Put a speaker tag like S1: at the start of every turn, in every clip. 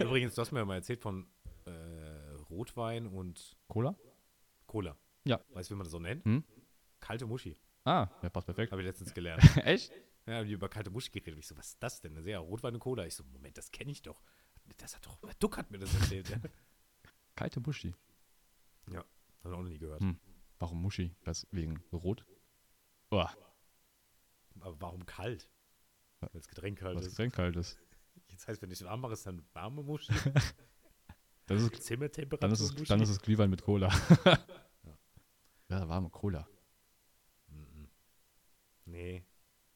S1: Übrigens, du hast mir ja mal erzählt von äh, Rotwein und
S2: Cola?
S1: Cola.
S2: Ja.
S1: Weißt du, wie man das so nennt?
S2: Hm?
S1: Kalte Muschi.
S2: Ah, ja, passt perfekt.
S1: Habe ich letztens gelernt.
S2: Echt?
S1: ja, haben die über kalte Muschi geredet. Und ich so, was ist das denn? Also, ja, Rotwein und Cola. Ich so, Moment, das kenne ich doch. Das hat doch, Duck hat mir das erzählt. ja.
S2: Kalte Muschi.
S1: Hab ich auch noch nie gehört.
S2: Hm. Warum Muschi? Was, wegen Rot? Uah,
S1: Aber warum kalt? Weil das Getränk kalt
S2: was
S1: ist.
S2: Getränk kalt ist.
S1: Jetzt heißt, wenn ich es warm mache, ist dann warme Muschi.
S2: Das ist
S1: Zimmertemperatur
S2: Dann ist, es,
S1: Muschi.
S2: dann ist es Glühwein mit Cola. ja, warme Cola.
S1: Mhm. Nee.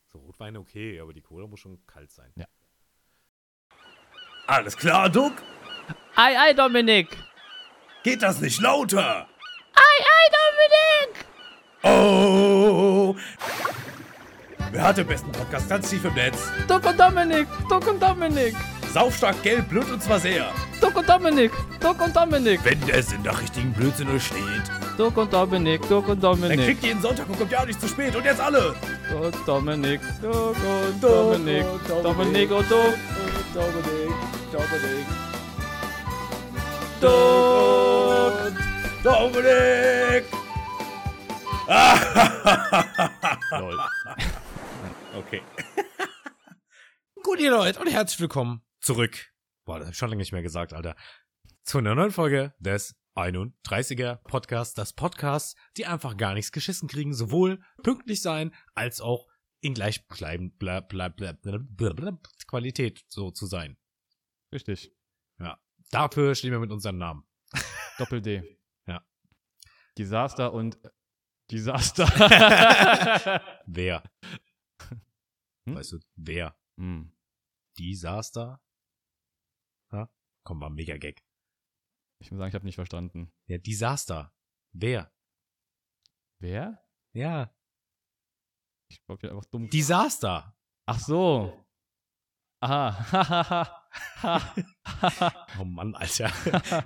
S1: So Rotwein okay, aber die Cola muss schon kalt sein.
S3: Alles klar, Duck?
S4: Ei, ei, Dominik!
S3: Geht das nicht lauter?
S4: Ei, ei, Dominik!
S3: Oh! Wer hat den besten Podcast ganz tief im Netz?
S4: Duck und Dominik! Duck und Dominik!
S3: Saufstark, gelb, blöd und zwar sehr.
S4: Duck und Dominik! Duck und Dominik!
S3: Wenn es in der richtigen Blödsinn steht,
S4: Duck und Dominik! Duck und
S3: dann
S4: Dominik!
S3: kriegt ihr jeden Sonntag und kommt ja nicht zu spät. Und jetzt alle!
S4: Duck und Dominik! Duck und
S3: Duck
S4: Dominik!
S3: und Dominik.
S4: Dominik und Duck!
S3: Dominik, Dominik,
S4: Duck!
S3: Dominik!
S2: Lol.
S3: Okay.
S1: Gut, ihr Leute, und herzlich willkommen zurück. Boah, das hab ich schon lange nicht mehr gesagt, Alter. Zu einer neuen Folge des 31er Podcasts. Das Podcast, die einfach gar nichts geschissen kriegen. Sowohl pünktlich sein, als auch in gleich bleiben, bla, bla, bla, bla, bla, bla, Qualität so zu sein.
S2: Richtig.
S1: Dafür stehen wir mit unserem Namen.
S2: Doppel D.
S1: Ja.
S2: Desaster und äh, Desaster.
S1: Wer?
S2: Hm?
S1: Weißt du, wer?
S2: hm.
S1: Desaster? Ha? Komm mal, mega Gag.
S2: Ich muss sagen, ich habe nicht verstanden.
S1: Ja, Desaster. Wer?
S2: Wer?
S1: Ja.
S2: Ich glaube, ich bin einfach dumm.
S1: Desaster.
S2: Ach so. Ah. Aha.
S1: Oh Mann, Alter.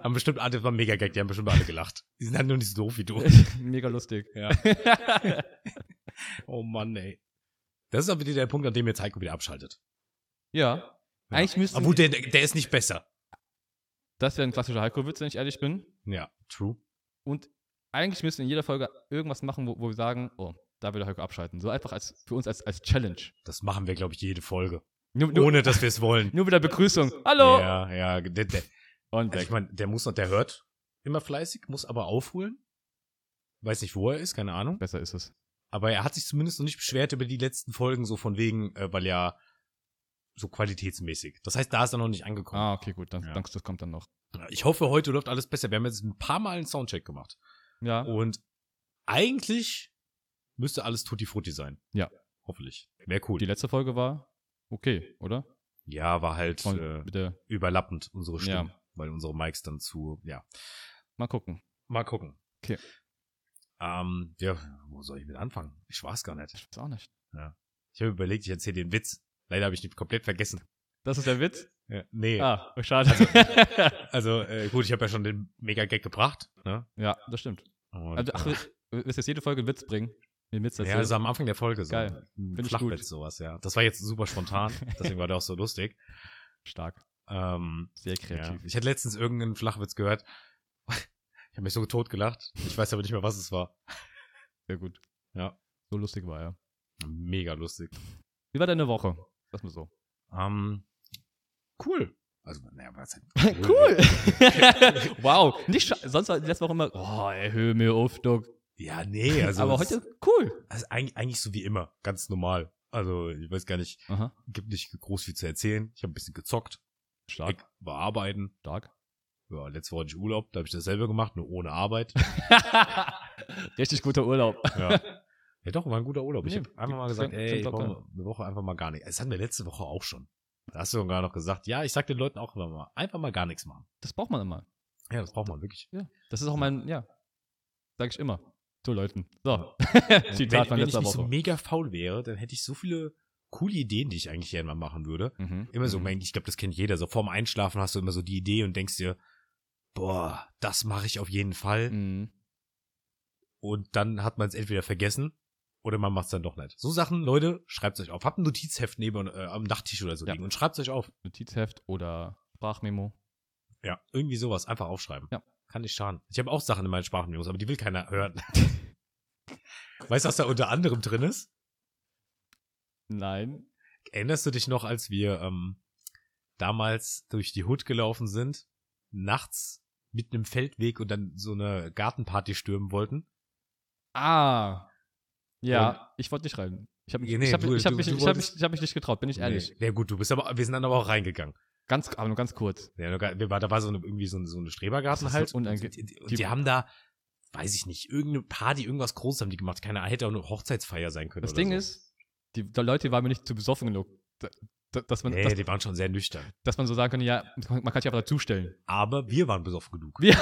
S1: haben bestimmt alle, das war ein mega Gag, die haben bestimmt alle gelacht. Die sind halt nur nicht so doof wie du.
S2: Mega lustig.
S1: Ja. oh Mann, ey. Das ist aber wieder der Punkt, an dem jetzt Heiko wieder abschaltet.
S2: Ja.
S1: Ja.
S2: Eigentlich müssten-
S1: Aber gut, der, der ist nicht besser.
S2: Das wäre ein klassischer Heiko-Witz, wenn ich ehrlich bin.
S1: Ja, true.
S2: Und eigentlich müssen wir in jeder Folge irgendwas machen, wo, wo wir sagen, oh, da will der Heiko abschalten. So einfach als, für uns als, als Challenge.
S1: Das machen wir, glaube ich, jede Folge.
S2: Nur, nur,
S1: Ohne, dass wir es wollen.
S2: nur mit der Begrüßung. Hallo!
S1: Ja, ja. Der, der,
S2: Und
S1: also ich
S2: weg.
S1: meine, der muss noch, der hört immer fleißig, muss aber aufholen. Weiß nicht, wo er ist, keine Ahnung.
S2: Besser ist es.
S1: Aber er hat sich zumindest noch nicht beschwert über die letzten Folgen, so von wegen, äh, weil ja so qualitätsmäßig. Das heißt, da ist er noch nicht angekommen.
S2: Ah, okay, gut. Dann,
S1: Ja.
S2: dann, das kommt dann noch.
S1: Ich hoffe, heute läuft alles besser. Wir haben jetzt ein paar Mal einen Soundcheck gemacht.
S2: Ja.
S1: Und eigentlich müsste alles Tutti Frutti sein.
S2: Ja.
S1: Hoffentlich. Wäre cool.
S2: Die letzte Folge war okay, oder?
S1: ja, war halt
S2: Von,
S1: äh,
S2: mit der,
S1: überlappend, unsere Stimmen.
S2: Ja.
S1: Weil unsere Mics dann zu, ja.
S2: mal gucken.
S1: Mal gucken.
S2: Okay.
S1: Ähm, ja, wo soll ich mit anfangen? Ich weiß gar nicht.
S2: Ich weiß auch nicht.
S1: Ich habe überlegt, ich erzähle den Witz. Leider habe ich ihn komplett vergessen.
S2: Das ist der Witz?
S1: Ja, nee.
S2: Ah, oh, schade.
S1: Also äh, gut, ich habe ja schon den Mega-Gag gebracht. Ne?
S2: ja, das stimmt.
S1: Und,
S2: Also, ach,
S1: äh,
S2: wir- willst du jetzt jede Folge einen Witz bringen? Den Witz
S1: ja,
S2: erzählen?
S1: also am Anfang der Folge so.
S2: Geil.
S1: ein
S2: Find ich
S1: Flachwitz,
S2: gut.
S1: sowas, ja. Das war jetzt super spontan, deswegen war der auch so lustig.
S2: Stark.
S1: Ähm,
S2: Sehr
S1: ja.
S2: kreativ.
S1: Ich hatte letztens irgendeinen Flachwitz gehört. Ich habe mich so tot gelacht. Ich weiß aber nicht mehr, was es war.
S2: Sehr gut.
S1: Ja.
S2: So lustig war er.
S1: Mega lustig.
S2: Wie war deine Woche? Lass mal so.
S1: Ähm, cool. Also, naja, was halt
S2: Cool. wow. Nicht scha- sonst war letzte Woche immer, oh, erhöhe mir auf, Doc.
S1: Ja, nee, also.
S2: Aber
S1: es-
S2: heute, cool.
S1: Also eigentlich, eigentlich so wie immer, ganz normal. Also, ich weiß gar nicht,
S2: Aha.
S1: gibt nicht groß viel zu erzählen. Ich habe ein bisschen gezockt,
S2: Stark,
S1: ich war arbeiten.
S2: stark.
S1: Ja, letzte Woche hatte ich Urlaub, da habe ich dasselbe gemacht, nur ohne Arbeit.
S2: Richtig guter Urlaub.
S1: Ja, ja doch, war ein guter Urlaub. Ich
S2: Nee,
S1: habe einfach mal
S2: klingt-
S1: gesagt,
S2: klingt
S1: ey, ich
S2: locker.
S1: brauche eine Woche einfach mal gar nichts. Das hatten wir letzte Woche auch schon. Da hast du sogar noch gesagt, ja, ich sag den Leuten auch immer mal, einfach mal gar nichts machen.
S2: Das braucht man immer.
S1: Ja, das braucht man wirklich.
S2: Ja. Das ist auch mein, ja. Sag ich immer. Zu Leuten. So.
S1: wenn
S2: Zitat von
S1: wenn ich
S2: letzter
S1: nicht so
S2: Woche.
S1: mega faul wäre, dann hätte ich so viele coole Ideen, die ich eigentlich gerne mal machen würde.
S2: Mhm.
S1: Immer so,
S2: Mhm.
S1: mein- ich glaube, das kennt jeder. So vorm Einschlafen hast du immer so die Idee und denkst dir, boah, das mache ich auf jeden Fall.
S2: Mhm.
S1: Und dann hat man es entweder vergessen oder man macht es dann doch nicht. So Sachen, Leute, schreibt euch auf. Habt ein Notizheft neben äh, am Nachttisch oder so
S2: Ja.
S1: liegen und schreibt euch auf.
S2: Notizheft oder Sprachmemo.
S1: Ja, irgendwie sowas. Einfach aufschreiben.
S2: Ja.
S1: Kann nicht schaden. Ich habe auch Sachen in meinen Sprachmemos, aber die will keiner hören. weißt du, was da unter anderem drin ist?
S2: Nein.
S1: Erinnerst du dich noch, als wir ähm, damals durch die Hood gelaufen sind, nachts mit einem Feldweg und dann so eine Gartenparty stürmen wollten?
S2: Ah. Ja, ich wollte nicht schreiben. Ich habe
S1: Nee, nee,
S2: ich hab,
S1: du-
S2: ich hab
S1: du-
S2: mich,
S1: du
S2: ich hab
S1: wolltest-
S2: mich, ich hab mich nicht getraut, bin ich ehrlich.
S1: Nee. Ja gut, du bist aber, wir sind dann aber auch reingegangen.
S2: Ganz, aber nur ganz kurz.
S1: Ja, da ga- wir war, da war so eine, irgendwie so ein so eine Strebergarten
S2: Das ist
S1: halt.
S2: so unange-
S1: und die, die, und
S2: die-
S1: die haben da, weiß ich nicht, irgendeine Party, irgendwas Großes haben die gemacht. Keine Ahnung, hätte auch eine Hochzeitsfeier sein können.
S2: Das
S1: oder
S2: Ding
S1: Genau so.
S2: ist, die, die Leute waren mir nicht zu besoffen genug, da- da- dass man,
S1: Nee,
S2: dass,
S1: die waren schon sehr nüchtern.
S2: dass man so sagen könnte, ja, man kann sich einfach dazustellen.
S1: Aber wir waren besoffen genug.
S2: Wir-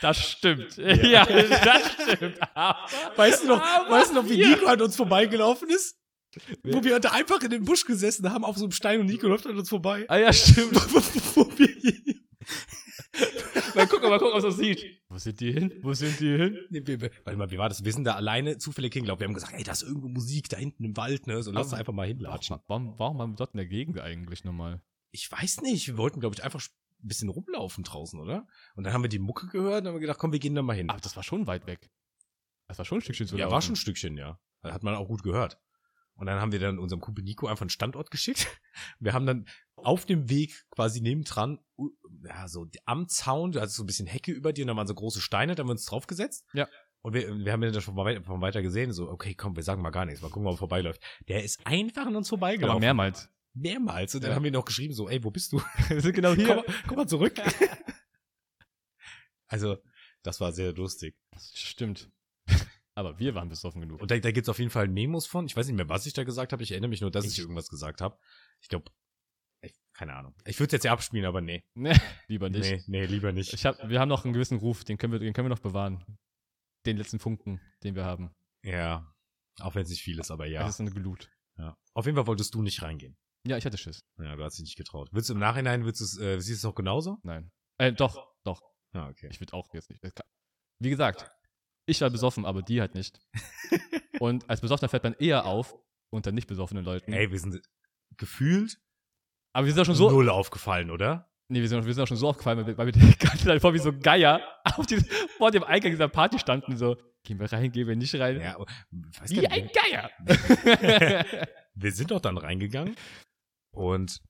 S2: Das stimmt. Ja, das stimmt.
S1: Weißt du noch, weißt du noch wie
S2: wir-
S1: Nico an uns vorbeigelaufen ist? Wo wir da einfach in dem Busch gesessen haben, auf so einem Stein und Nico läuft an uns vorbei.
S2: Ah ja, stimmt.
S1: Wo wir-
S2: Mal gucken, mal gucken, was das sieht. Wo sind die hin? Wo sind die hin?
S1: Nee, wir- wir- Warte mal, wie war das? Wir sind da alleine zufällig hingelaufen. Wir haben gesagt, ey, da ist irgendwo Musik da hinten im Wald, ne? So lass uns
S2: Aber-
S1: einfach mal hinlatschen.
S2: Warum, warum waren wir dort in der Gegend eigentlich nochmal?
S1: Ich weiß nicht, wir wollten, glaube ich, einfach ein bisschen rumlaufen draußen, oder? Und dann haben wir die Mucke gehört und haben wir gedacht, komm, wir gehen da mal hin.
S2: Aber das war schon weit weg. Das war schon ein Stückchen zu
S1: ja,
S2: laufen.
S1: war schon ein Stückchen, ja. Das hat man auch gut gehört. Und dann haben wir dann unserem Kumpel Nico einfach einen Standort geschickt. Wir haben dann auf dem Weg quasi nebendran, u- ja, so am Zaun, also so ein bisschen Hecke über dir und da waren so große Steine, da haben wir uns draufgesetzt.
S2: Ja.
S1: Und wir, wir haben den dann schon von weit- von weiter gesehen, so, okay, komm, wir sagen mal gar nichts, mal gucken, ob er vorbeiläuft. Der ist einfach an uns
S2: Aber
S1: vorbeigelaufen.
S2: mehrmals.
S1: mehrmals. Und dann
S2: Ja.
S1: haben wir noch geschrieben, so, ey, wo bist du?
S2: Wir sind genau
S1: Komm, mal- komm mal zurück. also, das war sehr lustig.
S2: Stimmt. Aber wir waren besoffen genug.
S1: Und da, da gibt's auf jeden Fall Memos von. Ich weiß nicht mehr, was ich da gesagt habe. Ich erinnere mich nur, dass ich,
S2: Ich-
S1: irgendwas gesagt habe. Ich glaube, keine Ahnung. Ich würde jetzt ja abspielen, aber nee.
S2: Lieber nicht.
S1: Nee, nee, lieber nicht.
S2: Ich hab, wir haben noch einen gewissen Ruf, den können, wir, den können wir noch bewahren. Den letzten Funken, den wir haben.
S1: ja. Auch wenn es nicht viel ist, aber
S2: Ja.
S1: ja.
S2: Das ist eine Glut.
S1: ja. Auf jeden Fall wolltest du nicht reingehen.
S2: Ja, ich hatte Schiss.
S1: Ja, du hast dich nicht getraut. Willst du im Nachhinein, willst du es, äh, siehst du es noch genauso?
S2: Nein. Äh, doch, doch.
S1: Ja, okay.
S2: Ich würde auch jetzt nicht. Es kann- Wie gesagt, ich war besoffen, aber die halt nicht. Und als Besoffener fällt man eher auf unter nicht besoffenen Leuten.
S1: Ey, wir sind gefühlt
S2: aber wir sind ja schon Mhm. so.
S1: null aufgefallen, oder?
S2: Nee, wir sind, wir sind auch schon so aufgefallen, weil wir, weil wir die ganze Zeit vor wie so Geier auf diesem, vor dem Eingang dieser Party standen. So, gehen wir rein, gehen wir nicht rein.
S1: Ja, aber- weiß gar
S2: wie
S1: nicht,
S2: ein
S1: wer-
S2: Geier.
S1: wir sind doch dann reingegangen und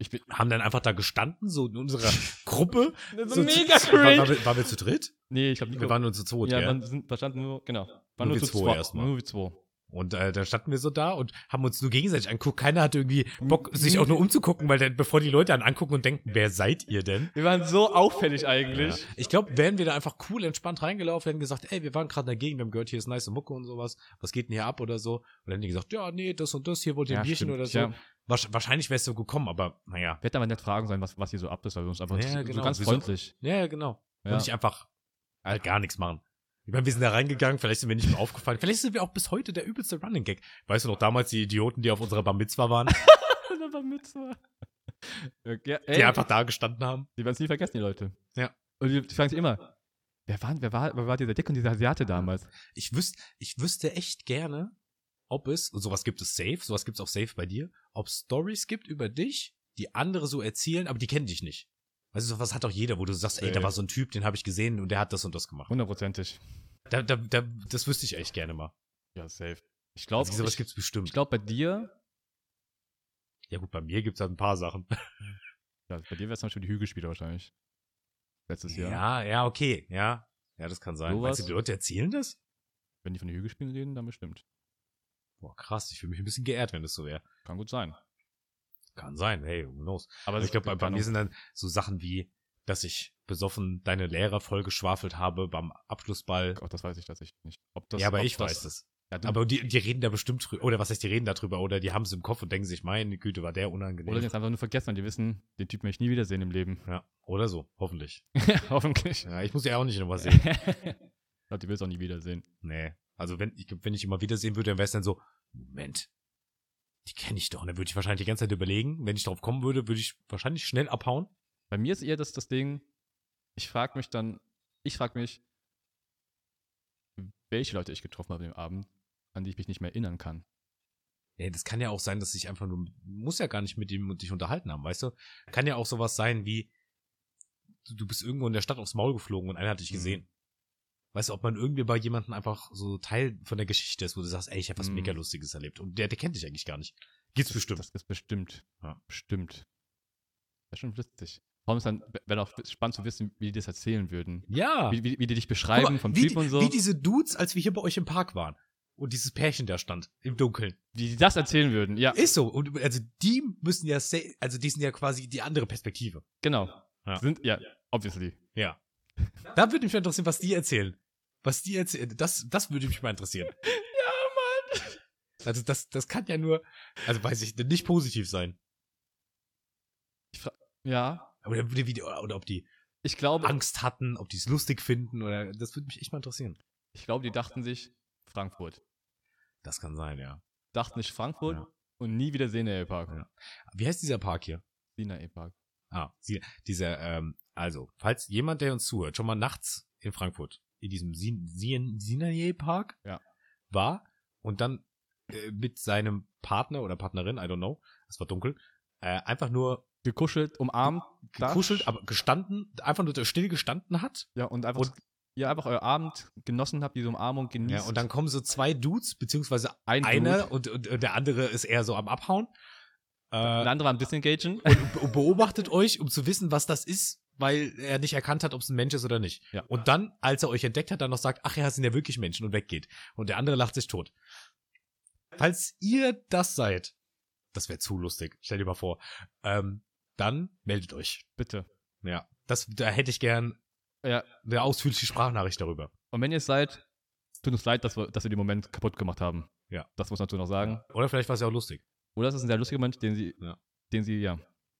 S2: ich bin
S1: haben dann einfach da gestanden, so in unserer Gruppe.
S2: das ist
S1: So zu-
S2: mega
S1: War, war,
S2: cringe.
S1: wir- waren wir zu dritt?
S2: Nee, ich habe
S1: Wir waren nur zu zweit,
S2: Ja,
S1: ja.
S2: man sind verstanden nur, genau. Waren
S1: Nur
S2: nur,
S1: wir
S2: zu
S1: zwei
S2: zwei.
S1: erstmal.
S2: Nur wir zwei.
S1: Und äh, dann standen wir so da und haben uns nur gegenseitig angeguckt. Keiner hatte irgendwie Bock,
S2: Mm,
S1: sich auch nur umzugucken, weil dann, bevor die Leute dann angucken und denken, wer seid ihr denn?
S2: Wir waren so auffällig eigentlich.
S1: Ja. Ich glaube, wären wir da einfach cool entspannt reingelaufen, hätten gesagt, ey, wir waren gerade in der Gegend, wir haben gehört, hier ist nice Mucke und sowas, was geht denn hier ab oder so. Und dann hätten die gesagt, ja, nee, das und das, hier wollt ihr ein Bierchen
S2: stimmt.
S1: oder so.
S2: Ja.
S1: Wasch- wahrscheinlich wär's so gekommen, aber naja.
S2: Wir hätten aber nicht fragen sollen, was, was hier so ab ist, weil wir uns einfach
S1: Ja,
S2: so-
S1: genau.
S2: so ganz
S1: Wieso?
S2: freundlich.
S1: Ja, ja, genau.
S2: Ja.
S1: Und nicht einfach halt gar nichts machen. Ich meine, wir sind da reingegangen, vielleicht sind wir nicht mehr aufgefallen. Vielleicht sind wir auch bis heute der übelste Running Gag. Weißt du noch damals die Idioten, die auf unserer Bar Mitzwa waren,
S2: Aber mit so. Ja,
S1: die
S2: ey,
S1: einfach da gestanden haben?
S2: die werden es nie vergessen, die Leute.
S1: Ja.
S2: Und die, die fragen sich immer, wer war, wer war, wer war dieser Dick und dieser Asiate damals?
S1: Ich wüsste, ich wüsste echt gerne, ob es, und sowas gibt es safe, sowas gibt es auch safe bei dir, ob Stories gibt über dich, die andere so erzählen, aber die kennen dich nicht. Weißt du, was hat doch jeder, wo du sagst, ey, da
S2: Safe.
S1: war so ein Typ, den habe ich gesehen und der hat das und das gemacht.
S2: Hundertprozentig.
S1: Da, da, da, das wüsste ich echt gerne mal.
S2: Ja, safe. Ich glaube,
S1: Also sowas
S2: ich,
S1: gibt's bestimmt.
S2: ich glaub, bei dir,
S1: ja gut, bei mir gibt's halt ein paar Sachen.
S2: ja, bei dir wäre zum Beispiel die Hügelspieler wahrscheinlich. Letztes Jahr.
S1: Ja, ja, okay, ja. Ja, das kann sein.
S2: Sowas.
S1: Meinst du, die Leute erzählen das?
S2: Wenn die von den Hügelspielen reden, dann bestimmt.
S1: Boah, krass, ich fühle mich ein bisschen geehrt, wenn das so wäre.
S2: Kann gut sein.
S1: Kann sein, hey, who knows.
S2: Aber
S1: Also ich glaube, bei, bei
S2: keine
S1: mir sind dann so Sachen wie, dass ich besoffen deine Lehrer voll geschwafelt habe beim Abschlussball.
S2: Auch das weiß ich tatsächlich nicht. Ob das,
S1: ja, aber
S2: ob
S1: ich
S2: das,
S1: weiß es.
S2: Ja, du,
S1: Aber die, die reden da bestimmt drüber. Oder was heißt, die reden da drüber? Oder die haben es im Kopf und denken sich, meine Güte, war der unangenehm.
S2: oder die jetzt einfach nur vergessen und die wissen, den Typen möchte ich nie wiedersehen im Leben.
S1: ja, oder so, hoffentlich.
S2: Hoffentlich.
S1: Ja, ich muss ja auch nicht nochmal sehen.
S2: ich glaube, die willst du auch nie wiedersehen.
S1: Nee. Also wenn ich, wenn ich immer wiedersehen würde, dann wäre es dann so, Moment, die kenne ich doch. Und dann würde ich wahrscheinlich die ganze Zeit überlegen. Wenn ich drauf kommen würde, würde ich wahrscheinlich schnell abhauen.
S2: Bei mir ist eher das, das Ding, ich frage mich dann, ich frage mich, welche Leute ich getroffen habe am Abend, an die ich mich nicht mehr erinnern kann.
S1: Ey, das kann ja auch sein, dass ich einfach nur, muss ja gar nicht mit ihm und dich unterhalten haben, weißt du? Kann ja auch sowas sein wie, du- du bist irgendwo in der Stadt aufs Maul geflogen und einer hat dich
S2: Mhm.
S1: gesehen. Weißt du, ob man irgendwie bei jemandem einfach so Teil von der Geschichte ist, wo du sagst, ey, ich habe was
S2: Mhm.
S1: mega Lustiges erlebt. Und der, der kennt dich eigentlich gar nicht. Geht's bestimmt.
S2: Das ist bestimmt.
S1: Ja.
S2: Bestimmt. Das ist schon witzig. Warum ist dann, wäre auch spannend zu wissen, wie die das erzählen würden.
S1: ja.
S2: Wie, wie, wie die dich
S1: Guck
S2: beschreiben
S1: mal,
S2: vom
S1: wie,
S2: Typ
S1: die-
S2: und so.
S1: Wie
S2: Wie die,
S1: diese Dudes, als wir hier bei euch im Park waren. Und dieses Pärchen da stand, im Dunkeln.
S2: das erzählen würden. Ja,
S1: Ist so. Und also die müssen ja, sa- also die sind ja quasi die andere Perspektive.
S2: genau.
S1: Ja.
S2: Sind, ja, obviously.
S1: Ja. Da würde mich mal interessieren, was die erzählen. Was die erzählen, das, das würde mich mal interessieren. ja, Mann. Also das, das kann ja nur, also weiß ich, nicht positiv sein.
S2: Ja.
S1: Aber dann würde wie die- oder ob die
S2: Ich glaube,
S1: Angst hatten, ob die es lustig finden oder das würde mich echt mal interessieren.
S2: ich glaube, die dachten sich Frankfurt.
S1: Das kann sein, ja.
S2: Dachten sich Frankfurt
S1: Ja.
S2: und nie wieder Sinai Park.
S1: Ja. Wie heißt dieser Park hier?
S2: Sinai Park.
S1: Ah, sie, dieser, ähm, also, falls jemand, der uns zuhört, schon mal nachts in Frankfurt, in diesem Sin Sin Sinai-Park
S2: Ja.
S1: war und dann äh, mit seinem Partner oder Partnerin, I don't know, es war dunkel, äh, einfach nur
S2: Gekuschelt, umarmt. da-
S1: gekuschelt, aber gestanden, einfach nur still gestanden hat.
S2: Ja, und einfach,
S1: Und-
S2: ja, einfach euer Abend genossen habt, diese Umarmung genießt.
S1: Ja, und dann kommen so zwei Dudes, beziehungsweise
S2: ein
S1: einer
S2: Dude,
S1: und, und, und der andere ist eher so am Abhauen.
S2: ein
S1: Äh,
S2: anderer am Disengagen.
S1: und beobachtet euch, um zu wissen, was das ist, weil er nicht erkannt hat, ob es ein Mensch ist oder nicht.
S2: Ja.
S1: Und dann, als er euch entdeckt hat, dann noch sagt, ach ja, es sind ja wirklich Menschen und weggeht. Und der andere lacht sich tot. Falls ihr das seid, das wäre zu lustig, stell dir mal vor, ähm, dann meldet euch.
S2: Bitte.
S1: Ja, das, da hätte ich gern
S2: Ja.
S1: eine ausführliche Sprachnachricht darüber.
S2: Und wenn ihr es seid, tut uns leid, dass wir, dass wir den Moment kaputt gemacht haben.
S1: Ja.
S2: Das muss man natürlich noch sagen.
S1: Oder vielleicht war es ja auch lustig.
S2: Oder es ist ein sehr lustiger Moment, den sie,
S1: Ja.
S2: den sie, ja,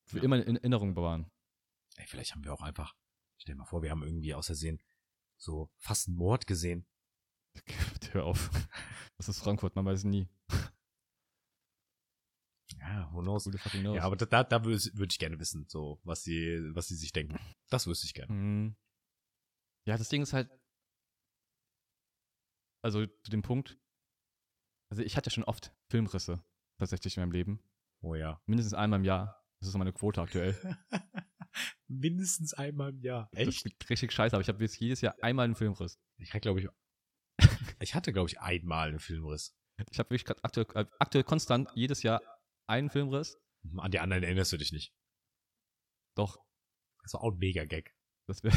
S2: für
S1: Ja.
S2: immer in Erinnerung bewahren.
S1: Ey, vielleicht haben wir auch einfach, stell dir mal vor, wir haben irgendwie aus Versehen so fast einen Mord gesehen.
S2: Hör auf. Das ist Frankfurt, man weiß es nie.
S1: Ja, who knows.
S2: Who the fucking knows?
S1: Ja, aber da- da, da würde würd ich gerne wissen, so, was sie, was sie sich denken. Das wüsste ich gerne.
S2: Mhm. Ja, das Ding ist halt. Also zu dem Punkt. Also ich hatte schon oft Filmrisse tatsächlich in meinem Leben.
S1: Oh ja.
S2: Mindestens einmal im Jahr. Das ist so meine Quote aktuell.
S1: Mindestens einmal im Jahr.
S2: Das ist richtig scheiße, aber ich habe jetzt jedes Jahr einmal einen Filmriss.
S1: Ich hatte, glaube ich, ich hatte, glaube ich, einmal einen Filmriss.
S2: Ich habe wirklich gerade aktuell, äh, aktuell konstant jedes Jahr einen Filmriss.
S1: An die anderen erinnerst du dich nicht.
S2: Doch,
S1: Das war auch ein Mega-Gag.
S2: das wäre.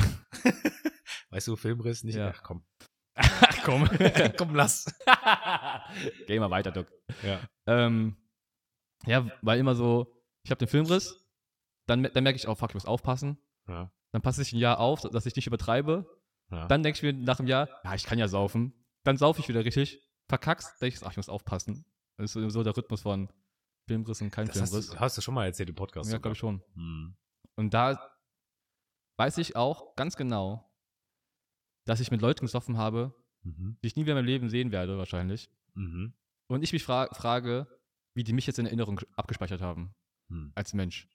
S1: Weißt du, Filmriss nicht?
S2: Ja.
S1: Ach komm.
S2: Ach komm.
S1: komm, lass.
S2: Geh mal weiter, Doc.
S1: Ja.
S2: Ähm, ja, weil immer so, ich habe den Filmriss, dann, me- dann merke ich, oh fuck, ich muss aufpassen.
S1: Ja.
S2: Dann passe ich ein Jahr auf, dass ich nicht übertreibe.
S1: Ja.
S2: Dann denke ich mir nach einem Jahr, ja, ich kann ja saufen. Dann saufe ich wieder richtig, verkackst, denke ich, ach, ich muss aufpassen. Das ist so der Rhythmus von Filmriss und kein
S1: das hast,
S2: Filmriss.
S1: du, hast du schon mal erzählt im Podcast.
S2: ja,
S1: sogar.
S2: glaube ich schon.
S1: Hm.
S2: Und da weiß ich auch ganz genau, dass ich mit Leuten gesoffen habe,
S1: Mhm.
S2: die ich nie wieder in meinem Leben sehen werde, wahrscheinlich.
S1: Mhm.
S2: Und ich mich fra frage, wie die mich jetzt in Erinnerung abgespeichert haben,
S1: Hm.
S2: als Mensch.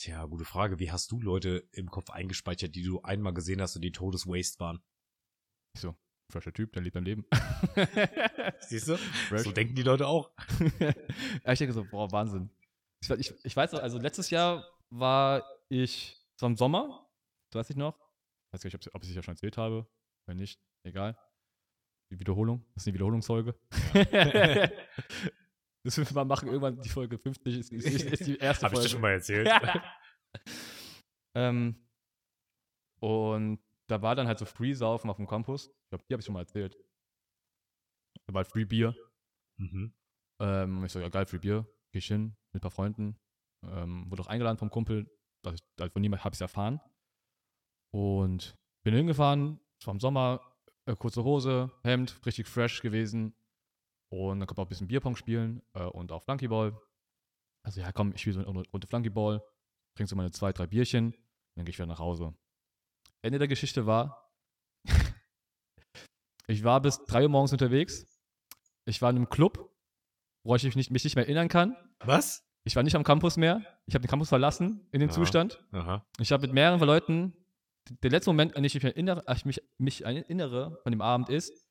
S1: Tja, gute Frage. Wie hast du Leute im Kopf eingespeichert, die du einmal gesehen hast und die Todeswaste waren?
S2: Fresher Typ, der lebt mein Leben.
S1: Siehst du?
S2: Fresh.
S1: So denken die Leute auch.
S2: ja, ich denke so, boah, Wahnsinn. Ich, ich, ich weiß noch, also letztes Jahr war ich, es war im Sommer, das weiß ich noch. Weiß gar nicht, ob, ob ich es ja schon erzählt habe. Wenn nicht, egal. Die Wiederholung, das ist eine Wiederholungsfolge. das müssen wir mal machen, irgendwann die Folge 50 ist, ist, ist, ist die erste
S1: Habe ich
S2: Folge.
S1: dir schon mal erzählt?
S2: ähm, und da war dann halt so Free-Saufen auf dem Campus. Ich glaube, die habe ich schon mal erzählt. Da war halt Free-Bier.
S1: Mhm.
S2: Ähm, ich so, ja geil, Free Bier, geh ich hin mit ein paar Freunden. Ähm, wurde auch eingeladen vom Kumpel, also, ich- also von niemand habe ich es erfahren. Und bin hingefahren, es war im Sommer, äh, kurze Hose, Hemd, richtig fresh gewesen. Und dann konnte man auch ein bisschen Bierpong spielen äh, und auch Flunkyball. Also ja, komm, ich spiele so eine Runde Flunkyball, bringst so meine zwei, drei Bierchen, und dann gehe ich wieder nach Hause. Ende der Geschichte war, ich war bis 3 Uhr morgens unterwegs. Ich war in einem Club, wo ich mich nicht, mich nicht mehr erinnern kann.
S1: Was?
S2: Ich war nicht am Campus mehr. Ich habe den Campus verlassen in dem
S1: Ja.
S2: Zustand.
S1: Aha.
S2: Ich habe mit mehreren Leuten, der letzte Moment, an den ich mich erinnere, an ich mich, mich erinnere von dem Abend ist,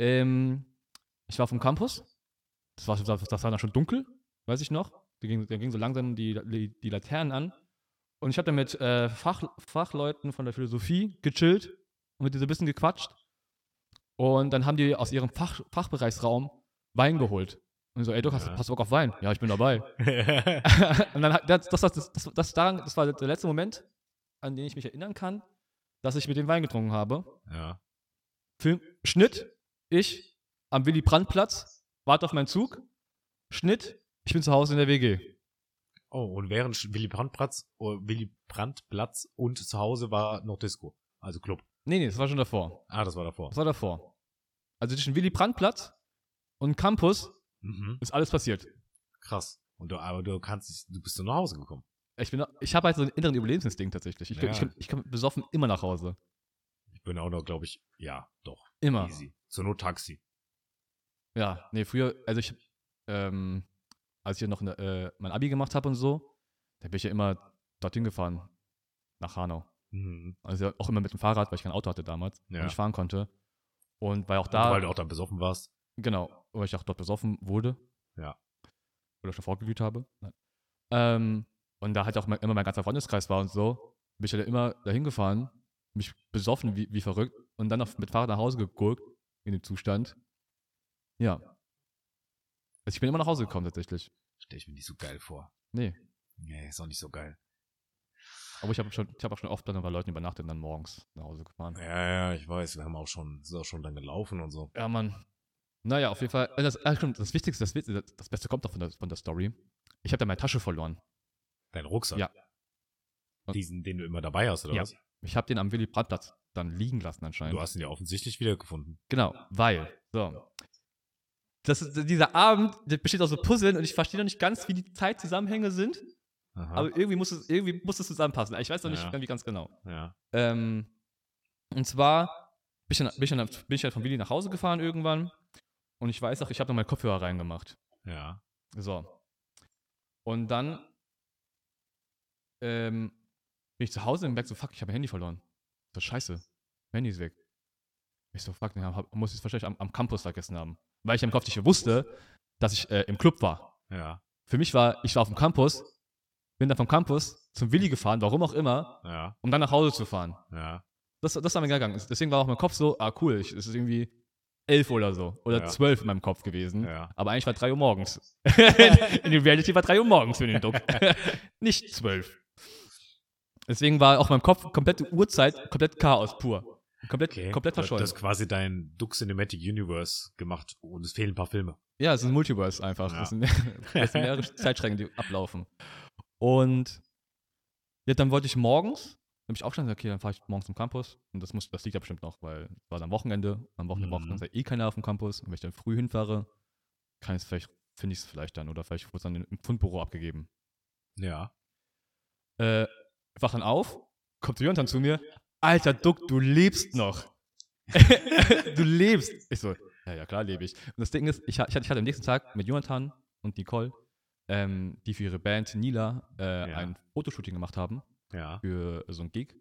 S2: ähm, ich war vom Campus, Das war, das das war dann schon dunkel, weiß ich noch. Da gingen da ging so langsam die, die, die Laternen an. Und ich habe dann mit äh, Fach, Fachleuten von der Philosophie gechillt und mit denen so ein bisschen gequatscht. Und dann haben die aus ihrem Fach, Fachbereichsraum Wein geholt. Und ich so, ey, Dirk, hast,
S1: Ja.
S2: hast du Bock auf Wein? Ja, ich bin dabei.
S1: ja,
S2: und dann hat, das, das, das, das, das, daran, das war der letzte Moment, an den ich mich erinnern kann, dass ich mit dem Wein getrunken habe. Film, Schnitt, ich am Willy Brandt-Platz, warte auf meinen Zug. Schnitt, ich bin zu Hause in der WG.
S1: Oh, und während Sch- Willy Brandtplatz, oh, Willy Brandtplatz und zu Hause war noch Disco. Also Club.
S2: Nee, nee, das war schon davor.
S1: Ah, das war davor.
S2: Das war davor. Also zwischen Willy Brandt-Platz und Campus
S1: Mhm.
S2: ist alles passiert.
S1: Krass. Und du, aber du kannst dich, du bist doch nach Hause gekommen.
S2: Ich, bin- ich habe halt so einen inneren Überlebensinstinkt tatsächlich. Ich, komm-
S1: Ja.
S2: ich, komm- ich komme besoffen immer nach Hause.
S1: Ich bin auch noch, glaube ich, ja, doch.
S2: Immer.
S1: Easy. Zur Not Taxi.
S2: Ja, nee, früher, also ich, ähm, als ich ja noch ne, äh, mein Abi gemacht habe und so, da bin ich ja immer dorthin gefahren, nach Hanau.
S1: Mhm.
S2: Also auch immer mit dem Fahrrad, weil ich kein Auto hatte damals
S1: Ja.
S2: und nicht fahren konnte. Und weil auch
S1: Da,
S2: da,
S1: weil du auch dann besoffen warst.
S2: genau, weil ich auch dort besoffen wurde.
S1: Ja.
S2: Oder schon vorgeglüht habe. Nein. Ähm, und da halt auch mein, immer mein ganzer Freundeskreis war und so, bin ich halt immer dahin gefahren, mich besoffen wie, wie verrückt und dann noch mit Fahrrad nach Hause gegurkt, in dem Zustand. Ja. Also ich bin immer nach Hause gekommen tatsächlich.
S1: Stell ich mir nicht so geil vor.
S2: Nee.
S1: Nee, ist auch nicht so geil.
S2: Aber ich habe schon, ich hab auch schon oft dann bei Leuten übernachtet und dann morgens nach Hause gefahren.
S1: Ja, ja, ich weiß. Wir haben auch schon, ist auch schon dann gelaufen und so.
S2: Ja, Mann. Naja, auf jeden Fall. äh, Das, ah, stimmt, das Wichtigste, das, Witz- das- das Beste kommt doch von der, von der Story. Ich habe da meine Tasche verloren.
S1: Dein Rucksack.
S2: Ja.
S1: Diesen, den du immer dabei hast, oder
S2: Ja.
S1: was?
S2: Ich habe den am Willy Brandt-Platz dann liegen lassen anscheinend.
S1: Du hast ihn ja offensichtlich wiedergefunden.
S2: Genau, weil. So. Das ist, dieser Abend der besteht aus so Puzzeln und ich verstehe noch nicht ganz, wie die Zeitzusammenhänge sind,
S1: Aha.
S2: aber irgendwie muss, es, irgendwie muss es zusammenpassen. Ich weiß noch nicht
S1: Ja.
S2: irgendwie ganz genau.
S1: ja.
S2: Ähm, und zwar bin ich, dann, bin, ich dann, bin ich halt von Willy nach Hause gefahren irgendwann und ich weiß auch, ich habe noch meinen Kopfhörer reingemacht.
S1: Ja.
S2: So. Und dann ähm, bin ich zu Hause und merke so, fuck, ich habe mein Handy verloren. So, scheiße. Mein Handy ist weg. Ich so, fuck, ne, hab, muss ich es wahrscheinlich am, am Campus vergessen haben. Weil ich im Kopf nicht wusste, dass ich äh, im Club war.
S1: Ja.
S2: Für mich war, ich war auf dem Campus, bin dann vom Campus zum Willi gefahren, warum auch immer,
S1: Ja.
S2: um dann nach Hause zu fahren.
S1: Ja.
S2: Das, das war mir gegangen. Deswegen war auch mein Kopf so, ah cool, ich, es ist irgendwie elf oder so. Oder
S1: Ja.
S2: zwölf in meinem Kopf gewesen.
S1: Ja.
S2: Aber eigentlich war 3 Uhr morgens. in der Reality war 3 Uhr morgens für den Duck. Nicht 12. Deswegen war auch mein Kopf komplette Uhrzeit, komplett Chaos pur. Komplett, komplett verschollen.
S1: Das ist quasi dein Duck Cinematic Universe gemacht und es fehlen ein paar Filme.
S2: ja, es ist ein Multiverse einfach.
S1: Ja.
S2: Das, sind, das sind mehrere Zeitschränke, die ablaufen. Und ja, dann wollte ich morgens, dann bin ich aufgestanden und gesagt, okay, dann fahre ich morgens zum Campus. Und das, muss, das liegt ja bestimmt noch, weil es war dann Wochenende. Am Wochenende
S1: Mhm.
S2: braucht dann eh keiner auf dem Campus. Und wenn ich dann früh hinfahre, kann ich es vielleicht, finde ich es vielleicht dann. Oder vielleicht wurde es dann im Fundbüro abgegeben.
S1: Ja.
S2: äh, wach dann auf, kommt Jonathan zu mir, alter Duck, du lebst noch. du lebst. Ich so, ja, ja, klar lebe ich. Und das Ding ist, ich, ha- ich hatte ich hatte am nächsten Tag mit Jonathan und Nicole, ähm, die für ihre Band Nila äh,
S1: Ja.
S2: ein Fotoshooting gemacht haben
S1: Ja.
S2: für so ein Gig.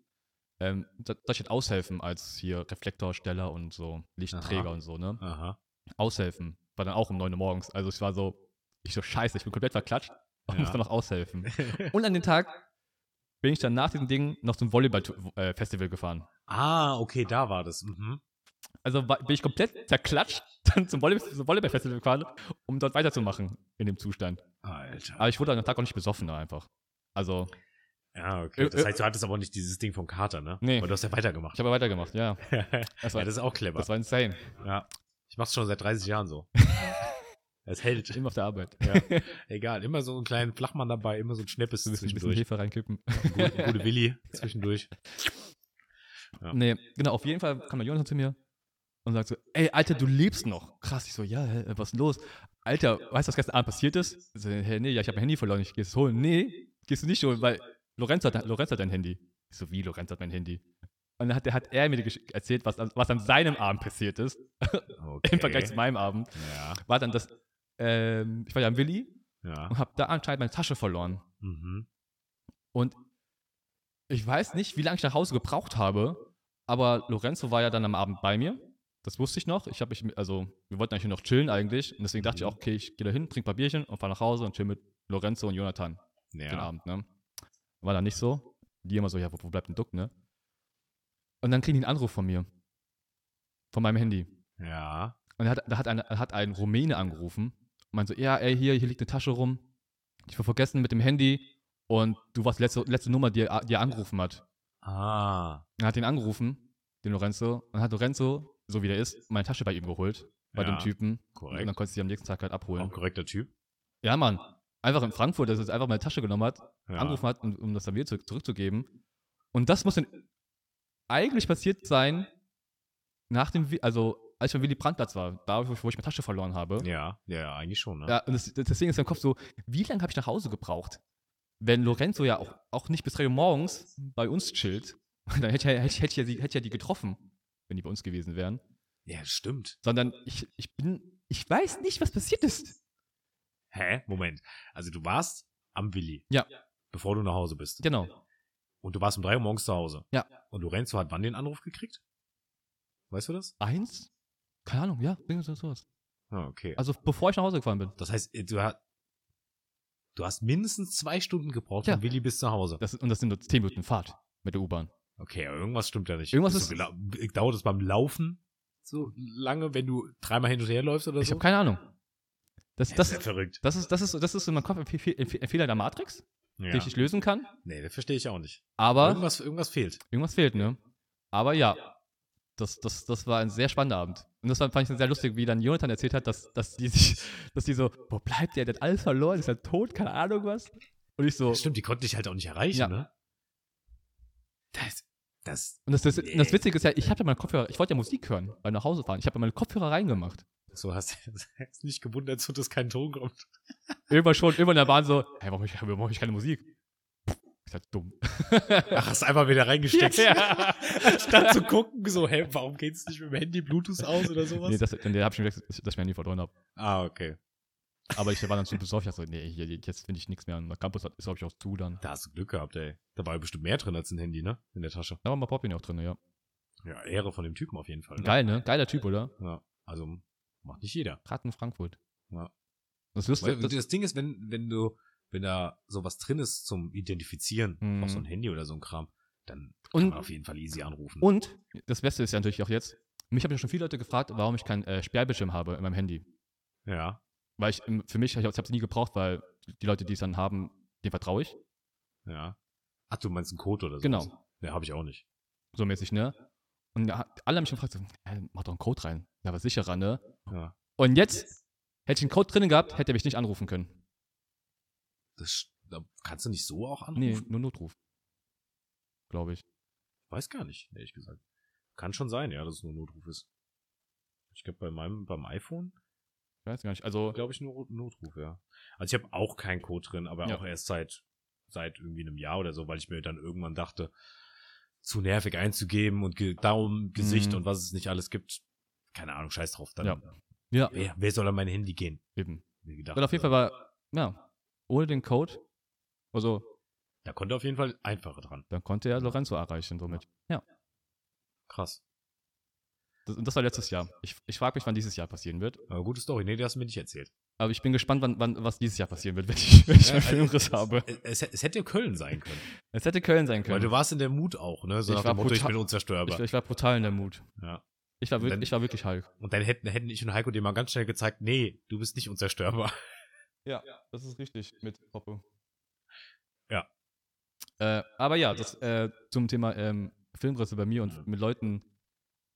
S2: Ähm, da, da steht aushelfen als hier Reflektorsteller und so, Lichtträger
S1: Aha.
S2: und so, ne?
S1: Aha.
S2: Aushelfen. War dann auch um 9 Uhr morgens. Also ich war so, ich so, scheiße, ich bin komplett verklatscht und
S1: Ja.
S2: muss dann noch aushelfen. Und an den Tag bin ich dann nach diesem Ding noch zum Volleyball-Festival gefahren.
S1: ah, okay, da war das. Mhm.
S2: Also war, bin ich komplett zerklatscht, dann zum Volleyball- zum Volleyball-Festival gefahren, um dort weiterzumachen in dem Zustand.
S1: Alter.
S2: Aber ich wurde an dem Tag auch nicht besoffen da einfach. Also,
S1: Ja, okay. Das
S2: Äh, äh.
S1: heißt, du hattest aber nicht dieses Ding vom Kater, ne?
S2: Nee.
S1: Weil du hast ja weitergemacht.
S2: ich habe weitergemacht, ja. Das war,
S1: ja, das ist auch clever.
S2: das war insane.
S1: ja. Ich mach's schon seit 30 Jahren so. es hält.
S2: Immer auf der Arbeit.
S1: Ja. Egal, immer so einen kleinen Flachmann dabei, immer so ein Schneppes
S2: Ein bisschen, ein bisschen
S1: zwischendurch.
S2: Hefe reinkippen.
S1: Gute, gute Willi zwischendurch. Ja.
S2: Nee, genau, auf jeden Fall kam der Jonathan zu mir und sagt so, ey, Alter, du lebst noch. Krass, ich so, ja, hä, was ist denn los? Alter, weißt du, was gestern Abend passiert ist? Ich so, hä, nee, ja, ich habe mein Handy verloren, ich geh es holen. Nee, gehst du nicht holen, weil Lorenz hat, Lorenz hat dein Handy. Ich so, wie, Lorenz hat mein Handy? Und dann hat, hat er mir gesch- erzählt, was, an- was an seinem Abend passiert ist,
S1: Okay.
S2: im Vergleich zu meinem Abend.
S1: Ja.
S2: War dann das, ähm, ich war ja am Willi
S1: Ja.
S2: und habe da anscheinend meine Tasche verloren.
S1: Mhm.
S2: Und ich weiß nicht, wie lange ich nach Hause gebraucht habe, aber Lorenzo war ja dann am Abend bei mir Das wusste ich noch. Ich habe mich, mit- also wir wollten eigentlich nur noch chillen eigentlich. Und deswegen dachte ich auch, okay, ich gehe da hin, trinke ein paar Bierchen und fahre nach Hause und chill mit Lorenzo und Jonathan den
S1: Ja.
S2: Abend, ne? War dann nicht so. Die immer so, ja, wo, wo bleibt denn Duck, ne? Und dann kriegen die einen Anruf von mir. Von meinem Handy.
S1: Ja.
S2: Und da hat, da hat, eine, hat ein Rumäne angerufen und meint so, ja, ey, hier, hier liegt eine Tasche rum. Ich war vergessen mit dem Handy und du warst die letzte, letzte Nummer, die er, die er angerufen hat.
S1: Ah.
S2: Er hat ihn angerufen, den Lorenzo, und hat Lorenzo, so wie der ist, meine Tasche bei ihm geholt, bei
S1: Ja,
S2: dem Typen. Und dann
S1: Korrekt.
S2: konnte sie am nächsten Tag halt abholen.
S1: Auch korrekter Typ.
S2: Ja, Mann. Einfach in Frankfurt, dass er jetzt einfach meine Tasche genommen hat,
S1: Ja.
S2: angerufen hat, um, um das dann wieder zurück, zurückzugeben. Und das muss dann eigentlich passiert sein, nach dem, Wi- also als ich am Willy Brandtplatz war, da, wo ich, wo ich meine Tasche verloren habe.
S1: Ja, ja, ja, eigentlich schon, ne?
S2: Ja, und das, das- deswegen ist mein Kopf so, wie lange habe ich nach Hause gebraucht? Wenn Lorenzo ja auch, auch nicht bis 3 Uhr morgens bei uns chillt, dann hätte, ich- hätte, ich- hätte, ich ja sie, hätte ich ja die getroffen, wenn die bei uns gewesen wären.
S1: Ja, stimmt.
S2: Sondern ich, ich bin, ich weiß nicht, was passiert ist.
S1: Hä? Moment. Also du warst am Willi.
S2: Ja.
S1: Bevor du nach Hause bist.
S2: Genau.
S1: Und du warst um 3 Uhr morgens zu Hause.
S2: Ja.
S1: Und Lorenzo hat wann den Anruf gekriegt? Weißt du das?
S2: Eins? Keine Ahnung, ja, irgendwas so- sowas.
S1: Ah, okay.
S2: Also bevor ich nach Hause gefahren bin.
S1: das heißt, äh, du, ha- du hast mindestens zwei Stunden gebraucht
S2: Ja.
S1: von Willi bis zu Hause.
S2: Das, und das sind nur 10 Minuten Fahrt mit der U-Bahn.
S1: Okay, aber irgendwas stimmt da nicht.
S2: Irgendwas
S1: Bist du gela- äh, dauert es beim Laufen so lange, wenn du dreimal hin und her läufst oder
S2: Ich
S1: so?
S2: habe keine Ahnung. Das, das,
S1: ja
S2: das,
S1: verrückt.
S2: das, ist, das, ist, das ist in meinem Kopf ein, Fe- ein Fe- ein Fehler der Matrix,
S1: Ja.
S2: den ich nicht lösen kann.
S1: Nee, das verstehe ich auch nicht.
S2: Aber
S1: Irgendwas, irgendwas fehlt.
S2: Irgendwas fehlt, ne? Aber ja, das, das, das war ein sehr spannender Abend. Und das war- fand ich dann sehr lustig, wie dann Jonathan erzählt hat, dass, dass, die, sich, dass die so, wo bleibt der? Der hat alles verloren, ist er tot, keine Ahnung was. Und ich so, und
S1: Stimmt, die konnten dich halt auch nicht erreichen,
S2: Ja.
S1: ne? Das, das,
S2: das, das, und das Witzige ist ja, ich hatte meine Kopfhörer, ich wollte ja Musik hören, beim nach Hause fahren. Ich habe meine Kopfhörer reingemacht.
S1: so hast du hast nicht gewundert, so dass kein Ton kommt.
S2: Irgendwann schon, irgendwann in der Bahn so, hey, warum hab ich, warum hab ich keine Musik? Ist halt dumm.
S1: Ach, hast einfach wieder reingesteckt.
S2: Ja.
S1: Statt zu gucken, so, hä, warum geht's nicht mit dem Handy Bluetooth aus oder sowas?
S2: Nee, das, dann habe ich mir gedacht, dass ich mein Handy verloren habe.
S1: ah, okay.
S2: Aber ich war dann schon besorgt, ich dachte, nee, hier, jetzt finde ich nichts mehr. Und der Campus hat- ist, glaube ich, auch zu dann.
S1: Da hast du Glück gehabt, ey. Da war bestimmt mehr drin als ein Handy, ne? In der Tasche.
S2: Da war mal Poppy auch drin, ja.
S1: Ja, Ehre von dem Typen auf jeden Fall. Ne?
S2: Geil, ne? Geiler Typ, oder?
S1: Ja, also macht nicht jeder.
S2: Gerade in Frankfurt.
S1: Ja.
S2: Das wirst
S1: Weil,
S2: du.
S1: das,
S2: Das,
S1: Ding ist, wenn, wenn du, wenn da sowas drin ist zum Identifizieren,
S2: Mhm.
S1: auf so ein Handy oder so ein Kram, dann kann man
S2: und,
S1: auf jeden Fall easy anrufen.
S2: und das Beste ist ja natürlich auch jetzt, mich haben ja schon viele Leute gefragt, warum ich keinen äh, Sperrbildschirm habe in meinem Handy.
S1: ja.
S2: Weil ich, ähm, für mich, ich habe es nie gebraucht, weil die Leute, die es dann haben, denen vertraue ich.
S1: Ja. Ach, du meinst einen Code oder so?
S2: Genau.
S1: Ja, habe ich auch nicht.
S2: So mäßig, ne? Und da hat- alle haben mich schon gefragt, so, "Ja, mach doch einen Code rein. Ja, aber sicherer, ne?
S1: Ja.
S2: Und jetzt, hätte ich einen Code drinnen gehabt, hätte er mich nicht anrufen können.
S1: Das, sch- da kannst du nicht so auch anrufen?
S2: Nee, nur Notruf. Glaube ich.
S1: Weiß gar nicht, ehrlich gesagt. Kann schon sein, ja, dass es nur ein Notruf ist. Ich glaube, bei meinem, beim iPhone,
S2: Ich weiß gar nicht. Also,
S1: glaube ich, nur Notruf, ja. Also ich habe auch keinen Code drin, aber
S2: Ja.
S1: auch erst seit, seit irgendwie einem Jahr oder so, weil ich mir dann irgendwann dachte, zu nervig einzugeben und ge Daumen, Gesicht
S2: Mhm.
S1: und was es nicht alles gibt. Keine Ahnung, scheiß drauf. Dann,
S2: Ja. ja,
S1: wer, wer soll an mein Handy gehen?
S2: eben.
S1: Mir gedacht,
S2: Weil auf jeden Fall
S1: äh,
S2: war, ja, ohne den Code, also
S1: Da konnte auf jeden Fall einfacher dran.
S2: dann konnte er Lorenzo erreichen somit.
S1: Krass.
S2: Das, und das war letztes Jahr. Ich, ich frage mich, wann dieses Jahr passieren wird.
S1: Aber gute Story. Nee, die hast du mir nicht erzählt.
S2: Aber ich bin gespannt, wann, wann, was dieses Jahr passieren wird, wenn ich, wenn ich
S1: Ja,
S2: meinen
S1: also
S2: Filmriss habe.
S1: Es, es hätte Köln sein können.
S2: Es hätte Köln sein
S1: Weil du
S2: können.
S1: warst in der Mut auch, ne? So
S2: Ich
S1: nach
S2: war
S1: dem Motto, ich
S2: brutal-
S1: bin
S2: Ich,
S1: unzerstörbar.
S2: ich war brutal in der Mut.
S1: Ja.
S2: Ich war, wir,
S1: Wenn-
S2: ich war wirklich Hulk.
S1: und dann hätten, hätten ich und Heiko dir mal ganz schnell gezeigt, nee, du bist nicht unzerstörbar.
S2: Ja, das ist richtig mit Poppe.
S1: Ja.
S2: Äh, aber ja, das, äh, zum Thema ähm, Filmrisse bei mir
S1: Mhm.
S2: und mit Leuten,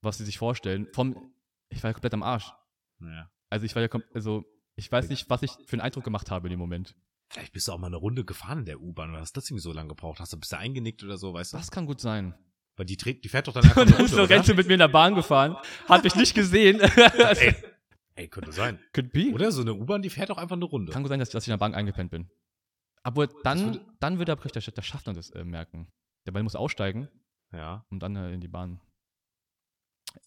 S2: was sie sich vorstellen. Vom, ich war ja komplett am Arsch.
S1: Naja.
S2: Also ich war ja, kom- also ich weiß nicht, was ich für einen Eindruck gemacht habe in dem Moment.
S1: Vielleicht bist du auch mal eine Runde gefahren in der U-Bahn oder hast deswegen so lange gebraucht. Hast du bist du eingenickt oder so, weißt du?
S2: Das kann gut sein.
S1: Weil die trägt, die fährt doch dann einfach
S2: Und
S1: eine
S2: dann ist
S1: Runde, oder?
S2: Lorenzo mit mir in der Bahn gefahren, hat mich nicht gesehen. Also
S1: Ey, ey, könnte sein.
S2: Could be.
S1: Oder so eine U-Bahn, die fährt doch einfach eine Runde.
S2: Kann gut sein, dass, dass ich in der Bank eingepennt bin. Aber
S1: Das
S2: dann,
S1: würde-
S2: dann wird der Berichterstatter Schaffner das äh, merken. Der Ball muss aussteigen
S1: Ja.
S2: und dann äh, in die Bahn.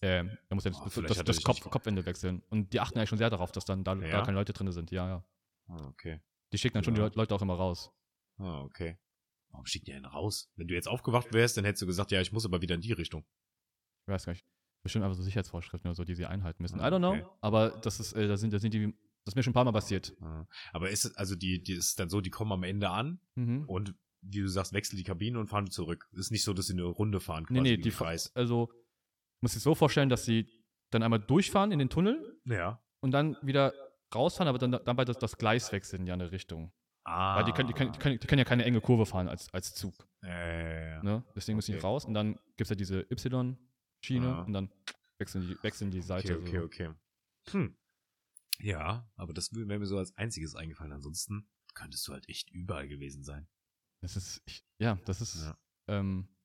S2: Ähm, er muss ja
S1: Oh,
S2: das,
S1: vielleicht
S2: das,
S1: hat er
S2: das
S1: dich
S2: Kopf,
S1: nicht-
S2: Kopfende wechseln. Und die achten eigentlich schon sehr darauf, dass dann da,
S1: Ja?
S2: da keine Leute drin sind. Ja, ja.
S1: Ah, okay.
S2: Die schicken dann schon
S1: Ja.
S2: die Leut- Leute auch immer raus.
S1: Ah, okay. Warum schickt ihr denn raus? Wenn du jetzt aufgewacht wärst, dann hättest du gesagt, ja, ich muss aber wieder in die Richtung.
S2: Ich weiß gar nicht. bestimmt einfach so Sicherheitsvorschriften oder so, die sie einhalten müssen. I
S1: Ah,
S2: don't know.
S1: okay.
S2: Aber das ist, äh, da sind, da sind die, das ist mir schon ein paar Mal passiert.
S1: Mhm. Aber ist es, also die, die ist dann so, die kommen am Ende an
S2: Mhm.
S1: und wie du sagst, wechseln die Kabine und fahren zurück. Ist nicht so, dass sie eine Runde fahren quasi
S2: Nee, nee,
S1: im
S2: die fa-
S1: Kreis.
S2: Also, muss ich so vorstellen, dass sie dann einmal durchfahren in den Tunnel
S1: Ja.
S2: und dann wieder rausfahren, aber dann dabei das, das Gleis wechseln in die andere Richtung.
S1: Ah.
S2: Weil die können, die, können, die, können, die können ja keine enge Kurve fahren als, als Zug.
S1: Äh,
S2: Ne? Deswegen müssen die
S1: Okay.
S2: raus und dann gibt es ja diese Y-Schiene
S1: Ah.
S2: und dann wechseln die, wechseln die
S1: okay,
S2: Seite.
S1: okay, okay. Hm. Ja, aber das wäre mir so als einziges eingefallen. Ansonsten könntest du halt echt überall gewesen sein.
S2: Das ist, ich, ja, das ist
S1: Ja.
S2: ähm,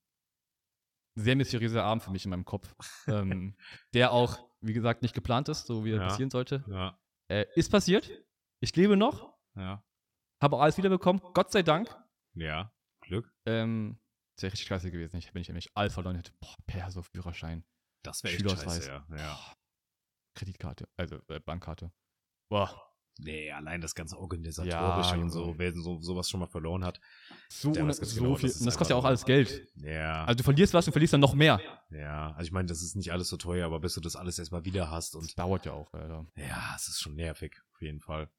S2: sehr mysteriöser Abend für mich in meinem Kopf, ähm, der auch, wie gesagt, nicht geplant ist, so wie er
S1: Ja.
S2: passieren sollte.
S1: Ja,
S2: Äh, ist passiert. Ich lebe noch,
S1: ja.
S2: habe auch alles wiederbekommen. Gott sei Dank.
S1: Ja, Glück.
S2: Ähm, das wäre richtig scheiße gewesen. Ich, wenn ich nämlich all verloren hätte. Boah, Perso, Führerschein,
S1: Das wäre echt
S2: Schülerausweis.
S1: scheiße, ja. ja.
S2: Kreditkarte, also äh, Bankkarte. Boah,
S1: Nee, allein das ganze organisatorische
S2: Ja,
S1: und so,
S2: Junge.
S1: wer so, sowas schon mal verloren hat.
S2: so,
S1: Ja,
S2: ohne-
S1: das ist
S2: so
S1: genau, das
S2: viel.
S1: ist
S2: und das kostet ja
S1: einfach
S2: auch alles Geld.
S1: Ja,
S2: Also du verlierst was und verlierst dann noch mehr.
S1: ja. Also ich meine, das ist nicht alles so teuer, aber bis du das alles erstmal wieder hast
S2: Das
S1: und
S2: dauert ja auch, Alter.
S1: ja, es ist schon nervig, auf jeden Fall.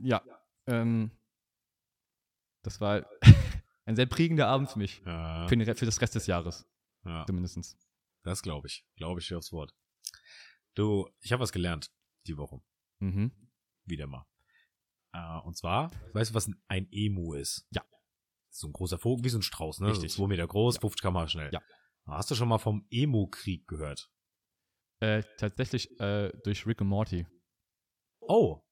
S2: Ja. Ähm, das war ein sehr prägender Abend für mich.
S1: Ja,
S2: Für, den, Re- für das Rest des Jahres,
S1: ja.
S2: zumindestens.
S1: das glaube ich. Glaube ich dir aufs Wort. Du, ich habe was gelernt die Woche.
S2: Mhm.
S1: Wieder mal. Äh, und zwar, weißt du, was ein- ein Emu ist?
S2: Ja.
S1: So ein großer Vogel, wie so ein Strauß, ne?
S2: Richtig.
S1: So zwei Meter groß, 50 km schnell.
S2: Ja.
S1: Hast du schon mal vom Emu-Krieg gehört?
S2: Äh, tatsächlich äh, durch Rick und Morty.
S1: Oh.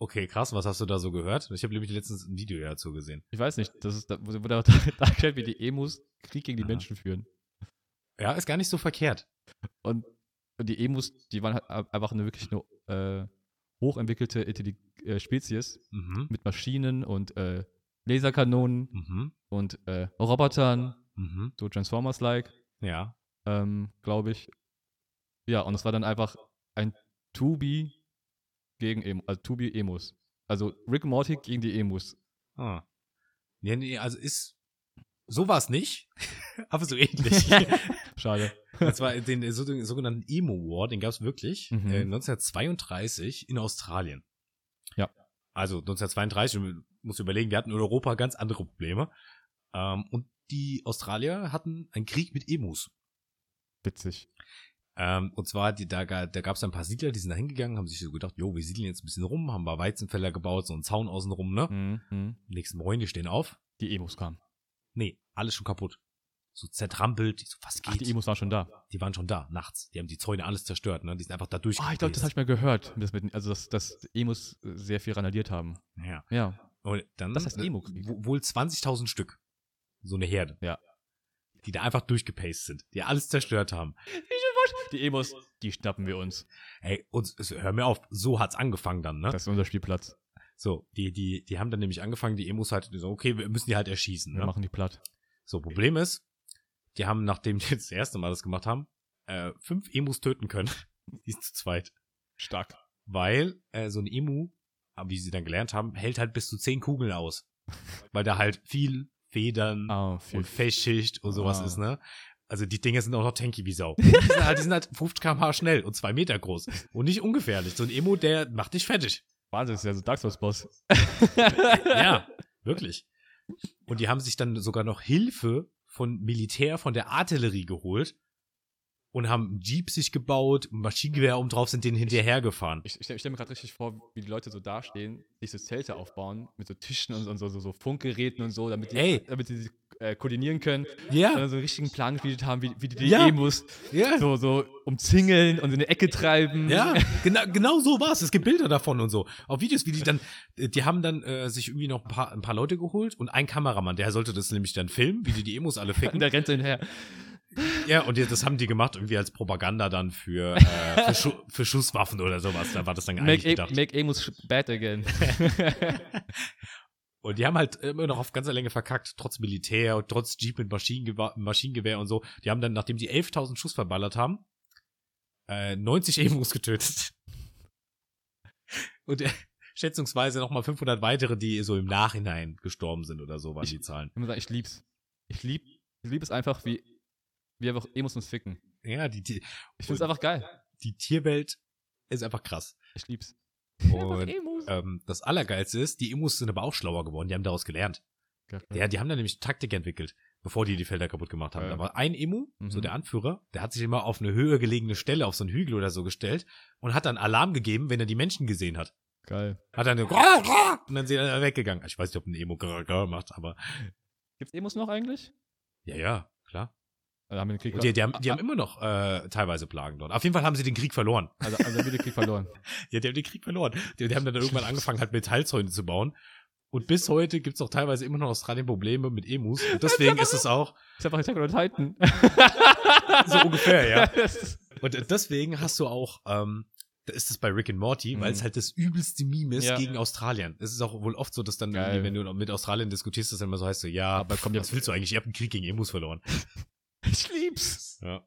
S1: Okay, krass. Was hast du da so gehört? Ich habe nämlich letztens ein Video dazu gesehen.
S2: Ich weiß nicht, das ist, da wurde da, dargestellt, wie die Emus Krieg gegen die
S1: Aha.
S2: Menschen führen.
S1: Ja, ist gar nicht so verkehrt.
S2: Und, und die Emus, die waren halt a- einfach eine wirklich eine äh, hochentwickelte Intelli äh, Spezies
S1: Mhm.
S2: mit Maschinen und äh, Laserkanonen
S1: Mhm.
S2: und äh, Robotern,
S1: Mhm.
S2: so Transformers-like.
S1: Ja.
S2: ähm, glaube ich. Ja, und es war dann einfach ein Tubi gegen Emo, also Tubi Emus. Also Rick and Morty gegen die Emus.
S1: Ah. Nee, nee, also ist. So war es nicht. Aber so ähnlich.
S2: Schade.
S1: Und zwar den so- den sogenannten Emo War, den gab es wirklich
S2: Mhm.
S1: äh, 1932 in Australien.
S2: Ja.
S1: Also 1932, du musst überlegen, wir hatten in Europa ganz andere Probleme. Ähm, und die Australier hatten einen Krieg mit Emus.
S2: Witzig.
S1: Ähm, und zwar, die, da, ga- da gab es ein paar Siedler, die sind da hingegangen, haben sich so gedacht, jo, wir siedeln jetzt ein bisschen rum, haben ein paar Weizenfeller gebaut, so einen Zaun außenrum, ne?
S2: Mhm. Mhm.
S1: Nächsten Morgen, die stehen auf.
S2: Die Emus kamen.
S1: Nee, alles schon kaputt. So zertrampelt, die so, was
S2: Ach,
S1: geht?
S2: die Emus waren schon da.
S1: die waren schon da, nachts. Die haben die Zäune alles zerstört, ne? Die sind einfach da durch.
S2: Ah, ich glaube, das habe ich mal gehört. Das mit, also, dass, dass Emus äh, sehr viel randaliert haben.
S1: Ja.
S2: Ja.
S1: Und dann,
S2: Das heißt
S1: äh,
S2: Emo-Krieg.
S1: wo- Wohl 20.000 Stück. So eine Herde.
S2: Ja.
S1: Die da einfach durchgepaced sind, die alles zerstört haben.
S2: Die Emus, die schnappen wir uns.
S1: Ey, und es- hör mir auf, so hat's angefangen dann, ne?
S2: Das ist unser Spielplatz.
S1: So, die, die, die haben dann nämlich angefangen, die Emos halt, die so, okay, wir müssen die halt erschießen,
S2: Wir
S1: ne?
S2: machen die platt.
S1: So, Problem ist, die haben, nachdem die jetzt das erste Mal das gemacht haben, äh, fünf Emus töten können. die sind zu zweit.
S2: Stark.
S1: Weil äh, so ein Emu, äh, wie sie dann gelernt haben, hält halt bis zu zehn Kugeln aus. Weil da halt viel Federn
S2: Ah, viel.
S1: und Feldschicht und sowas
S2: Ah.
S1: ist, ne? Also die Dinger sind auch noch tanky wie Sau. Die sind halt, die sind halt 50 km/h schnell und zwei Meter groß. Und nicht ungefährlich. So ein Emu, der macht dich fertig.
S2: Wahnsinn, das ist ja so Dark Souls-Boss.
S1: Ja, wirklich. Und die haben sich dann sogar noch Hilfe von Militär, von der Artillerie geholt und haben einen Jeep sich gebaut, ein Maschinengewehr oben drauf, sind denen hinterhergefahren.
S2: Ich, ich stelle stell mir gerade richtig vor, wie die Leute so dastehen, sich so Zelte aufbauen mit so Tischen und so, und so, so, so Funkgeräten und so, damit die,
S1: Ey.
S2: damit die sich äh, koordinieren können. Und
S1: Ja,
S2: dann so einen richtigen Plan gespielt haben, wie, wie die die
S1: Ja.
S2: Emus
S1: ja,
S2: so, so umzingeln und in eine Ecke treiben.
S1: ja, genau, genau so war's. Es gibt Bilder davon und so. Auch Videos, wie die dann, äh, die haben dann äh, sich irgendwie noch ein paar, ein paar Leute geholt und ein Kameramann, der sollte das nämlich dann filmen, wie die die Emos alle
S2: Und
S1: ficken.
S2: der rennt so hinterher.
S1: Ja, und die- das haben die gemacht irgendwie als Propaganda dann für, äh, für, Schu für Schusswaffen oder sowas. Da war das dann eigentlich
S2: Make,
S1: gedacht.
S2: A- make Emus bad again.
S1: Und die haben halt immer noch auf ganzer Länge verkackt, trotz Militär und trotz Jeep mit Maschinengewehr, Maschinengewehr und so. Die haben dann, nachdem die 11.000 Schuss verballert haben, äh, 90 Emus getötet. Und äh, schätzungsweise nochmal 500 weitere, die so im Nachhinein gestorben sind oder so, waren die Zahlen.
S2: Ich muss sagen, ich lieb's. Ich lieb, ich lieb es einfach, wie, wie einfach Emus uns ficken.
S1: Ja, die, Ti-
S2: Ich find's einfach geil.
S1: die Tierwelt ist einfach krass.
S2: Ich lieb's.
S1: Und ähm, das Allergeilste ist, die Emus sind aber auch schlauer geworden. Die haben daraus gelernt.
S2: Geil.
S1: Ja, die haben da nämlich Taktik entwickelt, bevor die die Felder kaputt gemacht haben.
S2: Mhm. Ja.
S1: Da war ein Emu, so
S2: Mhm.
S1: der Anführer, der hat sich immer auf eine höher gelegene Stelle, auf so einen Hügel oder so gestellt und hat dann Alarm gegeben, wenn er die Menschen gesehen hat.
S2: Geil.
S1: Hat dann eine Grrr, Grrr, und dann sind er weggegangen. Ich weiß nicht, ob ein Emo Grrr, Grrr macht, aber
S2: Gibt's Emos noch eigentlich?
S1: ja, ja, klar.
S2: Also haben wir den Krieg
S1: Und die, die, haben, die haben immer noch äh, teilweise Plagen dort. Auf jeden Fall haben sie den Krieg verloren.
S2: also, also haben wir den Krieg verloren.
S1: Ja, die haben den Krieg verloren. Die, die haben dann irgendwann angefangen, halt Metallzäune zu bauen. Und bis heute gibt's auch teilweise immer noch in Australien Probleme mit Emus. Und deswegen ist es auch
S2: Ist einfach Attack on Titan.
S1: so ungefähr, ja.
S2: Das ist-
S1: Und deswegen hast du auch, ähm, da ist es bei Rick and Morty,
S2: Mhm.
S1: weil es halt das übelste Meme ist
S2: Ja.
S1: gegen Australien. Es ist auch wohl oft so, dass dann,
S2: Geil.
S1: irgendwie, wenn du mit Australien diskutierst, dass dann immer so heißt, so, ja,
S2: Aber komm,
S1: was willst du eigentlich? Ihr habt einen Krieg gegen Emus verloren.
S2: ich lieb's.
S1: Ja.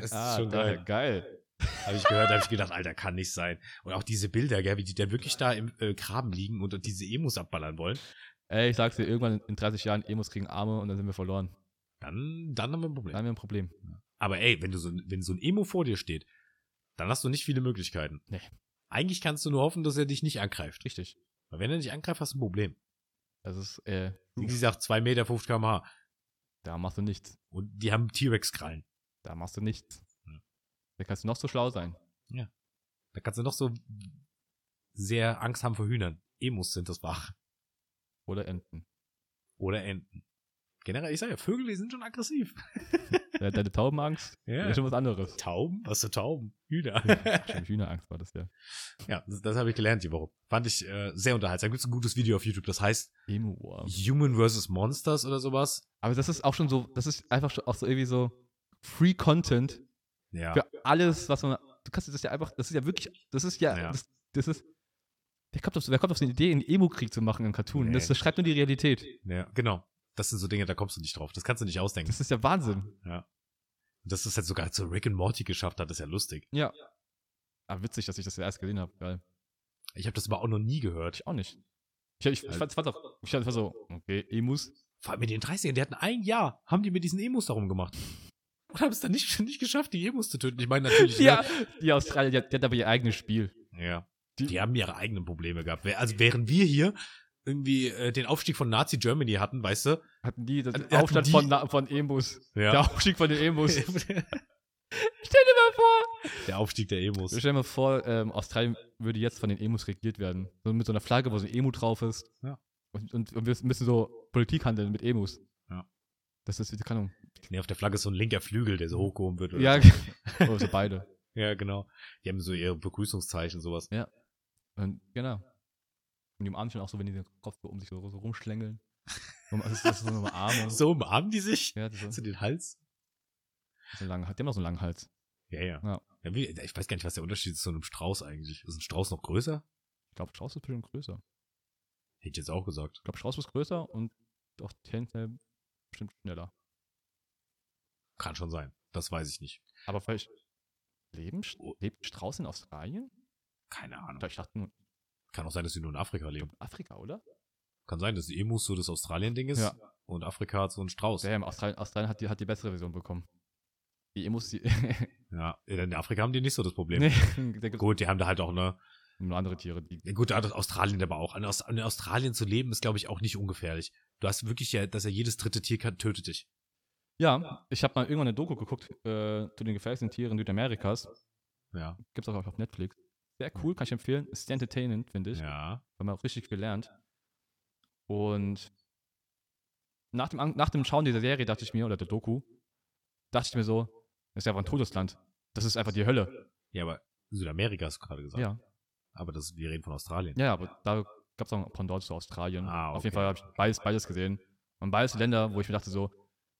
S1: Das
S2: Ah,
S1: ist schon
S2: daher
S1: geil.
S2: geil.
S1: Habe ich gehört, habe ich gedacht, Alter, kann nicht sein. Und auch diese Bilder, gell, wie die da wirklich da im äh, Graben liegen und, und diese Emus abballern wollen.
S2: Ey, ich sag's dir, irgendwann in 30 Jahren, Emos kriegen Arme und dann sind wir verloren.
S1: Dann, dann haben wir ein Problem.
S2: Dann haben wir ein Problem.
S1: Aber ey, wenn du so, ein- wenn so ein Emo vor dir steht, dann hast du nicht viele Möglichkeiten.
S2: Nee.
S1: Eigentlich kannst du nur hoffen, dass er dich nicht angreift.
S2: Richtig.
S1: Weil wenn er dich angreift, hast du ein Problem.
S2: Das ist, äh,
S1: Wie gesagt, 2 Meter 50 km/h.
S2: da machst du nichts.
S1: Und die haben T-Rex-Krallen.
S2: Da machst du nichts.
S1: Ja.
S2: Da kannst du noch so schlau sein.
S1: Da kannst du noch so sehr Angst haben vor Hühnern. Emos sind das wach.
S2: Oder Enten.
S1: Oder Enten. Generell, ich sag ja, Vögel, die sind schon aggressiv.
S2: Äh, Deine Taubenangst?
S1: Ja.
S2: Das ist schon was anderes.
S1: Tauben? Was für Tauben? Hühner.
S2: Stimmt, Hühnerangst war das ja.
S1: ja, das, das habe ich gelernt die Woche. Fand ich äh, sehr unterhaltsam. Gibt's ein gutes Video auf YouTube, das heißt
S2: Emu. wow.
S1: Human vs. Monsters oder sowas.
S2: Aber das ist auch schon so, das ist einfach schon auch so irgendwie so Free Content
S1: Ja.
S2: für alles, was man. Du kannst das ja einfach, das ist ja wirklich, das ist ja,
S1: Ja.
S2: Das, das ist. Wer kommt, auf, wer kommt auf die Idee, einen Emo-Krieg zu machen in Cartoon?
S1: Nee.
S2: Das, das schreibt nur die Realität.
S1: Ja, genau. Das sind so Dinge, da kommst du nicht drauf. Das kannst du nicht ausdenken.
S2: Das ist ja Wahnsinn.
S1: Und dass das halt sogar zu Rick and Morty geschafft hat, ist ja lustig.
S2: Ah, witzig, dass ich das ja erst gesehen habe. Geil.
S1: Ich habe das aber auch noch nie gehört.
S2: Ich auch nicht. Ich, ich, ich fand es auch, ich fand so, okay, Emus.
S1: Vor allem in den 30ern, die hatten ein Jahr, haben die mit diesen Emus darum gemacht. Und haben es dann nicht, nicht geschafft, die Emus zu töten. Ich meine natürlich.
S2: Ja, die Australier, die, hat- die hat aber ihr eigenes Spiel.
S1: Ne? ja.
S2: Die-
S1: Die haben ihre eigenen Probleme gehabt. Wer- Also während wir hier irgendwie äh, den Aufstieg von Nazi Germany hatten, weißt du?
S2: Hatten die den
S1: Äh, Hatten
S2: Aufstand
S1: die-
S2: von, Na- von Emus. Der Aufstieg von den Emus.
S4: Stell dir mal vor.
S1: Der Aufstieg der Emus.
S2: Stell dir mal vor, ähm, Australien würde jetzt von den Emus regiert werden. So mit so einer Flagge, wo so ein Emu drauf ist.
S1: Ja.
S2: Und, und, und wir müssen so Politik handeln mit Emus.
S1: Ja.
S2: Das ist die Kannung.
S1: Nee, auf der Flagge ist so ein linker Flügel, der so hochgehoben wird. Oder
S2: Mhm. Ja,
S1: so.
S2: oder so beide.
S1: ja, genau. Die haben so ihre Begrüßungszeichen, sowas.
S2: Und, genau. Und die umarmen schon auch so, wenn die den Kopf so um sich so, so rumschlängeln. Und das ist, das ist so eine Arme.
S1: So umarmen die sich
S2: Ja, das ist
S1: zu
S2: so,
S1: den Hals.
S2: so ein langer, die haben auch so einen langen Hals.
S1: Ja, ja.
S2: Ja.
S1: Ja, wie- Ich weiß gar nicht, was der Unterschied ist zu einem Strauß eigentlich. Ist ein Strauß noch größer?
S2: Ich glaube, Strauß ist bestimmt größer.
S1: Hätte ich jetzt auch gesagt.
S2: Ich glaube, Strauß ist größer und auch tendenziell bestimmt schneller.
S1: Kann schon sein. Das weiß ich nicht.
S2: Aber vielleicht leben, Sch-
S1: Oh.
S2: lebt Strauß in Australien?
S1: Keine Ahnung.
S2: Ich dachte nur
S1: Kann auch sein, dass sie nur in Afrika leben.
S2: Afrika, oder?
S1: Kann sein, dass die Emus so das Australien-Ding ist
S2: Ja.
S1: und Afrika hat so einen Strauß.
S2: Damn, Australien, Australien hat, die, hat die bessere Version bekommen. Die Emos, die.
S1: Ja, äh, in Afrika haben die nicht so das Problem.
S2: nee, da gibt
S1: Gut, die haben da halt auch eine.
S2: nur andere Tiere, die.
S1: Ja, Gut, da hat das Australien aber auch. In Aus- in Australien zu leben ist, glaube ich, auch nicht ungefährlich. Du hast wirklich ja, dass er jedes dritte Tier kann, tötet dich.
S2: Ja, ich habe mal irgendwann eine Doku geguckt äh, zu den gefährlichsten Tieren Südamerikas.
S1: Ja.
S2: Gibt's auch glaub ich, auf Netflix. Sehr cool, kann ich empfehlen. Ist sehr entertaining, finde ich.
S1: Ja.
S2: Haben wir auch richtig gelernt. Und nach dem, An- nach dem Schauen dieser Serie dachte ich mir, oder der Doku, dachte ich mir so, das ist ja einfach ein Todesland. Das ist einfach die Hölle.
S1: Ja, aber Südamerika hast du gerade gesagt.
S2: Ja,
S1: Aber das, wir reden von Australien.
S2: ja, aber da gab es auch ein Pendant zu Australien.
S1: Ah,
S2: Auf jeden
S1: okay.
S2: Fall habe ich beides, beides gesehen. Und beides Länder, wo ich mir dachte so,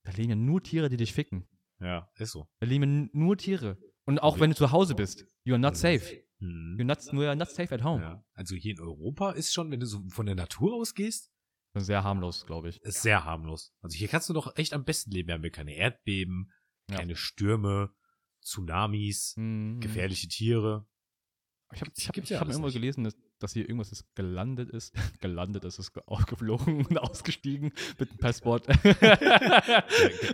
S2: da leben ja nur Tiere, die dich ficken.
S1: ja ist so.
S2: Da leben ja n- nur Tiere. Und auch wenn du zu Hause bist, you're not safe.
S1: Mhm.
S2: You're not, you're not safe at home.
S1: Ja. Also hier in Europa ist schon, wenn du so von der Natur ausgehst,
S2: Sehr harmlos, glaube ich.
S1: ist sehr harmlos. Also hier kannst du doch echt am besten leben. Wir haben hier keine Erdbeben,
S2: Ja.
S1: keine Stürme, Tsunamis,
S2: Hm.
S1: gefährliche Tiere.
S2: Ich habe ich hab,
S1: Gibt's
S2: Mhm.
S1: ja
S2: ich hab
S1: alles
S2: irgendwo
S1: nicht.
S2: gelesen, dass dass hier irgendwas ist gelandet ist. gelandet ist, ist aufgeflogen und ausgestiegen mit dem Passport.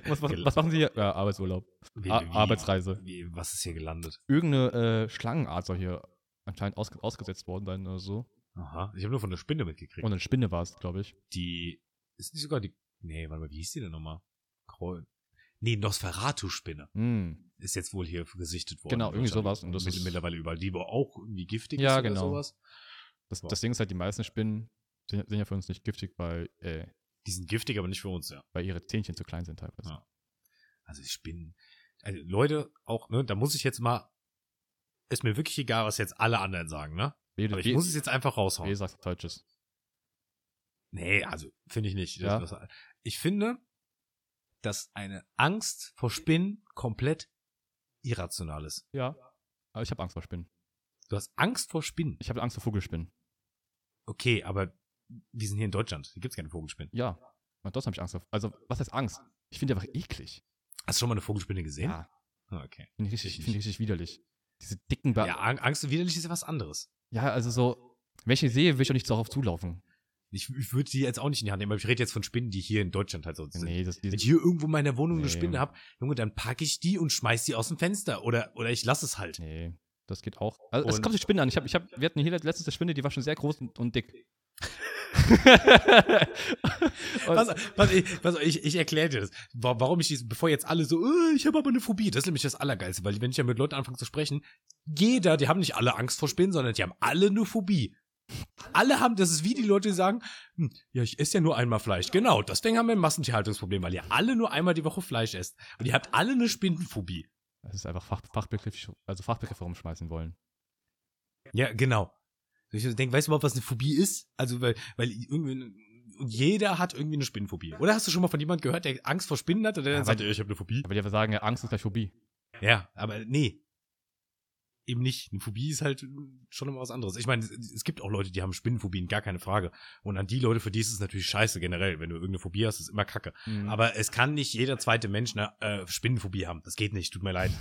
S2: was, was, was machen Sie hier? Ja, Arbeitsurlaub.
S1: Wie-
S2: A
S1: wie-
S2: Arbeitsreise.
S1: Wie, was ist hier gelandet?
S2: Irgendeine äh, Schlangenart soll hier anscheinend ausge ausgesetzt worden sein oder so.
S1: Aha. Ich habe nur von der Spinne mitgekriegt.
S2: Und eine Spinne war es, glaube ich.
S1: die. Ist nicht sogar die. Nee, warte mal, wie hieß die denn nochmal? Kroll. Nee, Nosferatu-Spinne
S2: Hm.
S1: ist jetzt wohl hier gesichtet worden.
S2: Genau,
S1: in
S2: irgendwie
S1: Deutschland.
S2: sowas. Und das
S1: Mit-
S2: ist-
S1: mittlerweile überall. Die war auch irgendwie giftig
S2: Ja,
S1: ist oder
S2: genau.
S1: sowas.
S2: Das,
S1: Wow.
S2: das Ding ist halt, die meisten Spinnen sind, sind ja für uns nicht giftig, weil, äh,
S1: Die sind giftig, aber nicht für uns, ja.
S2: weil ihre Zähnchen zu klein sind teilweise.
S1: Ja. Also die Spinnen. Also Leute, auch, ne, da muss ich jetzt mal. Ist mir wirklich egal, was jetzt alle anderen sagen, ne?
S2: Redet,
S1: Aber ich muss es jetzt einfach raushauen.
S2: Ihr sagt Deutsches.
S1: Nee, also finde ich nicht.
S2: Ja.
S1: Das, das, ich finde, dass eine Angst vor Spinnen komplett irrational ist.
S2: Ja. Aber ich habe Angst vor Spinnen.
S1: Du hast Angst vor Spinnen.
S2: Ich habe Angst vor Vogelspinnen.
S1: Okay, aber wir sind hier in Deutschland. Hier gibt's keine Vogelspinnen.
S2: Ja. Und trotzdem habe ich Angst vor. Also, was heißt Angst? Ich finde die einfach eklig.
S1: Hast du schon mal eine Vogelspinne gesehen?
S2: Ja.
S1: Ah, Okay.
S2: Finde ich richtig,
S1: Ich
S2: finde ich richtig widerlich. Diese dicken
S1: Ja,
S2: Ba ja.
S1: Ang- Angst und widerlich ist ja was anderes.
S2: also so. Wenn ich die sehe, will ich doch nicht darauf zulaufen.
S1: Ich, ich würde die jetzt auch nicht in die Hand nehmen, aber ich rede jetzt von Spinnen, die hier in Deutschland halt sonst sind.
S2: Nee, das,
S1: Wenn ich
S2: die,
S1: hier irgendwo in meiner Wohnung
S2: Nee.
S1: eine Spinne habe, Junge, dann packe ich die und schmeiß die aus dem Fenster. Oder, oder ich lasse es halt.
S2: nee, das geht auch. Also, es
S1: Und-
S2: kommt die Spinne an. Ich hab, ich hab, wir hatten hier letztens eine Spinne, die war schon sehr groß und, und dick. Und-
S1: Pass, pass, ich, pass, ich, ich erkläre dir das. Wa- Warum ich dies, bevor jetzt alle so, äh, ich habe aber eine Phobie, das ist nämlich das Allergeilste, weil wenn ich ja mit Leuten anfange zu sprechen, jeder, die haben nicht alle Angst vor Spinnen, sondern die haben alle eine Phobie. Alle haben, das ist wie die Leute, die sagen, hm, ja, ich esse ja nur einmal Fleisch. Genau, deswegen haben wir ein Massentierhaltungsproblem, weil ihr alle nur einmal die Woche Fleisch esst. Und ihr habt alle eine Spinnenphobie.
S2: Das ist einfach Fach, Fachbegriff, also Fachbegriffe rumschmeißen wollen.
S1: Ja, genau. Ich denke, weißt du überhaupt, was eine Phobie ist? Also, weil, weil irgendwie, und jeder hat irgendwie eine Spinnenphobie. Oder hast du schon mal von jemandem gehört, der Angst vor Spinnen hat? Oder der
S2: Ja,
S1: dann sagt, ja, ich habe eine Phobie.
S2: Aber die einfach sagen, ja, Angst ist gleich Phobie.
S1: Ja, aber nee. Eben nicht. Eine Phobie ist halt schon immer was anderes. Ich meine, es- es gibt auch Leute, die haben Spinnenphobien, gar keine Frage. Und an die Leute, für die ist es natürlich scheiße generell. Wenn du irgendeine Phobie hast, ist immer kacke.
S2: Mhm. Hm.
S1: Aber es kann nicht jeder zweite Mensch eine äh, Spinnenphobie haben. Das geht nicht, tut mir leid.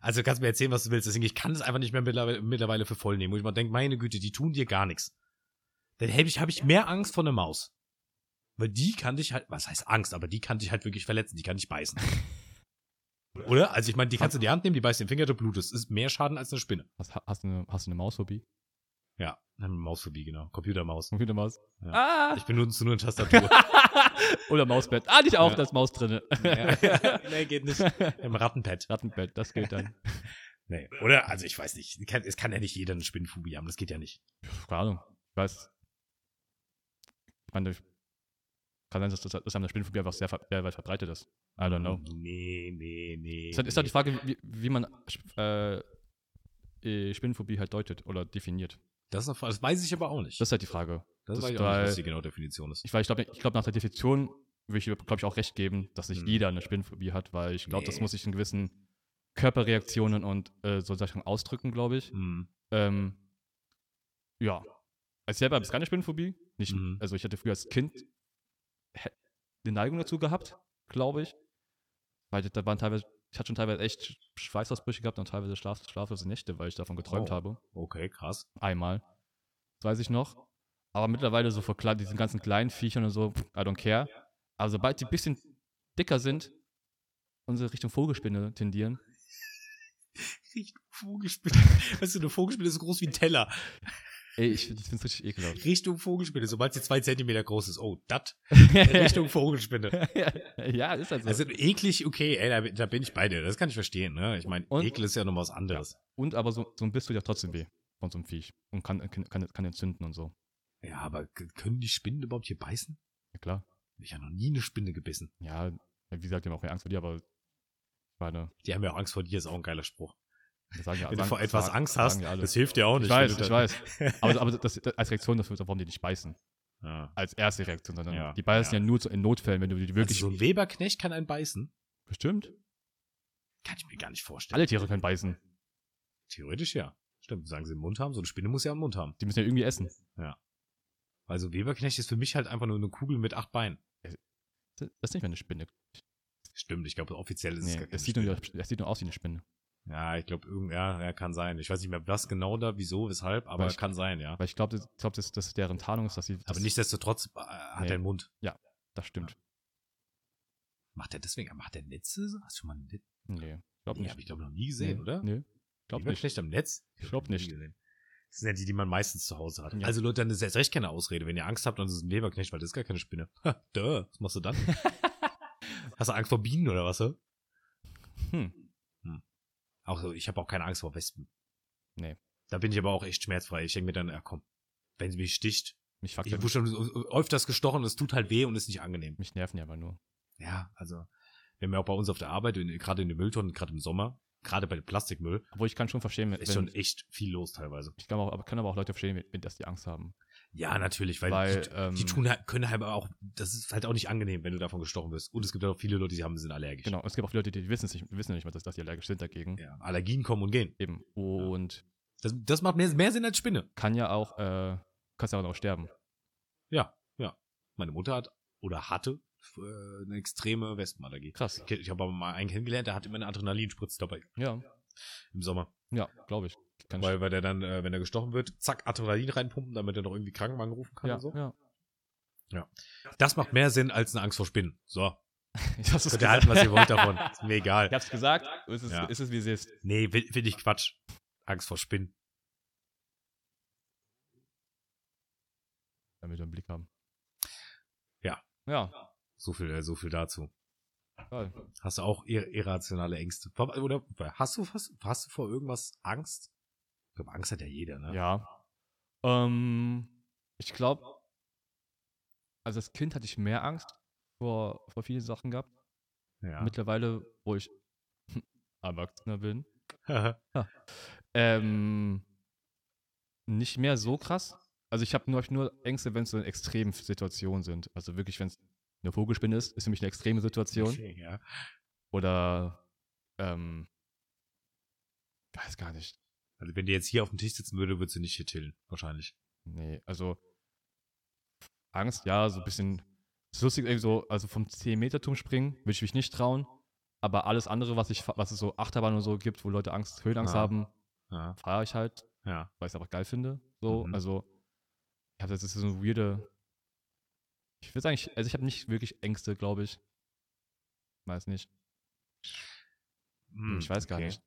S1: Also kannst mir erzählen, was du willst. Deswegen, ich kann es einfach nicht mehr mittlerweile, mittlerweile für voll nehmen. Wo ich mal denke, meine Güte, die tun dir gar nichts. Dann habe ich, hab ich mehr Angst vor einer Maus. Weil die kann dich halt, was heißt Angst, aber die kann dich halt wirklich verletzen, die kann dich beißen. Oder? Also ich meine, die kannst du in die Hand nehmen, die beißt den Finger, du blutest. Ist mehr Schaden als eine Spinne.
S2: Hast, hast, du eine, hast du eine Mausphobie?
S1: Ja, eine Mausphobie, genau. Computermaus.
S2: Und wieder Maus. Ah!
S1: Ich benutze nur eine Tastatur.
S2: Oder Mausbett. Ah, nicht auch,
S1: Ja.
S2: das Maus drinne.
S1: ja. Nee, geht nicht. Im Rattenpad.
S2: Rattenbett, das gilt dann.
S1: Nee. Oder? Also ich weiß nicht. Kann, es kann ja nicht jeder eine Spinnenphobie haben, das geht ja nicht.
S2: Pff, Keine Ahnung. Ich weiß. Ich meine, ich kann sein, dass, dass, dass eine Spinnenphobie einfach sehr, ver- sehr weit verbreitet ist. I don't know.
S1: Nee, nee, nee.
S2: Genau. Ist halt, ist halt die Frage, wie, wie man äh, äh, Spinnenphobie halt deutet oder definiert.
S1: das, ist eine Frage, das weiß ich aber auch nicht.
S2: Das ist halt die Frage.
S1: das
S2: das
S1: weiß ich
S2: ist
S1: auch nicht,
S2: drei-
S1: was die genaue Definition ist.
S2: ich, weil ich glaube, ich glaub, nach der Definition würde ich, glaube ich, auch recht geben, dass nicht
S1: Mhm.
S2: jeder eine Spinnenphobie hat, weil ich glaube, das
S1: Nee.
S2: muss sich in gewissen Körperreaktionen und äh, so Sachen ausdrücken, glaube ich.
S1: Hm.
S2: Ähm, ja. Also ich selber habe jetzt keine Spinnenphobie. Nicht,
S1: Mhm.
S2: Also ich hatte früher als Kind hä- eine Neigung dazu gehabt, glaube ich. Weil da waren teilweise, ich hatte schon teilweise echt Schweißausbrüche gehabt und teilweise schlaf, schlaflose Nächte, weil ich davon geträumt
S1: Oh.
S2: habe.
S1: Okay, krass.
S2: Einmal. Das weiß ich noch. Aber mittlerweile so vor klar, diesen ganzen kleinen Viechern und so, pff, I don't care. Aber sobald die ein bisschen dicker sind und so Richtung Vogelspinne tendieren,
S1: Richtig Vogelspinne. Weißt du, eine Vogelspinne ist so groß wie ein Teller.
S2: ey, ich, ich finde es richtig ekelhaft.
S1: Richtung Vogelspinne, sobald sie zwei Zentimeter groß ist. Oh, dat.
S2: Richtung.
S1: Richtung Vogelspinne.
S2: ja, ist halt so.
S1: Also eklig, okay, ey, da, da bin ich bei dir. Das kann ich verstehen, ne? Ich meine,
S2: Und-
S1: Ekel ist ja noch was anderes.
S2: und aber so, so ein bisschen tut ja trotzdem weh von so einem Viech und kann, kann, kann, kann entzünden und so.
S1: Ja, aber k- können die Spinnen überhaupt hier beißen?
S2: Ja, klar.
S1: Ich habe noch nie eine Spinne gebissen.
S2: Ja, wie gesagt, die haben auch keine Angst vor dir, aber ich meine,
S1: Die haben ja auch Angst vor dir, ist auch ein geiler Spruch.
S2: wir sagen ja
S1: Wenn
S2: sagen-
S1: du vor etwas
S2: sagen-
S1: Angst
S2: sagen
S1: hast,
S2: ja alle.
S1: das hilft dir auch nicht.
S2: Ich
S1: wenn
S2: weiß,
S1: du
S2: ich
S1: da-
S2: weiß. Aber, aber das, das, als Reaktion dafür, warum die dich beißen.
S1: Ja.
S2: Als erste Reaktion, sondern
S1: Ja,
S2: die beißen ja,
S1: ja.
S2: nur zu, in Notfällen, wenn du die wirklich.
S1: also so ein Weberknecht kann einen beißen?
S2: bestimmt.
S1: Kann ich mir gar nicht vorstellen.
S2: Alle Tiere können beißen.
S1: Theoretisch ja. Stimmt, sagen sie im Mund haben, so eine Spinne muss ja im Mund haben.
S2: Die müssen ja irgendwie essen.
S1: Also Weberknecht ist für mich halt einfach nur eine Kugel mit acht Beinen.
S2: Das ist nicht mehr eine Spinne.
S1: Stimmt, ich glaube offiziell ist
S2: Nee,
S1: es gar
S2: es,
S1: keine
S2: sieht
S1: Spinne.
S2: nur, es sieht nur aus wie eine Spinne.
S1: Ja, ich glaube, irgend, ja, ja, kann sein. Ich weiß nicht mehr, was genau da, wieso, weshalb, aber
S2: Weil ich-
S1: kann sein, ja.
S2: Weil ich glaube, das, ich glaub, das, das deren Tarnung ist, dass sie. Das,
S1: Aber nichtsdestotrotz äh, hat
S2: Nee.
S1: er einen Mund.
S2: Das stimmt.
S1: Macht er deswegen, macht er Netze? Hast du schon mal ein Netz?
S2: Nee, ich glaube
S1: Nee,
S2: nicht.
S1: habe ich glaube noch nie gesehen,
S2: nee.
S1: oder?
S2: Nee, glaub
S1: die waren
S2: nicht.
S1: schlecht am Netz?
S2: Ich
S1: hab
S2: glaub
S1: die noch nie
S2: nicht.
S1: gesehen. Das sind ja die, die man meistens zu Hause hat.
S2: Ja.
S1: Also Leute, dann ist jetzt recht keine Ausrede. Wenn ihr Angst habt, dann ist es ein Weberknecht, weil das ist gar keine Spinne. Ha, duh, was machst du dann? Hast du Angst vor Bienen oder was? hä?
S2: Hm.
S1: Auch so, ich habe auch keine Angst vor Wespen.
S2: Nee.
S1: Da bin ich aber auch echt schmerzfrei. Ich denke mir dann, ja komm, wenn sie mich sticht.
S2: Mich fuckt
S1: Ich
S2: ja
S1: wurde schon so- öfters gestochen, es tut halt weh und ist nicht angenehm.
S2: Mich nerven ja aber nur.
S1: Ja, also, wir haben ja auch bei uns auf der Arbeit, in- gerade in den Mülltonnen, gerade im Sommer, gerade bei dem Plastikmüll,
S2: Obwohl ich kann schon verstehen, wenn,
S1: ist
S2: wenn
S1: schon echt viel los teilweise.
S2: ich kann, auch, aber, kann aber auch Leute verstehen, wenn, wenn- dass die Angst haben.
S1: Ja, natürlich, weil,
S2: Weil,
S1: die,
S2: ähm,
S1: die tun halt, können halt aber auch, das ist halt auch nicht angenehm, wenn du davon gestochen wirst. Und es gibt halt auch viele Leute, die haben, sind allergisch.
S2: Genau, es gibt auch Leute, die wissen es nicht, wissen ja nicht mal, dass, dass die allergisch sind dagegen.
S1: Ja, Allergien kommen und gehen.
S2: Eben. Und
S1: Das, das macht mehr, mehr Sinn als Spinne.
S2: kann ja auch, äh, kannst ja auch sterben.
S1: Meine Mutter hat oder hatte äh, eine extreme Wespenallergie.
S2: Krass.
S1: Ich, ich habe aber mal einen kennengelernt, der hatte immer eine Adrenalinspritze dabei
S2: Ja,
S1: im Sommer.
S2: ja, glaube ich. Kann
S1: Weil, weil der dann, äh, wenn er gestochen wird, zack, Adrenalin reinpumpen, damit er noch irgendwie Krankenwagen rufen
S2: ich,
S1: kann
S2: ja,
S1: und so.
S2: ja.
S1: Das macht mehr Sinn als eine Angst vor Spinnen. So,
S2: Ich hab's
S1: könnt ihr halten, was ihr wollt davon. Ist mir egal.
S2: Ich hab's gesagt, es ist,
S1: Ja.
S2: ist es, wie es ist.
S1: Nee, will, will ich Quatsch. Angst vor Spinnen.
S2: Damit wir einen Blick haben.
S1: Ja.
S2: Ja,
S1: So viel, äh, so viel dazu.
S2: geil.
S1: Hast du auch ir irrationale Ängste? Vor- Oder hast du, hast, hast du vor irgendwas Angst? Ich glaube, Angst hat ja jeder, ne?
S2: Ja. Ähm, ich glaube, also als Kind hatte ich mehr Angst vor, vor vielen Sachen gehabt. Mittlerweile, wo ich Erwachsener bin,
S1: Ja.
S2: ähm, nicht mehr so krass. Also ich habe nur, hab nur Ängste, wenn es so in extremen Situationen sind. Also wirklich, wenn es eine Vogelspinne ist, ist für mich eine extreme Situation.
S1: ja.
S2: Oder ähm, weiß gar nicht.
S1: Also wenn die jetzt hier auf dem Tisch sitzen würde, würdest du nicht hier chillen, wahrscheinlich.
S2: Nee, also Angst, ja, so ein bisschen ist lustig, irgendwie so, also vom 10-Meter-Turm springen, würde ich mich nicht trauen. Aber alles andere, was ich, fa- was es so Achterbahn und so gibt, wo Leute Angst, Höhenangst
S1: Ja.
S2: haben,
S1: Ja.
S2: fahre ich halt,
S1: Ja.
S2: weil ich es einfach geil finde. So,
S1: Mhm.
S2: also ich habe das ist so eine weirde. Ich würde sagen, ich, also ich habe nicht wirklich Ängste, glaube ich. Weiß nicht.
S1: Hm,
S2: ich weiß gar
S1: okay.
S2: nicht.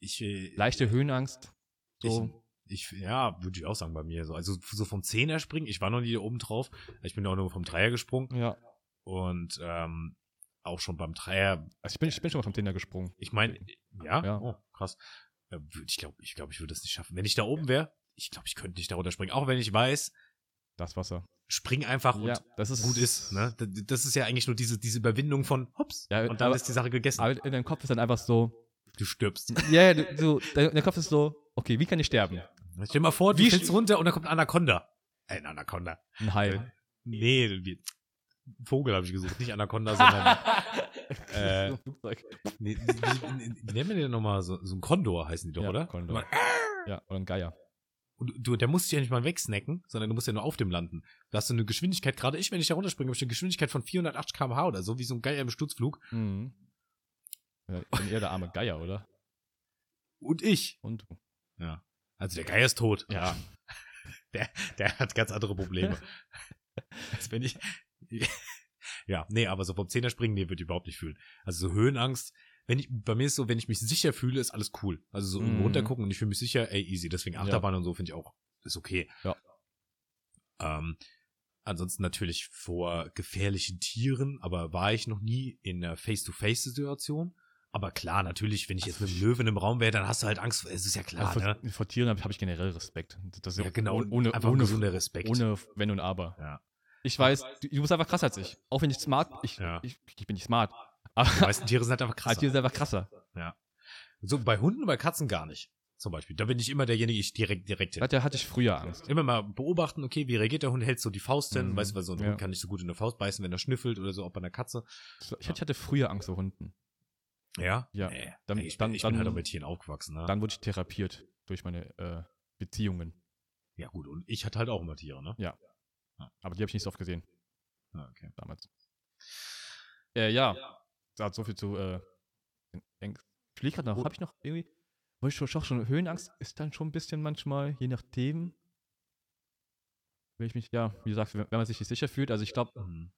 S1: Ich, äh,
S2: Leichte Höhenangst. So,
S1: ich, ja, würde ich auch sagen bei mir so. Also so vom Zehner springen, ich war noch nie da oben drauf. Ich bin auch nur vom Dreier gesprungen
S2: ja.
S1: und ähm, auch schon beim Dreier
S2: Also ich bin, ich bin schon mal vom Tinder gesprungen.
S1: Ich meine, ja,
S2: Hm. Ja.
S1: Oh, krass. Äh, würd- Ich glaube, ich, glaub, ich würde das nicht schaffen. Wenn ich da oben wäre, ich glaube, ich könnte nicht darunter springen. Auch wenn ich weiß,
S2: Das Wasser.
S1: spring einfach und
S2: ja, das ist
S1: gut ist. Ne? D- d- Das ist ja eigentlich nur diese, diese Überwindung von hops
S2: Ja,
S1: und dann
S2: aber-
S1: ist die Sache gegessen.
S2: Aber in deinem Kopf ist dann einfach so.
S1: Du stirbst.
S2: Ja, ja, du- so, dein, dein Kopf ist so, okay, wie kann ich sterben?
S1: Stell dir mal vor, du
S2: Wie
S1: fällst
S2: sch-
S1: runter und dann kommt ein Anaconda. Ein Anaconda.
S2: Ein Hai.
S1: Nee, wie- Vogel habe ich gesucht, nicht Anaconda, sondern Äh,
S2: So ein Flugzeug.
S1: nee, wie, wie, wie nennen wir den nochmal? So, so ein Kondor heißen die doch,
S2: Ja,
S1: oder?
S2: Kondor. ja, oder ein Geier.
S1: Und du, der muss dich ja nicht mal wegsnacken, sondern du musst ja nur auf dem landen. Da hast du eine Geschwindigkeit, gerade ich, wenn ich da runterspringe, habe ich eine Geschwindigkeit von 480 km/h oder so, wie so ein Geier im Sturzflug.
S2: Mhm. Ja, ich bin eher der arme Geier, oder?
S1: Und ich.
S2: Und du.
S1: Also der Geier ist tot.
S2: Ja.
S1: Der hat ganz andere Probleme. Als wenn ich. ja, nee, aber so vom Zehner springen, nee, wird überhaupt nicht fühlen. Also so Höhenangst. Wenn ich, bei mir ist so, wenn ich mich sicher fühle, ist alles cool. Also so irgendwo
S2: Mhm.
S1: runtergucken und ich fühle mich sicher, ey, easy. Deswegen Achterbahn und so finde ich auch, ist okay.
S2: Ja.
S1: Ähm, ansonsten natürlich vor gefährlichen Tieren, aber war ich noch nie in einer Face-to-Face-Situation. Aber klar, natürlich, wenn ich jetzt mit einem Löwen im Raum wäre, dann hast du halt Angst. Es ist ja klar,
S2: Also
S1: ne?
S2: vor, vor Tieren habe hab ich generell Respekt. Das ist
S1: Ja, genau.
S2: Ohne,
S1: einfach
S2: ohne,
S1: gesunder Respekt.
S2: ohne Wenn und Aber.
S1: Ja.
S2: Ich weiß, du, du bist einfach krasser als ich. Auch wenn ich smart ich,
S1: Ja.
S2: ich, ich bin nicht smart. Aber
S1: Die meisten Tiere sind halt einfach
S2: als
S1: krass.
S2: Tier ist einfach krasser.
S1: So bei Hunden, bei Katzen gar nicht. Zum Beispiel. Da bin ich immer derjenige, ich direkt, direkt hin.
S2: Da hatte ich früher Angst.
S1: Immer mal beobachten, okay, wie reagiert der Hund, hält so die Faust hin,
S2: Mhm.
S1: weißt du, weil so ein
S2: Ja.
S1: Hund kann nicht so gut in der Faust beißen, wenn er schnüffelt oder so, auch bei einer Katze.
S2: Ich hatte ich hatte früher Angst vor Hunden.
S1: Ja?
S2: Ja.
S1: Nee.
S2: Dann-
S1: Ey, ich
S2: dann-
S1: bin, ich bin
S2: dann-
S1: halt auch mit Tieren aufgewachsen. Ne?
S2: Dann wurde ich therapiert durch meine äh, Beziehungen.
S1: ja gut, und ich hatte halt auch immer Tiere, ne?
S2: Aber die habe ich nicht so oft gesehen
S1: Ja, okay.
S2: damals. Äh, ja. Da hat so viel zu äh, den Ängsten. überlege gerade noch, habe ich noch irgendwie, weil ich schon, schon, schon Höhenangst ist dann schon ein bisschen manchmal, je nachdem, wenn ich mich, ja, wie gesagt, wenn, wenn man sich nicht sicher fühlt, also ich glaube,
S1: Mhm.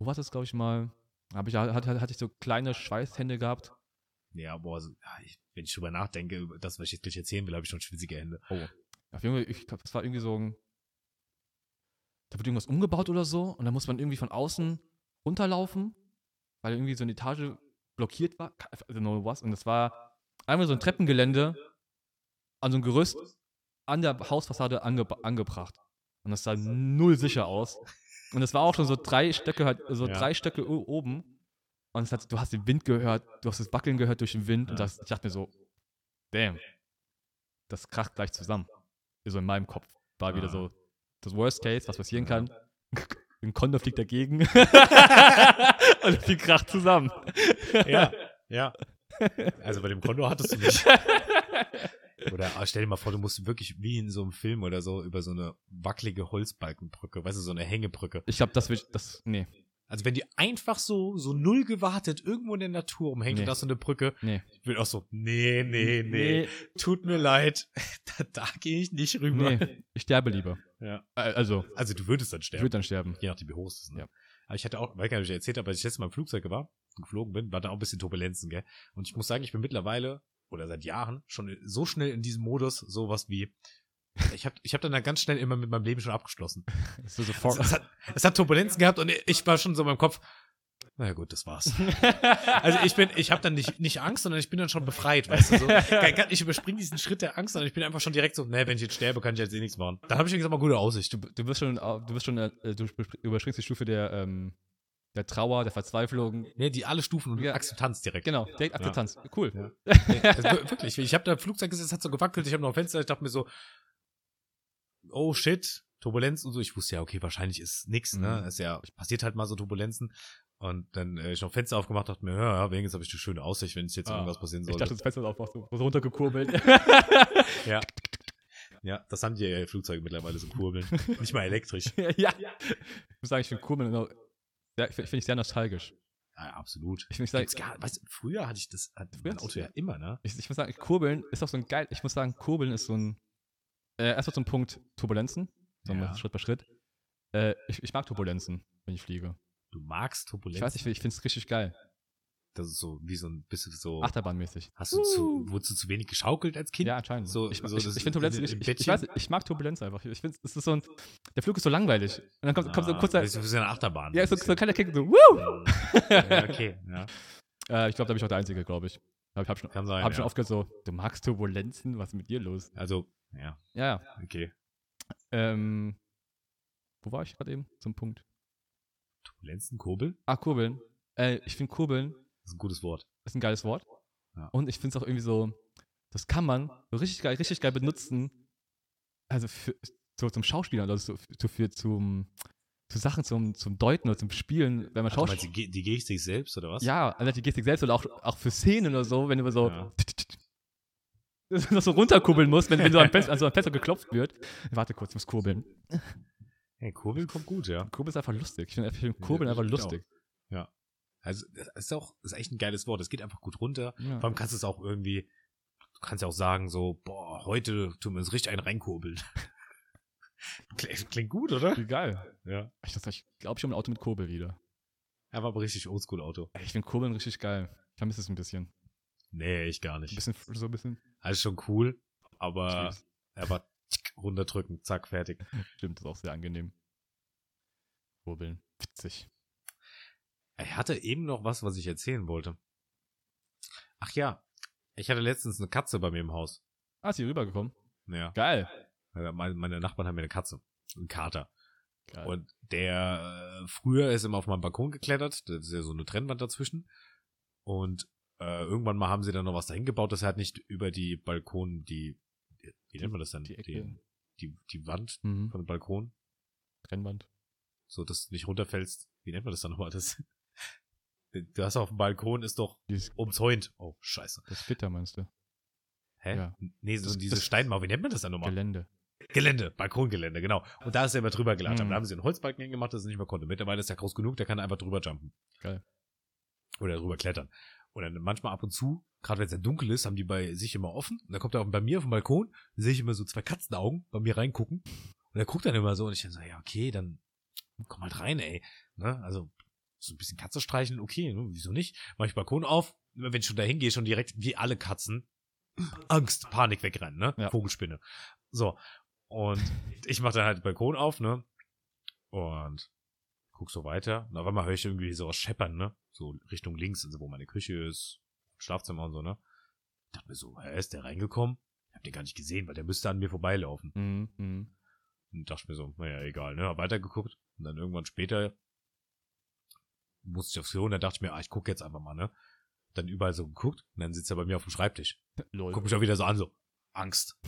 S2: wo war das, glaube ich mal, habe ich, hatte, hatte ich so kleine Schweißhände gehabt.
S1: Ja, boah, so, ja, ich, wenn ich drüber nachdenke, über das, was ich jetzt gleich erzählen will, habe ich schon schwitzige Hände.
S2: Oh. Ja, Junge, ich glaube, das war irgendwie so ein, da wird irgendwas umgebaut oder so und dann muss man irgendwie von außen runterlaufen, weil irgendwie so eine Etage blockiert war. I don't know was. Und das war einmal so ein Treppengelände an so einem Gerüst an der Hausfassade ange angebracht. Und das sah null sicher aus. Und es war auch schon so drei Stöcke, halt, so
S1: Ja.
S2: drei Stöcke o- oben. Und es hat, du hast den Wind gehört, du hast das Wackeln gehört durch den Wind. Und das, ich dachte mir so, damn, das kracht gleich zusammen. So in meinem Kopf war wieder
S1: Ah.
S2: so das Worst Case, was passieren kann. Ein Kondor fliegt dagegen. und viel kracht zusammen.
S1: Ja, ja. Also bei dem Kondor hattest du nicht. Oder ah, stell dir mal vor, du musst wirklich wie in so einem Film oder so über so eine wackelige Holzbalkenbrücke, weißt du, so eine Hängebrücke.
S2: Ich glaube, das will ich, das, nee,
S1: Also wenn die einfach so, so null gewartet irgendwo in der Natur umhängt
S2: Nee.
S1: und das so eine Brücke,
S2: nee.
S1: ich bin auch so, nee, nee, nee, tut mir leid, da, da gehe ich nicht rüber.
S2: Nee, ich sterbe lieber.
S1: Ja.
S2: Ä- Also,
S1: Also du würdest dann
S2: ich
S1: sterben.
S2: würde dann sterben.
S1: Je nachdem, wie hoch es ist. Ne?
S2: Ja.
S1: Aber ich hatte auch, weil ich gar nicht erzählt habe, als ich letztes Mal im Flugzeug war, und geflogen bin, war da auch ein bisschen Turbulenzen, gell? Und ich muss sagen, ich bin mittlerweile oder seit Jahren schon so schnell in diesem Modus, sowas wie, ich habe ich hab dann da ganz schnell immer mit meinem Leben schon abgeschlossen.
S2: So, so
S1: Es, es, hat, es hat Turbulenzen gehabt und ich war schon so in meinem Kopf, naja gut, das war's. Also ich bin, ich habe dann nicht, nicht Angst, sondern ich bin dann schon befreit, weißt du so. Gar- gar- Ich überspringe diesen Schritt der Angst, sondern ich bin einfach schon direkt so, nee, wenn ich jetzt sterbe, kann ich jetzt eh nichts machen. Dann habe ich gesagt, mal gute Aussicht.
S2: du, du bist schon, au- du bist schon, äh, du bespr- überspringst die Stufe der, ähm, der Trauer, der Verzweiflung.
S1: Nee, Ne, die alle Stufen und
S2: Ja.
S1: Akzeptanz direkt.
S2: Genau, direkt Akzeptanz. Cool.
S1: Ja. Also, wir- wirklich, ich habe da im Flugzeug gesessen, es hat so gewackelt, ich habe noch ein Fenster, ich dachte mir so, oh shit, Turbulenz und so. Ich wusste ja, okay, wahrscheinlich ist nix, ne?
S2: Mhm.
S1: Ist ja, passiert halt mal so Turbulenzen. Und dann äh, ich noch Fenster aufgemacht, dachte mir, ja, ja wenigstens habe ich eine schöne Aussicht, wenn es jetzt
S2: Ah,
S1: irgendwas passieren
S2: Ich
S1: sollte.
S2: dachte, das Fenster ist auch noch so so runtergekurbelt.
S1: ja, das haben die äh, Flugzeuge mittlerweile so kurbeln. Nicht mal elektrisch.
S2: ja. Ich muss sagen, ich finde Kurbeln immer- ja, ich finde ich sehr nostalgisch.
S1: Ja, absolut.
S2: Ich, find- ich,
S1: Gibt's
S2: sag,
S1: gar, weißt, du, früher hatte ich das, hatte
S2: Früher
S1: das Auto ja immer, ne?
S2: ich, ich muss sagen, Kurbeln ist auch so ein geil. Ich muss sagen, Kurbeln ist so ein. Äh, erstmal zum Punkt Turbulenzen. So
S1: Ja.
S2: Schritt bei Schritt. Äh, ich, ich mag Turbulenzen, wenn ich fliege.
S1: Du magst
S2: Ich
S1: Turbulenzen.
S2: weiß nicht, ich finde es richtig geil.
S1: Das ist so wie so ein bisschen
S2: Oh.
S1: so.
S2: Achterbahnmäßig.
S1: Hast du zu, wurdest du zu wenig geschaukelt als Kind?
S2: uh. Ja, anscheinend.
S1: So-
S2: ich
S1: so
S2: ich,
S1: das
S2: ich finde Turbulenz,
S1: im-
S2: ich,
S1: im
S2: ich, ich,
S1: Bettchen?
S2: weiß, nicht, ich mag Turbulenz einfach. Ich finde, es ist so ein, der Flug ist so langweilig. Und dann kommt, kommt so ein kurzer,
S1: Ah, Das ist wie so eine Achterbahn.
S2: ja, so,
S1: Ein
S2: so ein kleiner Kick, so,
S1: bisschen.
S2: wuh!
S1: ja, okay, ja.
S2: Äh, ich glaube, da bin ich auch der Einzige, glaube ich. Hab, hab schon,
S1: Kann sein.
S2: hab
S1: ja.
S2: schon oft gehört so, du magst Turbulenzen, was ist mit dir los?
S1: also, ja,
S2: Ja, ja.
S1: okay.
S2: Ähm, wo war ich gerade eben? Zum Punkt.
S1: Turbulenzen, Kurbel,
S2: Ah, Kurbeln. Äh, ich finde Kurbeln
S1: das ist ein gutes Wort.
S2: ist ein geiles Wort.
S1: Ja.
S2: Und ich finde es auch irgendwie so, das kann man so richtig geil, richtig geil benutzen. Also für, so zum Schauspieler oder so für, für zum, zu Sachen zum, zum Deuten oder zum Spielen, wenn man
S1: Ach, du meinst,
S2: Schauspieler.
S1: die, Ge- die Gestik sich selbst, oder was?
S2: Ja, also die Gestik selbst oder auch, auch für Szenen oder so, wenn du so.
S1: Ja.
S2: dass du noch so runterkurbeln musst, wenn, wenn so an Fenster, also an Fenster geklopft wird. Warte kurz, ich muss kurbeln.
S1: Hey, Kurbel kommt gut, ja.
S2: Kurbeln ist einfach lustig. Ich finde ich find Kurbeln
S1: Ja,
S2: einfach
S1: ich auch.
S2: lustig.
S1: Also, das ist auch, das ist echt ein geiles Wort. Es geht einfach gut runter.
S2: Ja.
S1: Vor allem kannst du es auch irgendwie, du kannst ja auch sagen, so, boah, heute tun wir uns richtig einen reinkurbeln. Klingt, klingt gut, oder?
S2: Wie geil.
S1: Ja.
S2: Ich glaube, ich, glaub, ich hole ein Auto mit Kurbel wieder.
S1: Er war aber richtig Oldschool-Auto.
S2: Ey, Ich finde Kurbeln richtig geil. Ich vermisse es ein bisschen.
S1: Nee, ich Ah. gar
S2: Ein
S1: nicht.
S2: bisschen, so ein bisschen.
S1: Alles schon cool, aber er war tick, runterdrücken, zack, fertig.
S2: Stimmt, ist auch sehr angenehm. Kurbeln. Witzig.
S1: Ich hatte eben noch was, was ich erzählen wollte. Ach ja, ich hatte letztens eine Katze bei mir im Haus.
S2: Ah, ist hier rübergekommen.
S1: Ja,
S2: Geil.
S1: äh, meine, meine Nachbarn haben mir eine Katze, einen Kater.
S2: Geil.
S1: Und der äh, früher ist immer auf meinem Balkon geklettert, das ist ja so eine Trennwand dazwischen. Und äh, irgendwann mal haben sie dann noch was dahin gebaut, dass er halt nicht über die Balkon, die, wie nennt man das dann?
S2: die Ecke.
S1: die, die, die Wand
S2: mhm.
S1: von dem Balkon,
S2: Trennwand.
S1: so dass du nicht runterfällst. Wie nennt man das dann nochmal? Das, das auf dem Balkon ist doch
S2: Dieses,
S1: umzäunt. Oh, scheiße.
S2: das Gitter meinst du?
S1: Hä?
S2: Ja.
S1: Nee, so
S2: Das-
S1: diese
S2: das-
S1: Steinmauer, wie nennt man das dann nochmal?
S2: Gelände.
S1: Gelände, Balkongelände, genau. Und da ist er immer drüber gelatscht.
S2: Mhm.
S1: Da haben sie einen Holzbalken hingemacht, dass er nicht mehr konnte. Mittlerweile ist er groß genug, der kann einfach drüber jumpen.
S2: Geil.
S1: Oder drüber klettern. Und dann manchmal ab und zu, gerade wenn es ja dunkel ist, haben die bei sich immer offen. Und dann kommt er auch bei mir auf den Balkon, sehe ich immer so zwei Katzenaugen bei mir reingucken. Und er guckt dann immer so und ich dann so, ja, okay, dann komm halt rein, ey. Ne? Also so ein bisschen Katze streicheln, okay, ne? wieso nicht? Mach ich Balkon auf, wenn ich schon da hingehe, schon direkt wie alle Katzen Angst, Panik wegrennen, ne?
S2: Ja.
S1: Vogelspinne. So. Und ich mache dann halt den Balkon auf, ne? Und guck so weiter. Und auf einmal höre ich irgendwie so was scheppern, ne? So Richtung links, also wo meine Küche ist, Schlafzimmer und so, ne? Ich dachte mir so, hä, ist der reingekommen? Ich hab den gar nicht gesehen, weil der müsste an mir vorbeilaufen.
S2: Mhm, mhm.
S1: Und dachte mir so, naja, egal, ne? Hab weitergeguckt. Und dann irgendwann später musste ich aufs Klo und dann dachte ich mir, ah, ich gucke jetzt einfach mal, ne? Dann überall so geguckt und dann sitzt er bei mir auf dem Schreibtisch.
S2: Lol.
S1: Guck mich auch wieder so an, so, Angst.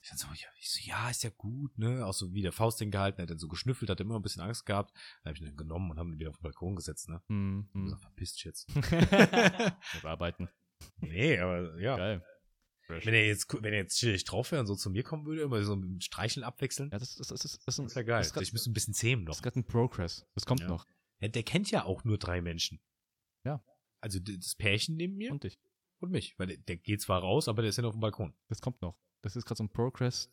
S1: Ich dann so, ja, ich so, ja, ist ja gut, ne? Auch so wie der Faust hingehalten, hat dann so geschnüffelt, hat immer ein bisschen Angst gehabt. Dann hab ich ihn dann genommen und haben ihn wieder auf den Balkon gesetzt, ne?
S2: Mhm,
S1: Und
S2: mhm.
S1: gesagt, verpiss dich jetzt.
S2: Jetzt arbeiten.
S1: nee, aber ja.
S2: Geil. Fresh.
S1: Wenn er jetzt, wenn er jetzt chillig drauf wäre und so zu mir kommen würde, immer so ein Streicheln abwechseln,
S2: Ja, das, das, das, das, das,
S1: das ist ja geil.
S2: Das ist grad-
S1: ich müsste ein bisschen zähmen
S2: das
S1: noch.
S2: ist gerade ein Progress. Das kommt
S1: Ja.
S2: noch.
S1: Ja, der kennt ja auch nur drei Menschen.
S2: Ja.
S1: Also d- das Pärchen neben mir und,
S2: Und dich.
S1: mich. Weil der, der geht zwar raus, aber der ist ja noch auf dem Balkon.
S2: Das kommt noch. Das ist gerade so ein Progress.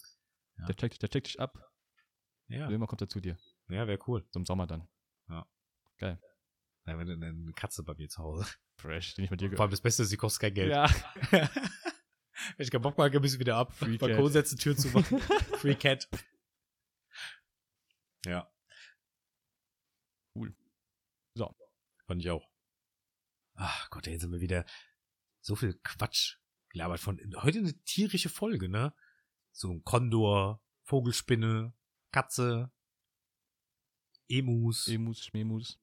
S1: Ja.
S2: Der, checkt, der checkt dich ab.
S1: Ja,
S2: Irgendwann kommt er zu dir.
S1: ja wäre cool.
S2: So im Sommer dann.
S1: Ja, wenn dann eine Katze bei mir zu Hause.
S2: Fresh, den ich mit dir
S1: Vor allem das Beste ist, sie kostet kein Geld.
S2: Ja.
S1: Wenn ich keinen Bock mehr habe, müssen wir wieder ab.
S2: Free
S1: Balkon
S2: Cat.
S1: setzen, Tür zu machen. Free Cat. Ja.
S2: Cool. So.
S1: Fand ich auch. Ach Gott, jetzt haben wir wieder so viel Quatsch gelabert von. Heute eine tierische Folge, ne? So ein Kondor, Vogelspinne, Katze, Emus.
S2: Emus, Schmemus.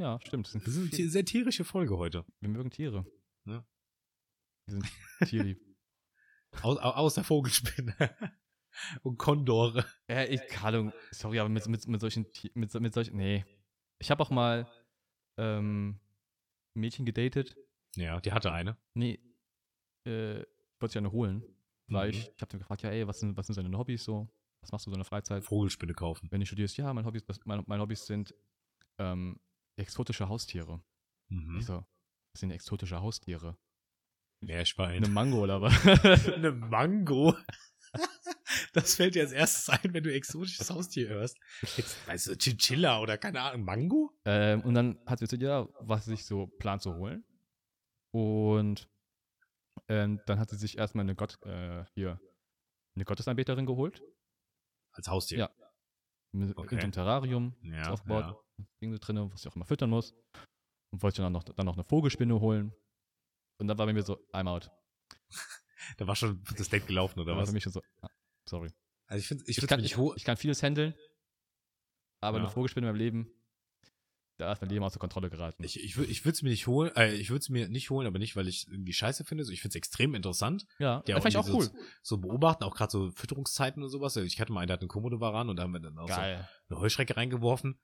S2: Ja, stimmt. Das sind,
S1: Das ist eine ti- sehr tierische Folge heute.
S2: wir mögen Tiere.
S1: Ja.
S2: Wir sind tierlieb.
S1: Au- au- Außer Vogelspinne. Und Kondore.
S2: Äh, ich, Carlo, sorry, aber mit, mit, mit solchen, Ti- mit, so- mit solchen, nee. Ich habe auch mal ähm, ein Mädchen gedatet.
S1: Ja, die hatte eine.
S2: Nee, äh, wollte ich eine holen. Weil ich, ich habe dann gefragt, ja, ey, was sind, was sind so deine Hobbys so? Was machst du so in der Freizeit?
S1: Mhm. Vogelspinne kaufen.
S2: Wenn du studierst, ja, mein Hobbys, das, mein, meine Hobbys sind ähm, exotische Haustiere. Ich
S1: Mhm.
S2: so, was sind exotische Haustiere? Eine
S1: Meerschwein.
S2: Mango oder was?
S1: Eine Mango. Das fällt dir als erstes ein, wenn du exotisches Haustier hörst. Jetzt, weißt du, Chinchilla oder keine Ahnung, Mango?
S2: ähm, und dann hat sie zu dir, was sie sich so plant zu holen. Und ähm, dann hat sie sich erstmal eine Gott, äh, hier, eine Gottesanbeterin geholt.
S1: Als Haustier.
S2: Ja. Mit,
S1: Okay.
S2: In so einem Terrarium.
S1: ja,
S2: aufgebaut,
S1: ja.
S2: Ding da drin, was ich auch immer füttern muss. Und wollte dann noch, dann noch eine Vogelspinne holen. Und dann war bei mir so, I'm out.
S1: Da war schon das Date gelaufen,
S2: Da
S1: oder
S2: war
S1: was?
S2: für mich schon so, ah, sorry.
S1: Also ich finde, ich
S2: Ich
S1: finde
S2: kann,
S1: nicht
S2: ich,
S1: ho-
S2: ich kann vieles handeln, aber
S1: Ja.
S2: eine Vogelspinne im Leben, da ist mein Leben außer Kontrolle geraten.
S1: Ich, ich, wür- ich würde es mir nicht holen, äh, ich würde es mir nicht holen, aber nicht, weil ich irgendwie scheiße finde. so, Ich finde es extrem interessant.
S2: ja,
S1: Ja,
S2: das fand ich auch
S1: und
S2: cool.
S1: dieses- So beobachten, auch gerade so Fütterungszeiten und sowas. Also Ich hatte mal einen, der hatte einen Komodo-Varan und da haben wir dann auch so
S2: Geil.
S1: eine Heuschrecke reingeworfen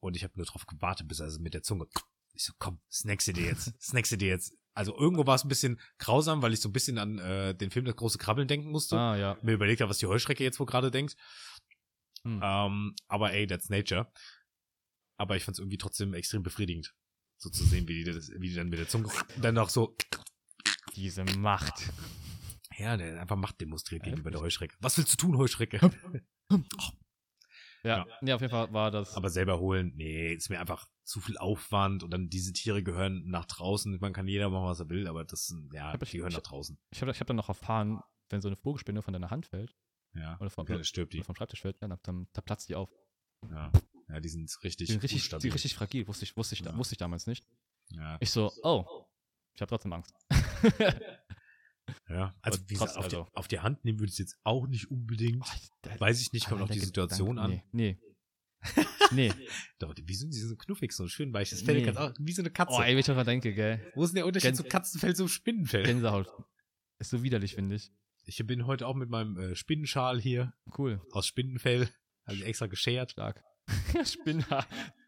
S1: und ich habe nur drauf gewartet, bis er also mit der Zunge. Ich so, komm, snackst du dir jetzt, snackst du dir jetzt. Also irgendwo war es ein bisschen grausam, weil ich so ein bisschen an äh, den Film Das große Krabbeln denken musste.
S2: Ah, ja.
S1: Mir überlegt habe, was die Heuschrecke jetzt wohl gerade denkt.
S2: Hm.
S1: Ähm, aber ey, that's nature. Aber ich fand es irgendwie trotzdem extrem befriedigend, so zu sehen, wie die, das, wie die dann mit der Zunge und dann auch so,
S2: Diese Macht.
S1: ja, der einfach Macht demonstriert
S2: Ja,
S1: gegenüber der Heuschrecke. Was willst du tun, Heuschrecke?
S2: Ja, Nee, auf jeden Fall war das.
S1: Aber selber holen, nee, ist mir einfach zu viel Aufwand und dann diese Tiere gehören nach draußen. Man kann jeder machen, was er will, aber das sind, ja,
S2: Aber
S1: die gehören
S2: ich-
S1: nach draußen.
S2: ich habe ich hab dann noch erfahren, wenn so eine Vogelspinne von deiner Hand fällt
S1: Ja,
S2: oder vom,
S1: okay, dann stirbt
S2: oder
S1: die.
S2: vom Schreibtisch fällt, dann, dann da platzt die auf.
S1: Ja, ja die sind richtig,
S2: Die sind richtig, die
S1: unstabil.
S2: sind richtig fragil, wusste ich, wusste ich,
S1: Ja.
S2: wusste ich damals nicht.
S1: ja,
S2: Ich so, oh, ich habe trotzdem Angst.
S1: ja. Also,
S2: Aber
S1: wie gesagt,
S2: trotz-
S1: auf, die,
S2: also- Oh,
S1: auf die Hand nehmen würde ich es jetzt auch nicht unbedingt. Weiß ich nicht, kommt auf die Situation an.
S2: Nee. Nee. nee.
S1: Doch, die- wieso sind die so knuffig, so ein schön weiches Fell?
S2: Nee.
S1: kannst auch- Wie so eine Katze.
S2: Oh, ey, wenn ich daran denke, gell.
S1: Wo ist denn der Unterschied
S2: Gän-
S1: zum Katzenfell zum Spinnenfell?
S2: Gänsehaut. Ist so widerlich, finde ich.
S1: Ich bin heute auch mit meinem äh, Spinnenschal hier
S2: Cool.
S1: aus Spinnenfell. Also extra geschert.
S2: Stark. Spinner.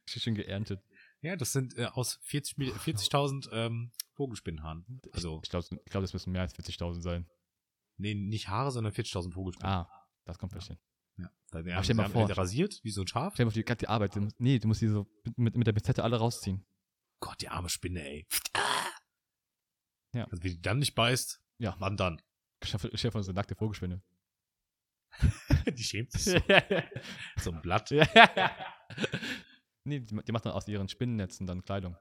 S2: Schön geerntet.
S1: Ja, das sind äh, aus 40 Mil- 40.000 ähm, Vogelspinnenhaaren. Also
S2: Ich glaube, ich glaub, das müssen mehr als 40.000 sein.
S1: Nee, nicht Haare, sondern 40.000 Vogelspinnen.
S2: Ah, das kommt vielleicht hin.
S1: Ja. Dann
S2: stell dir mal
S1: haben
S2: vor.
S1: alle rasiert, wie so ein Schaf.
S2: Stell dir mal auf die ganze Arbeit. Du musst, nee, du musst die so mit, mit der Pinzette alle rausziehen.
S1: Gott, die arme Spinne, ey.
S2: Ja.
S1: Also, wie die dann nicht beißt,
S2: Ja,
S1: wann dann?
S2: Chef, Chef von so nackte Vogelspinne.
S1: Die schämt sich so ein Blatt.
S2: nee, die, die macht dann aus ihren Spinnennetzen dann Kleidung.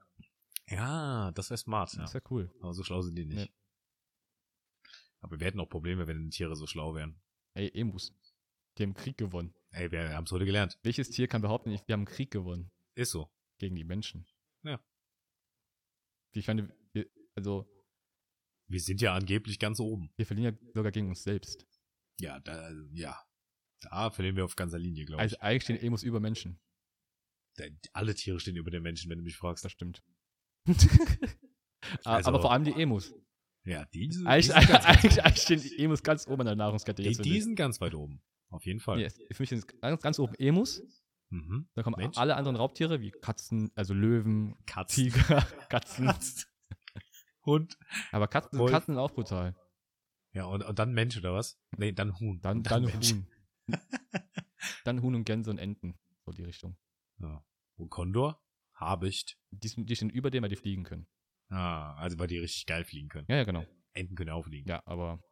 S1: Ja, das wäre smart. Ja.
S2: Das ist ja cool.
S1: Aber so schlau sind die nicht. Aber wir hätten auch Probleme, wenn die Tiere so schlau wären.
S2: Ey, Emus. Die haben Krieg gewonnen.
S1: Ey, wir, wir haben es heute gelernt.
S2: Welches Tier kann behaupten, ich- wir haben Krieg gewonnen
S1: Ist so.
S2: gegen die Menschen?
S1: Ja.
S2: Ich meine, wir, also,
S1: Wir sind ja angeblich ganz oben.
S2: wir verlieren ja sogar gegen uns selbst.
S1: Ja, da, ja. Da verlieren wir auf ganzer Linie, glaube ich.
S2: Also eigentlich stehen Emus über Menschen.
S1: Da- alle Tiere stehen über den Menschen, wenn du mich fragst.
S2: Das stimmt. A-
S1: Also-
S2: Aber vor allem die Emus.
S1: Ja, die, Äh, die,
S2: Eigentlich,
S1: sind, ganz,
S2: eigentlich, eigentlich stehen die Emus ganz oben in der Nahrungskette.
S1: die,
S2: jetzt
S1: die
S2: für
S1: sind ganz weit oben. Auf jeden Fall.
S2: mich. Yes. Für mich sind ganz, ganz oben Emus.
S1: Mhm.
S2: Dann kommen
S1: Mensch.
S2: alle anderen Raubtiere wie Katzen, also Löwen,
S1: Katz.
S2: Tiger, Katzen.
S1: Katz. Hund.
S2: Aber Katzen,
S1: Wolf.
S2: Katzen sind auch brutal.
S1: Ja, und, und dann Mensch, oder was? Nee, dann Huhn.
S2: Dann,
S1: Und
S2: dann,
S1: Mensch.
S2: Huhn. dann Huhn und Gänse und Enten. So die Richtung.
S1: Ja. Und Oh, Kondor? Habicht.
S2: Die, sind, die stehen über dem, weil die fliegen können.
S1: Ah, also weil die richtig geil fliegen können.
S2: Ja, ja, genau.
S1: Enten können auch fliegen.
S2: Ja, aber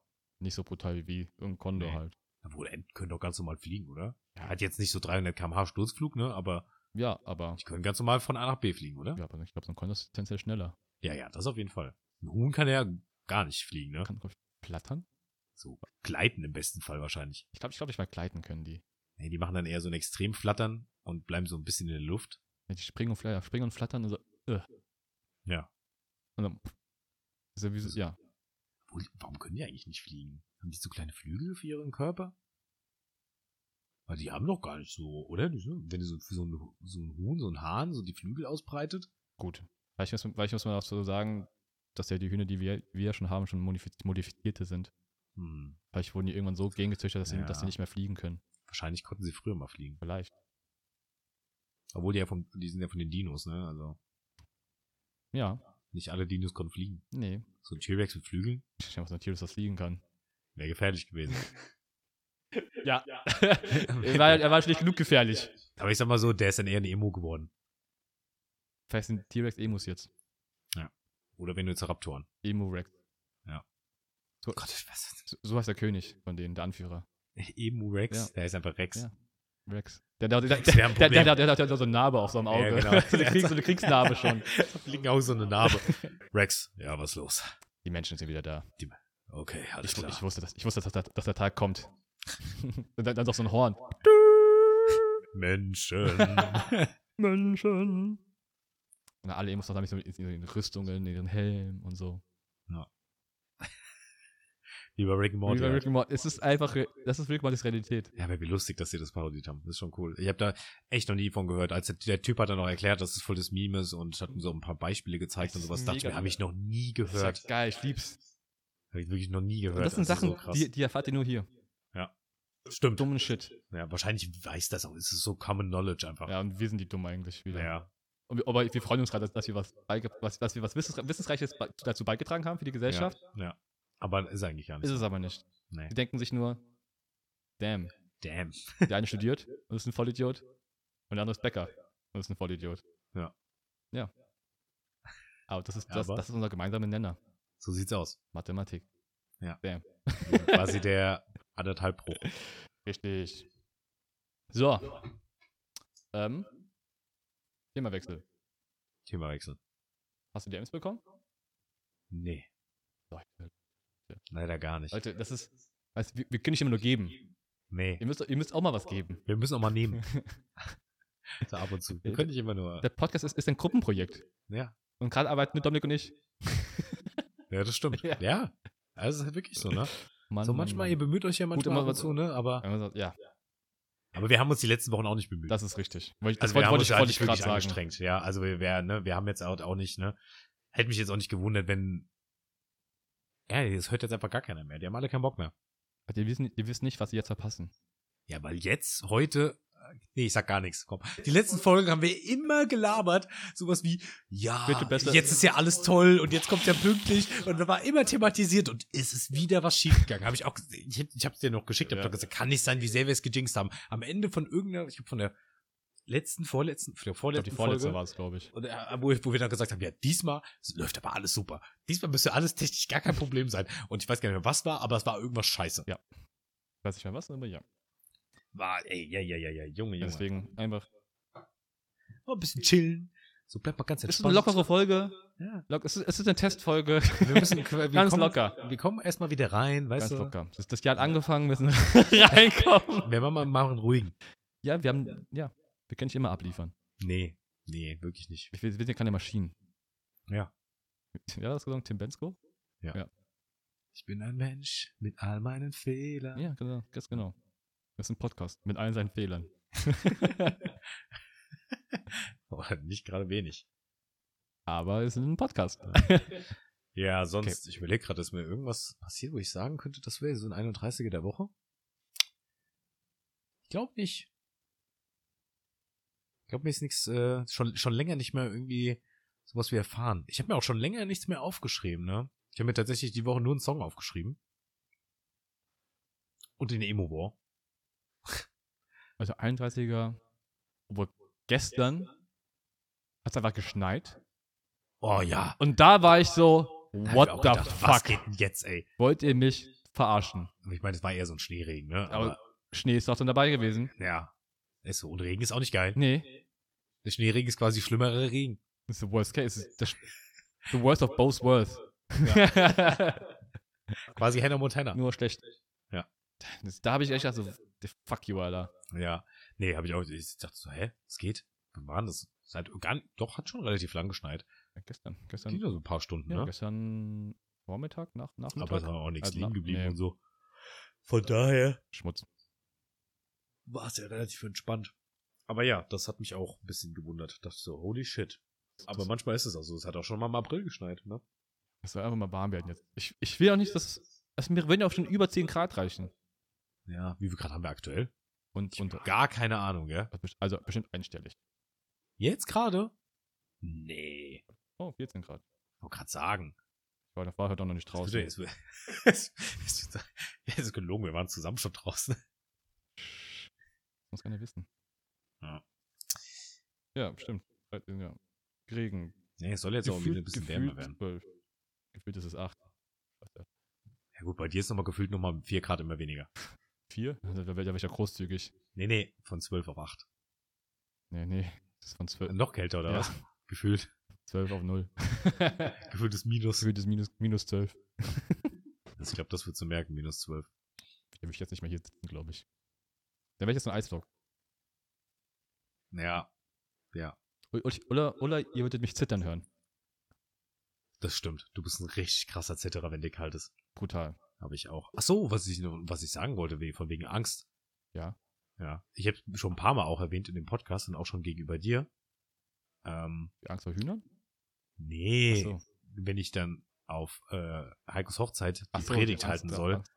S2: nicht so brutal wie irgendein Kondor
S1: Nee.
S2: halt.
S1: Obwohl, Enten können doch ganz normal fliegen, oder? Ja, hat jetzt nicht so 300 km/h Sturzflug, ne? Aber
S2: Ja, aber,
S1: die können ganz normal von A nach B fliegen, oder?
S2: ja, aber ich glaube, so ein Kondor ist tendenziell schneller.
S1: Ja, ja, das auf jeden Fall. Ein Huhn kann ja gar nicht fliegen, ne?
S2: Kann, glaub ich, plattern?
S1: So gleiten im besten Fall wahrscheinlich.
S2: Ich glaube, ich glaube, ich mal gleiten können die.
S1: Nee, die machen dann eher so ein extrem Flattern und bleiben so ein bisschen in der Luft.
S2: Ja, die springen und flattern, springen und flattern und so, äh.
S1: Ja.
S2: Und dann, pff. so wie so, ja.
S1: Obwohl, warum können die eigentlich nicht fliegen? Haben die so kleine Flügel für ihren Körper? Weil die haben doch gar nicht so, oder? Die sind- Wenn du so, so, ein, so ein Huhn, so ein Hahn, so die Flügel ausbreitet.
S2: Gut. Vielleicht muss, man- vielleicht muss man auch so sagen, dass ja die Hühner, die wir, wir ja schon haben, schon modifiz- modifizierte sind.
S1: Hm,
S2: Vielleicht wurden die irgendwann so gegengezüchtet, dass, sie,
S1: Ja.
S2: dass sie nicht mehr fliegen können.
S1: wahrscheinlich konnten sie früher mal fliegen.
S2: Vielleicht.
S1: Obwohl die ja von, die sind ja von den Dinos, ne? Also
S2: Ja.
S1: nicht alle Dinos konnten fliegen.
S2: Nee.
S1: So ein T-Rex mit Flügeln
S2: Ich stelle mir so ein Tier, das das fliegen kann.
S1: wäre gefährlich gewesen.
S2: Ja. er, war, er war schon nicht genug gefährlich.
S1: Aber ich sag mal so, der ist dann eher ein Emo geworden.
S2: Vielleicht sind T-Rex Emus jetzt.
S1: Oder wenn du jetzt Raptoren.
S2: Emu Rex.
S1: Oh Gott, was?
S2: So, so heißt der König von denen, der Anführer.
S1: Emo Rex,
S2: Ja.
S1: der ist einfach Rex.
S2: Ja. Rex. Der, der, der,
S1: wär ein
S2: der, der,
S1: Problem.
S2: der, der, der, hat so eine Narbe auf seinem Auge.
S1: Ja, genau.
S2: so, eine Kriegs, so eine Kriegsnarbe schon.
S1: Fliegen auch so eine Narbe. Rex, ja, was los?
S2: Die Menschen sind wieder da.
S1: Okay, alles
S2: Ich, wu-
S1: klar.
S2: ich wusste, dass, ich wusste dass, der- dass der Tag kommt. Und dann, dann doch so ein Horn.
S1: Menschen.
S2: Menschen. Und alle Emus haben so in ihren Rüstungen, in ihren Helmen und so.
S1: Lieber Rick and
S2: Wie
S1: Morty.
S2: bei
S1: halt.
S2: Rick and Morty. Es ist einfach, re- das ist wirklich mal das Realität.
S1: Ja, aber wie lustig, dass sie das parodiert haben. Das ist schon cool. Ich habe da echt noch nie von gehört. Als der, der Typ hat dann noch erklärt, dass es voll das Meme ist und hat mir so ein paar Beispiele gezeigt
S2: Das
S1: und
S2: ist
S1: sowas. Dachte ich
S2: mega
S1: mir, habe ich noch nie
S2: Das ist ja
S1: gehört.
S2: geil, ich lieb's.
S1: Habe ich wirklich noch nie gehört.
S2: Und das sind
S1: Also
S2: Sachen,
S1: so krass.
S2: die, die erfahrt ihr nur hier.
S1: Stimmt.
S2: Dummen Shit.
S1: Ja, wahrscheinlich weiß das auch. Es ist so Common Knowledge einfach.
S2: Ja, und wir sind die Dummen eigentlich wieder.
S1: ja.
S2: Und wir, aber wir freuen uns gerade, dass, dass wir was, beige- was, dass wir was Wissensre Wissensreiches be- dazu beigetragen haben für die Gesellschaft.
S1: Ja, ja. Aber ist eigentlich gar nicht.
S2: Ist es aber nicht.
S1: Nee.
S2: Die denken sich nur, damn,
S1: Damn.
S2: der eine studiert und ist ein Vollidiot und der andere ist Bäcker und ist ein Vollidiot.
S1: Ja.
S2: Ja. Aber das ist,
S1: Ja,
S2: das,
S1: aber-
S2: das ist unser gemeinsamer Nenner.
S1: So sieht's aus.
S2: Mathematik.
S1: Quasi der anderthalb Pro.
S2: Richtig. So. Ähm, Themawechsel.
S1: Themawechsel.
S2: Hast du DMs bekommen?
S1: Nee,
S2: Leute,
S1: leider gar nicht.
S2: Leute, das ist. Weißt, du, wir, wir können nicht immer nur geben.
S1: Nee.
S2: Ihr müsst, ihr müsst auch mal was geben.
S1: Wir müssen auch mal nehmen. so ab und zu. Wir
S2: Ja,
S1: können nicht immer nur.
S2: Der Podcast ist, ist ein Gruppenprojekt.
S1: Ja.
S2: Und gerade arbeiten nur Dominik und ich.
S1: Ja, das stimmt.
S2: Ja.
S1: Ja. Also ist halt wirklich so, ne?
S2: Mann,
S1: So
S2: Mann,
S1: manchmal, ihr
S2: Mann.
S1: bemüht euch ja manchmal
S2: immer
S1: ab und
S2: was-
S1: zu, ne? Aber,
S2: Wenn man sagt, Ja,
S1: aber wir haben uns die letzten Wochen auch nicht bemüht.
S2: das ist richtig. Wollte ich-
S1: also
S2: Das
S1: wir
S2: wollte,
S1: haben
S2: wollte
S1: uns
S2: ich,
S1: ja
S2: wollte
S1: nicht
S2: ich gerade
S1: wirklich
S2: sagen.
S1: angestrengt. Ja, also wir, wir, ne, wir haben jetzt auch, auch nicht, ne? Hätte mich jetzt auch nicht gewundert, wenn. Ja, das hört jetzt einfach gar keiner mehr. Die haben alle keinen Bock mehr.
S2: Also Ihr wisst, nicht- ihr wisst nicht, was sie jetzt verpassen.
S1: Ja, weil jetzt, heute. äh, Nee, ich sag gar nichts. Komm. Die letzten Folgen haben wir immer gelabert. Sowas wie, ja,
S2: Bitte besser-
S1: jetzt ist ja alles toll und jetzt kommt ja pünktlich. Und da war immer thematisiert und es ist wieder was schiefgegangen. Hab ich auch, gesehen. ich, hab- ich hab's dir noch geschickt, hab
S2: Ja.
S1: doch gesagt, kann nicht sein, wie sehr wir es gejinxt haben. Am Ende von irgendeiner, ich hab von der letzten, vorletzten, der
S2: Ich glaub, die
S1: vorletzten
S2: vorletzte
S1: Folge,
S2: war es, glaube ich.
S1: und, äh, wo, ich- wo wir dann gesagt haben, ja, diesmal es läuft aber alles super. Diesmal müsste alles technisch gar kein Problem sein. Und ich weiß gar nicht mehr, was war, aber es war irgendwas scheiße.
S2: Ich weiß nicht mehr was, aber ja.
S1: War, ey, ja, ja, ja, ja, Junge, Junge.
S2: Deswegen einfach.
S1: Oh, ein bisschen chillen. So bleibt man ganz
S2: Es ist
S1: entspannt.
S2: eine lockere Folge.
S1: Ja.
S2: Lock, es, ist, es ist eine Testfolge.
S1: Wir müssen, wir
S2: Ganz
S1: kommen, Also
S2: locker.
S1: Wir kommen erstmal wieder rein, weißt
S2: Ganz
S1: du.
S2: locker. Das, das Jahr hat angefangen, wir müssen reinkommen.
S1: Wir machen mal machen einen ruhigen.
S2: Ja, wir haben, ja, wir können nicht immer abliefern.
S1: Nee, nee, wirklich nicht.
S2: Wir, wir sind ja keine Maschinen.
S1: Ja.
S2: Wer hat das gesagt? Tim Bensko?
S1: Ich bin ein Mensch mit all meinen Fehlern.
S2: Ja, genau, ganz genau. Das ist ein Podcast mit allen seinen Fehlern.
S1: Oh, nicht gerade wenig.
S2: Aber es ist ein Podcast.
S1: Ja, sonst, ich überlege gerade, ist mir irgendwas passiert, wo ich sagen könnte, das wäre so ein 31er der Woche? Ich glaube nicht. Ich glaube, mir ist nichts, äh, schon, schon länger nicht mehr irgendwie sowas wie erfahren. Ich habe mir auch schon länger nichts mehr aufgeschrieben, ne? Ich habe mir tatsächlich die Woche nur einen Song aufgeschrieben. Und den Emo-War.
S2: Also 31er, obwohl gestern hat es einfach geschneit.
S1: Oh ja.
S2: Und da war ich so,
S1: Da
S2: what
S1: hab ich
S2: the
S1: auch gedacht, Was
S2: fuck?
S1: geht denn jetzt, ey?
S2: Wollt ihr mich verarschen?
S1: Aber Ich meine, es war eher so ein Schneeregen, ne?
S2: Aber
S1: Aber,
S2: Schnee ist doch dann dabei gewesen.
S1: ja. Ist so, und Regen ist auch nicht geil.
S2: Nee,
S1: Der Schneeregen ist quasi schlimmerer Regen.
S2: das ist the worst case. Das ist das, the worst of both worlds.
S1: Quasi Hannah Montana.
S2: Nur schlecht.
S1: Ja.
S2: Das, da habe ich echt gedacht, so, fuck you, Alter.
S1: Ja. Nee, habe ich auch. Ich dachte so, hä? Es geht? Wann war denn das? Es hat gar, nicht- doch, hat schon relativ lang geschneit.
S2: Ja, gestern,
S1: Ging
S2: gestern,
S1: nur so ein paar Stunden,
S2: ja,
S1: ne?
S2: gestern Vormittag, nach,
S1: Aber es
S2: Nachmittag.
S1: war auch nichts
S2: Also,
S1: liegen
S2: na-
S1: geblieben
S2: nee.
S1: und so. Von daher
S2: Schmutz.
S1: war es ja relativ entspannt. Aber ja, das hat mich auch ein bisschen gewundert. Dachte so, holy shit. Aber manchmal ist es auch so. Es hat auch schon mal im April geschneit, ne?
S2: Es soll einfach mal warm werden jetzt. Ich, ich will auch nicht, dass. Es also mir würden ja auch schon über 10 Grad reichen.
S1: Ja, wie viel Grad haben wir aktuell?
S2: Und, und
S1: Gar keine Ahnung, gell?
S2: also bestimmt einstellig.
S1: Jetzt gerade? Nee.
S2: Oh, 14 Grad.
S1: Wollte gerade sagen.
S2: Ich war, war heute auch noch nicht
S1: Draußen.
S2: draußen.
S1: Jetzt, wird- jetzt, jetzt, jetzt ist gelogen, wir waren zusammen schon draußen.
S2: Muss keiner wissen.
S1: Ja.
S2: Ja, stimmt. Ja. Regen.
S1: Nee, es soll jetzt auch wieder ein bisschen wärmer werden.
S2: 12. Gefühlt ist es 8.
S1: Ja gut, bei dir ist nochmal gefühlt nochmal 4 Grad immer weniger.
S2: 4? Da wäre ich ja großzügig.
S1: Nee, nee, von 12 auf 8.
S2: Nee, nee. Das ist von 12,
S1: Noch kälter, oder
S2: Ja.
S1: was? Gefühlt.
S2: 12 auf 0.
S1: Gefühltes Minus. Also
S2: Gefühlt ist minus, minus 12.
S1: Ich glaube, das wird zu merken, minus 12.
S2: Da will ich jetzt nicht mehr hier sitzen, glaube ich. Da wäre ich jetzt ein Eisblock.
S1: Ja,
S2: Oder, oder ihr würdet mich zittern hören.
S1: das stimmt. Du bist ein richtig krasser Zitterer, wenn dir kalt ist.
S2: Brutal.
S1: Habe ich auch. Ach so, was ich, noch- was ich sagen wollte, we- von wegen Angst.
S2: Ja.
S1: Ja. Ich habe schon ein paar Mal auch erwähnt in dem Podcast und auch schon gegenüber dir. Ähm,
S2: Die Angst vor Hühnern?
S1: nee.
S2: Ach so.
S1: wenn ich dann auf äh, Heikos Hochzeit die
S2: Ach so,
S1: Predigt
S2: Angst
S1: halten
S2: da-
S1: soll,
S2: Angst.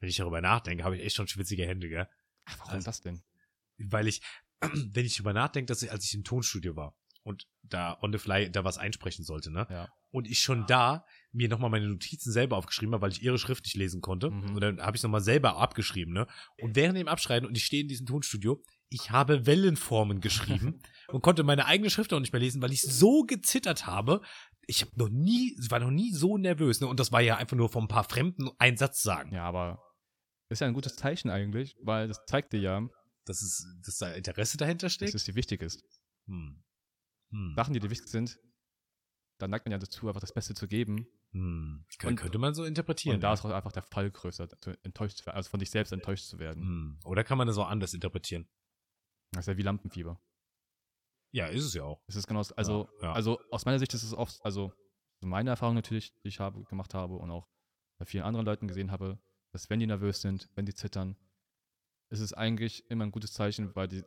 S1: wenn ich darüber nachdenke, habe ich echt schon schwitzige Hände, gell?
S2: Ach, warum
S1: Also-
S2: das denn?
S1: Weil ich, wenn ich darüber nachdenke, dass ich, als ich im Tonstudio war und da on the fly da was einsprechen sollte, ne?
S2: Ja.
S1: Und ich schon da mir nochmal meine Notizen selber aufgeschrieben habe, weil ich ihre Schrift nicht lesen konnte.
S2: Mhm.
S1: Und dann habe ich es nochmal selber abgeschrieben, ne? Und während dem Abschreiben, und ich stehe in diesem Tonstudio, ich habe Wellenformen geschrieben und konnte meine eigene Schrift noch nicht mehr lesen, weil ich so gezittert habe. Ich habe noch nie, war noch nie so nervös, ne? Und das war ja einfach nur von ein paar Fremden einen Satz sagen.
S2: Ja, aber ist ja ein gutes Zeichen eigentlich, weil das zeigt dir ja,
S1: Das ist, dass da Interesse dahinter
S2: dass
S1: steckt.
S2: es dir wichtig ist.
S1: hm. Hm.
S2: Sachen, die dir wichtig sind, da neigt man ja dazu, einfach das Beste zu geben.
S1: Hm. Kön-
S2: Und-
S1: könnte man so interpretieren.
S2: Und da ist auch einfach der Fall größer, zu- enttäuscht zu werden, also von dich selbst enttäuscht zu werden.
S1: Hm. Oder kann man das auch anders interpretieren?
S2: Das ist ja wie Lampenfieber.
S1: Ja, ist es ja auch.
S2: Es ist genau, also,
S1: Ja, ja.
S2: also aus meiner Sicht ist es oft, also so meine Erfahrung natürlich, die ich habe, gemacht habe und auch bei vielen anderen Leuten gesehen habe, dass wenn die nervös sind, wenn die zittern, ist es eigentlich immer ein gutes Zeichen, weil die,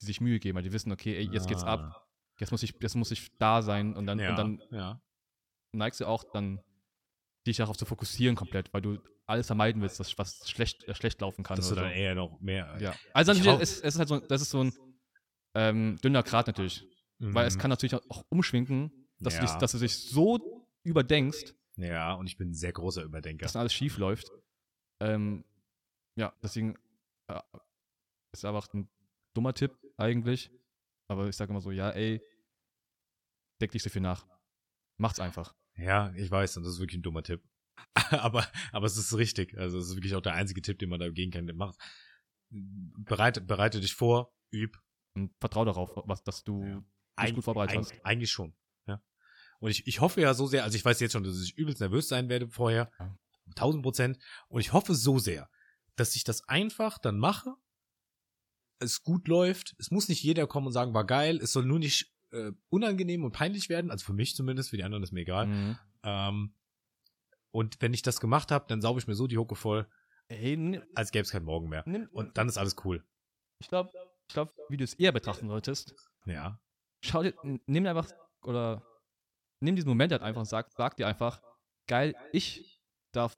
S2: die sich Mühe geben, weil die wissen, okay, ey, jetzt geht's
S1: Ah.
S2: ab, jetzt muss ich, jetzt muss ich da sein und dann,
S1: ja,
S2: und dann
S1: ja.
S2: neigst du auch dann, dich darauf zu fokussieren komplett, weil du alles vermeiden willst, das, was schlecht, das schlecht laufen kann.
S1: Dass du
S2: oder
S1: dann
S2: so.
S1: eher noch mehr.
S2: ja. Also
S1: Ich
S2: natürlich,
S1: hau-
S2: es, es ist halt so, das ist so ein ähm, dünner Grad natürlich.
S1: Mhm.
S2: Weil es kann natürlich auch- auch umschwinken, dass, du dich,
S1: Ja.
S2: dass du dich so überdenkst,
S1: Ja, und ich bin ein sehr großer Überdenker.
S2: dass dann alles schief läuft. Ähm, ja, deswegen äh, ist einfach ein dummer Tipp, eigentlich. Aber ich sage immer so, ja, ey, denk nicht so viel nach. Macht's einfach.
S1: Ja, ich weiß, und das ist wirklich ein dummer Tipp. aber, aber es ist richtig. Also es ist wirklich auch der einzige Tipp, den man da gegen kann. Mach, bereite, bereite dich vor, üb.
S2: Und vertrau darauf, was, dass du
S1: Ja.
S2: dich gut vorbereitet
S1: eig-
S2: hast.
S1: eigentlich schon. Ja. Und ich, ich hoffe ja so sehr, also ich weiß jetzt schon, dass ich übelst nervös sein werde vorher.
S2: Ja.
S1: 1000 Prozent. Und ich hoffe so sehr, dass ich das einfach dann mache, es gut läuft. Es muss nicht jeder kommen und sagen, war geil. Es soll nur nicht äh, unangenehm und peinlich werden. Also für mich zumindest, für die anderen ist mir egal.
S2: Mhm.
S1: Ähm, und wenn ich das gemacht habe, dann sauge ich mir so die Hucke voll,
S2: Ey, nimm,
S1: als gäbe es keinen Morgen mehr.
S2: nimm,
S1: Und dann ist alles cool.
S2: ich glaube, ich glaub, wie du es eher betrachten solltest,
S1: Ja.
S2: schau dir, n- nimm dir einfach, oder nimm diesen Moment halt einfach und sag, sag dir einfach, geil, ich darf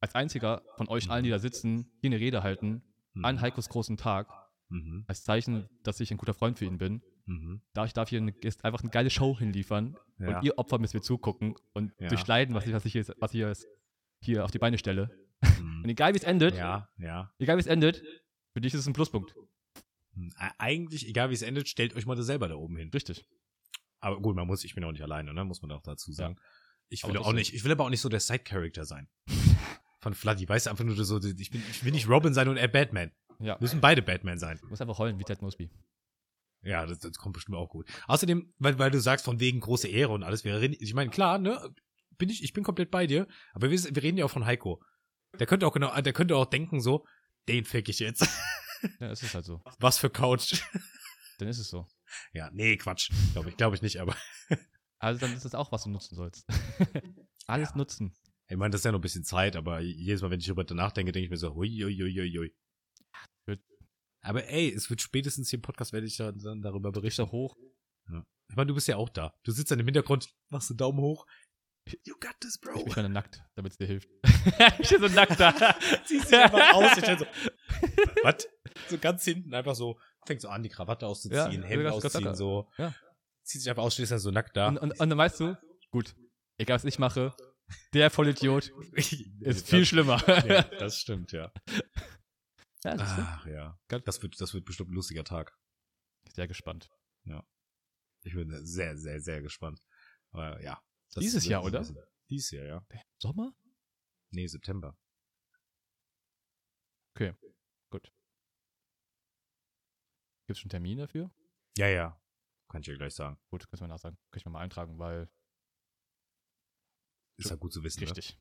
S2: als einziger von euch allen, die da sitzen, hier eine Rede halten,
S1: Mhm.
S2: an Heikos großen Tag,
S1: Mhm.
S2: als Zeichen, dass ich ein guter Freund für ihn bin.
S1: Mhm.
S2: Da ich darf hier eine, jetzt einfach eine geile Show hinliefern
S1: Ja.
S2: und ihr Opfer müsst mir zugucken und
S1: Ja.
S2: durchleiden, was ich, was ich, jetzt, was ich jetzt hier auf die Beine stelle. Und
S1: Mhm.
S2: egal wie es endet,
S1: ja, ja.
S2: egal wie es endet, für dich ist es ein Pluspunkt.
S1: Hm, e- Eigentlich, egal wie es endet, stellt euch mal das selber da oben hin.
S2: Richtig.
S1: Aber gut, man muss, ich bin auch nicht alleine, ne? Muss man auch dazu sagen. Ich
S2: Aber
S1: will auch
S2: trotzdem.
S1: nicht, ich will aber auch nicht so der Side-Character sein. Von Fladdy, weißt du einfach nur so, ich bin, ich will nicht Robin sein und er Batman.
S2: Ja.
S1: Müssen beide Batman sein.
S2: Du musst einfach heulen wie Ted Mosby.
S1: Ja, das, das kommt bestimmt auch gut. Außerdem, weil, weil du sagst, von wegen große Ehre und alles, wir reden, ich meine, klar, ne, bin ich, ich bin komplett bei dir, aber wir, wir reden ja auch von Heiko. Der könnte auch genau, der könnte auch denken so, den fick ich jetzt.
S2: Ja, es ist halt so.
S1: Was für Couch.
S2: Dann ist es so.
S1: Ja, nee, Quatsch. Glaube ich, glaube ich nicht, aber
S2: Also dann ist das auch, was du nutzen sollst. Alles nutzen.
S1: ich meine, das ist ja noch ein bisschen Zeit, aber jedes Mal, wenn ich darüber nachdenke, denke ich mir so, hui, hui, hui, hui, hui.
S2: Wird-
S1: Aber ey, es wird spätestens hier im Podcast, werde ich dann, dann darüber berichten.
S2: Richter hoch.
S1: Ich meine, du bist ja auch da. Du sitzt dann im Hintergrund, machst einen Daumen hoch. You got this, bro.
S2: Ich bin dann nackt, damit es dir hilft. ich bin so nackt da.
S1: ziehst dich einfach aus. Ich denk so, was? So ganz hinten einfach so, fängt so an, die Krawatte
S2: Ja,
S1: auszuziehen,
S2: so
S1: Hemd
S2: ganz- ganz
S1: ausziehen,
S2: locker.
S1: so.
S2: Ja.
S1: Zieht sich einfach aus, stehst dann so nackt da.
S2: Und, und, und dann weißt du, gut, egal was ich mache, der Vollidiot ist viel schlimmer.
S1: ja, Das stimmt, ja.
S2: ja, siehst du?
S1: Ach ja.
S2: Ganz-
S1: Das wird, das wird bestimmt ein lustiger Tag.
S2: Sehr gespannt.
S1: Ich bin sehr, sehr, sehr gespannt. Aber ja. das
S2: Dieses
S1: wird
S2: Jahr,
S1: so ein
S2: oder?
S1: bisschen- Dieses Jahr, ja.
S2: Sommer?
S1: Nee, September.
S2: Gibt es schon Termin dafür?
S1: Ja, ja. Kann ich dir gleich sagen.
S2: Gut, kannst du mir nachsagen. Kann ich mir mal eintragen, weil
S1: Ist ja gut zu wissen. Ne?
S2: richtig.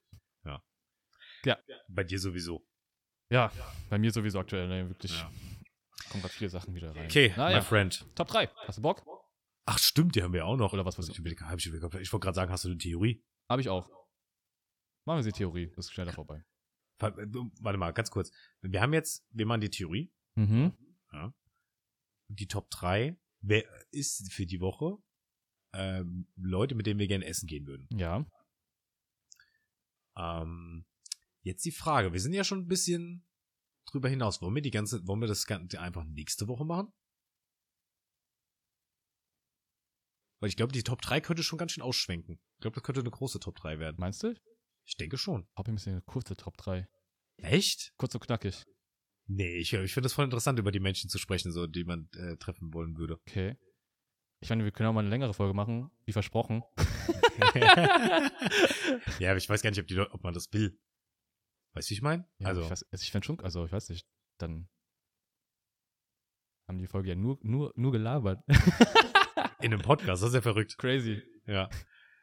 S1: Bei dir sowieso.
S2: Ja, bei mir sowieso aktuell, ne, wirklich.
S1: Ja.
S2: Kommen gerade viele Sachen wieder rein.
S1: Okay, my
S2: naja,
S1: friend.
S2: Top 3. Hast du Bock?
S1: Ach, stimmt, die haben wir auch noch.
S2: Oder was, was-
S1: Ich, hab ich, ich wollte gerade sagen, hast du eine Theorie?
S2: Habe ich auch. Machen wir sie Theorie, das ist schneller vorbei.
S1: äh, Warte mal, ganz kurz. Wir haben jetzt, wir machen die Theorie,
S2: Mhm.
S1: die Top 3. Wer ist für die Woche ähm, Leute, mit denen wir gerne essen gehen würden?
S2: Ja.
S1: Ähm, jetzt die Frage, wir sind ja schon ein bisschen drüber hinaus. Wollen wir die ganze, wollen wir das Ganze einfach nächste Woche machen? Weil ich glaube, die Top 3 könnte schon ganz schön ausschwenken. Ich glaube, das könnte eine große Top 3 werden.
S2: Meinst du?
S1: Ich denke schon.
S2: Hab ich ein bisschen eine kurze Top 3.
S1: Echt?
S2: Kurz und knackig.
S1: Nee, ich, ich finde das voll interessant, über die Menschen zu sprechen, so die man äh, treffen wollen würde.
S2: Okay. Ich meine, wir können auch mal eine längere Folge machen, wie versprochen.
S1: ja, aber ich weiß gar nicht, ob, die, Leu- ob man das will. Weißt du, wie ich meine?
S2: Ja,
S1: also,
S2: Ich, weiß, also ich fände schon, also ich weiß nicht, dann haben die Folge ja nur, nur, nur gelabert.
S1: in einem Podcast, das ist ja verrückt.
S2: Crazy.
S1: Ja.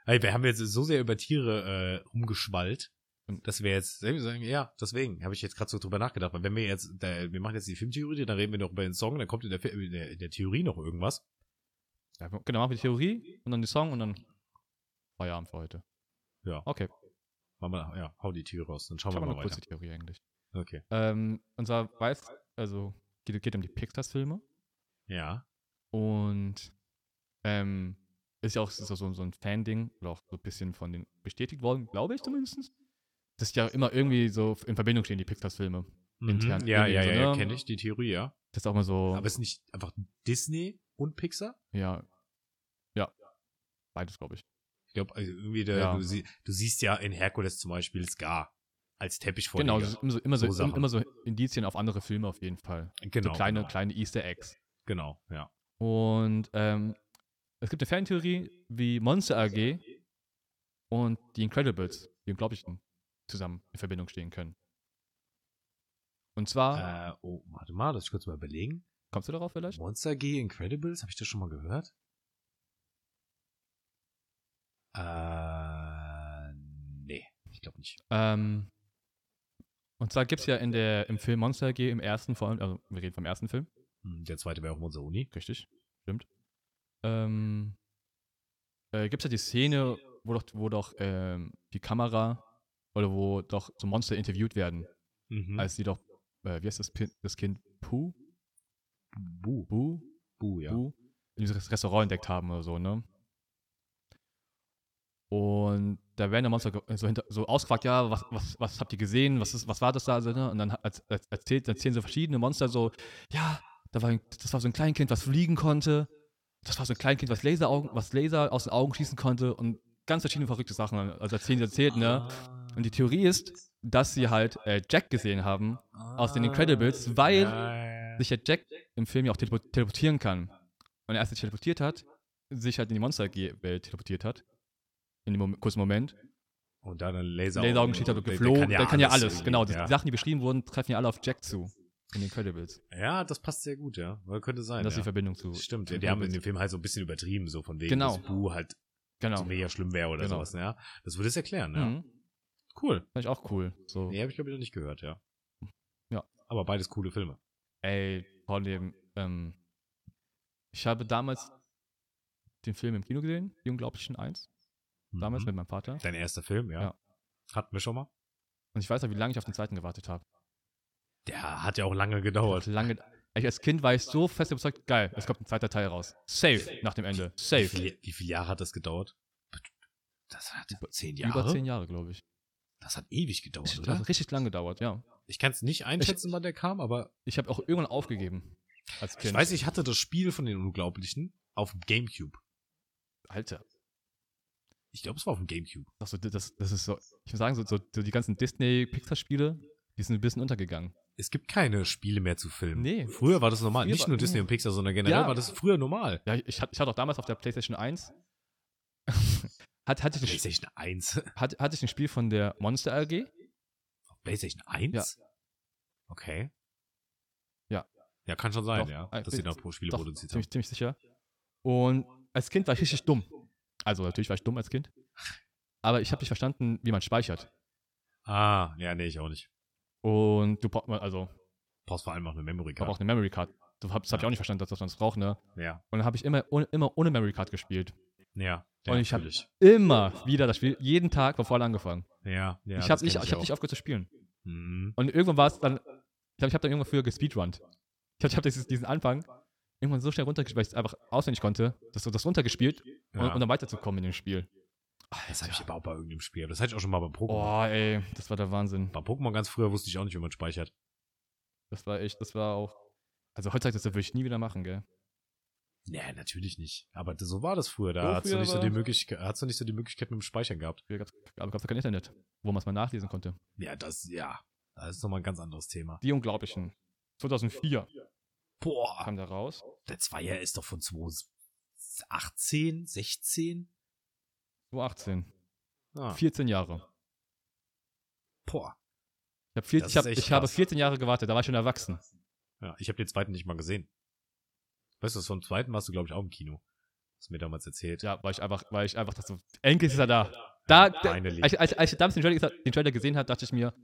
S1: Ey, wir haben jetzt so sehr über Tiere äh, rumgeschwallt,
S2: Und-
S1: dass wir jetzt selber sagen, ja, deswegen habe ich jetzt gerade so drüber nachgedacht. Weil wenn wir jetzt, da, wir machen jetzt die Filmtheorie, dann reden wir noch über den Song, dann kommt in der, Fi- in der, in der Theorie noch irgendwas.
S2: Ja, genau, machen wir die Theorie und dann den Song und dann Feierabend für heute.
S1: Ja.
S2: Okay,
S1: Machen wir, ja, hau die Tür raus, dann schauen
S2: ich
S1: wir
S2: habe
S1: mal
S2: eine kurze
S1: weiter.
S2: Theorie eigentlich.
S1: Okay.
S2: Ähm, unser Weiß, also geht, geht um die Pixar-Filme
S1: Ja.
S2: und ähm, ist ja auch so, so, so ein Fan-Ding oder auch so ein bisschen von den bestätigt worden, glaube ich zumindest. Dass ja immer irgendwie so in Verbindung stehen, die Pixar-Filme. Intern.
S1: Mhm. Ja, ja,
S2: Irgendwie
S1: ja,
S2: so,
S1: ja
S2: ne?
S1: kenne ich, die Theorie, ja.
S2: Das ist auch mal so.
S1: Aber es ist nicht einfach Disney und Pixar?
S2: Ja. Ja. Beides, glaube ich.
S1: Ich glaube, also irgendwie, der,
S2: Ja.
S1: du, sie, du siehst ja in Herkules zum Beispiel Scar als Teppichvorleger.
S2: Genau, das ist immer Genau, so, immer so,
S1: So Sachen.
S2: immer so Indizien auf andere Filme auf jeden Fall.
S1: genau.
S2: so kleine,
S1: genau.
S2: kleine Easter Eggs.
S1: Genau, ja.
S2: Und ähm, es gibt eine Fantheorie wie Monster AG und die Incredibles, die Unglaublichen, zusammen in Verbindung stehen können. Und zwar,
S1: Äh, oh, warte mal, das kurz mal überlegen.
S2: kommst du darauf vielleicht?
S1: Monster G Incredibles, habe ich das schon mal gehört? Äh, nee, ich glaube nicht.
S2: Ähm, und zwar gibt es ja in der, im Film Monster AG, im ersten vor allem, also wir reden vom ersten Film,
S1: Hm, Der zweite wäre auch Monster Uni.
S2: Richtig, stimmt. Ähm, äh, Gibt es ja die Szene, wo doch, wo doch ähm, die Kamera oder wo doch so Monster interviewt werden,
S1: Mhm.
S2: als die doch, äh, wie heißt das, Pin- das Kind? Pooh?
S1: Bu.
S2: Boo?
S1: Bu, ja.
S2: Boo? Dieses Restaurant entdeckt haben oder so, ne? Und da werden ja Monster ge- äh, so, hinter, so ausgefragt, ja, was, was, was habt ihr gesehen, was, ist, was war das da? so, ne? Und dann hat- als- als- erzählt, erzählen so verschiedene Monster so, ja, da war ein, das war so ein Kleinkind, was fliegen konnte. Das war so ein Kleinkind, was Laseraugen, was Laser aus den Augen schießen konnte und ganz verschiedene verrückte Sachen. Also erzählen sie erzählt, ne? Und die Theorie ist, dass sie halt äh, Jack gesehen haben,
S1: Ah,
S2: aus den Incredibles, weil sich ja Jack im Film ja auch telepo- teleportieren kann. Und als er sich teleportiert hat, sich halt in die Monster-Welt teleportiert hat. In dem Mom kurzen Moment.
S1: Und dann ein Laser.
S2: Laseraugen steht da geflogen. Der, kann ja alles. genau, die
S1: ja.
S2: Sachen, die beschrieben wurden, treffen ja alle auf Jack zu. In den Incredibles.
S1: ja, das passt sehr gut, ja. Weil könnte sein.
S2: Und das ist
S1: ja.
S2: die Verbindung zu.
S1: Stimmt,
S2: zu
S1: die haben in dem
S2: Incredibles.
S1: Film halt so ein bisschen übertrieben, so von wegen,
S2: Genau.
S1: dass Bu halt so
S2: Genau.
S1: mega schlimm wäre oder
S2: Genau.
S1: sowas, ja. Das würde es erklären, ja.
S2: Mhm.
S1: Cool.
S2: Fand ich auch cool. So.
S1: Nee, habe ich glaube ich noch nicht gehört, ja.
S2: Ja.
S1: Aber beides coole Filme.
S2: Ey, vor dem, ähm, ich habe damals den Film im Kino gesehen, Die Unglaublichen 1. Damals
S1: Mhm.
S2: mit meinem Vater.
S1: Dein erster Film, ja.
S2: Ja.
S1: Hatten wir schon mal.
S2: Und ich weiß noch, wie lange ich auf den zweiten gewartet habe.
S1: Der hat ja auch lange
S2: Hat
S1: gedauert.
S2: lange. Ich als Kind war ich so fest überzeugt, geil, es kommt ein zweiter Teil raus. Safe nach dem Ende.
S1: Wie
S2: Safe.
S1: viele, wie viele Jahre hat das gedauert? Das hat zehn Jahre.
S2: Über zehn Jahre, glaube ich.
S1: Das hat ewig gedauert,
S2: Das
S1: oder?
S2: hat richtig lang gedauert, ja.
S1: Ich kann es nicht einschätzen, wann der kam, aber
S2: Ich habe auch irgendwann aufgegeben. Als Kind.
S1: ich weiß, ich hatte das Spiel von den Unglaublichen auf dem Gamecube.
S2: Alter.
S1: Ich glaube, es war auf dem Gamecube.
S2: Das, so, das, das ist so, ich muss sagen, so, so, so die ganzen Disney-Pixar-Spiele, die sind ein bisschen untergegangen.
S1: Es gibt keine Spiele mehr zu filmen.
S2: Nee.
S1: Früher war das normal.
S2: Früher
S1: Nicht
S2: war-
S1: nur Disney und Pixar, sondern generell
S2: Ja.
S1: war das früher normal.
S2: Ja, ich, hatte- ich hatte auch damals auf der PlayStation 1. hat, hatte, ich ein,
S1: PlayStation 1.
S2: hat, hatte ich ein Spiel von der Monster AG.
S1: PlayStation 1?
S2: Ja.
S1: Okay.
S2: Ja.
S1: Ja, kann schon sein,
S2: Doch,
S1: ja.
S2: äh,
S1: Dass sie noch Pro-Spiele
S2: Doch,
S1: produziert haben.
S2: ziemlich, ziemlich sicher. Und als Kind war ich richtig dumm. Also natürlich war ich dumm als Kind. Aber ich habe nicht verstanden, wie man speichert.
S1: Ah, ja, nee, ich auch nicht.
S2: Und du brauchst mal, also
S1: Brauchst vor allem auch eine Memory
S2: ich brauch
S1: Card.
S2: auch eine Memory Card. Das habe hab ich auch nicht verstanden, dass dass man das braucht, ne?
S1: Ja,
S2: Und dann habe ich immer, ohne- immer ohne Memory Card gespielt.
S1: ja.
S2: Und
S1: ja,
S2: ich hab-
S1: natürlich.
S2: Immer wieder das Spiel, jeden Tag von vorne angefangen.
S1: Ja, ja.
S2: ich
S1: das
S2: habe nicht,
S1: kenn
S2: ich hab nicht
S1: auch.
S2: aufgehört zu spielen.
S1: Mhm.
S2: Und irgendwann war es dann, ich glaube, ich habe dann irgendwann früher gespeedrunnt. Ich habe hab dieses- diesen Anfang irgendwann so schnell runtergespielt, weil ich es einfach auswendig konnte, das, das runtergespielt, um,
S1: Ja.
S2: um dann weiterzukommen in dem Spiel.
S1: Das habe ich aber auch bei irgendeinem Spiel. Das hatte ich auch schon mal bei Pokémon.
S2: Boah, ey, das war der Wahnsinn.
S1: Bei Pokémon ganz früher wusste ich auch nicht, wie man speichert.
S2: Das war echt, das war auch. Also heutzutage, das würde ich nie wieder machen, gell?
S1: Nee, natürlich nicht. Aber das- so war das früher.
S2: So
S1: Da hast du
S2: früher
S1: nicht so
S2: war-
S1: die Möglichkeit, hast du nicht so die Möglichkeit mit dem Speichern gehabt.
S2: Früher gab's, aber gab es kein Internet, wo man es mal nachlesen konnte.
S1: Ja, das, ja. Das ist nochmal ein ganz anderes Thema.
S2: Die Unglaublichen. 2004
S1: Boah.
S2: kam da raus.
S1: Der Zweier ist doch von 2018, 16?
S2: 2018.
S1: Ah,
S2: 14 Jahre.
S1: boah.
S2: Ich, hab vier,
S1: Das
S2: ich, hab,
S1: ist echt
S2: ich habe
S1: krass.
S2: 14 Jahre gewartet, da war ich schon erwachsen.
S1: Ja, ich habe den zweiten nicht mal gesehen. Weißt du, vom zweiten warst du, glaube ich, auch im Kino. Hast du mir damals erzählt.
S2: Ja, weil ich einfach, weil ich einfach dachte, so, endlich ist er da. Da, da
S1: Finally.
S2: als, als, als ich damals den Trailer, gesagt- den Trailer gesehen habe, dachte ich mir,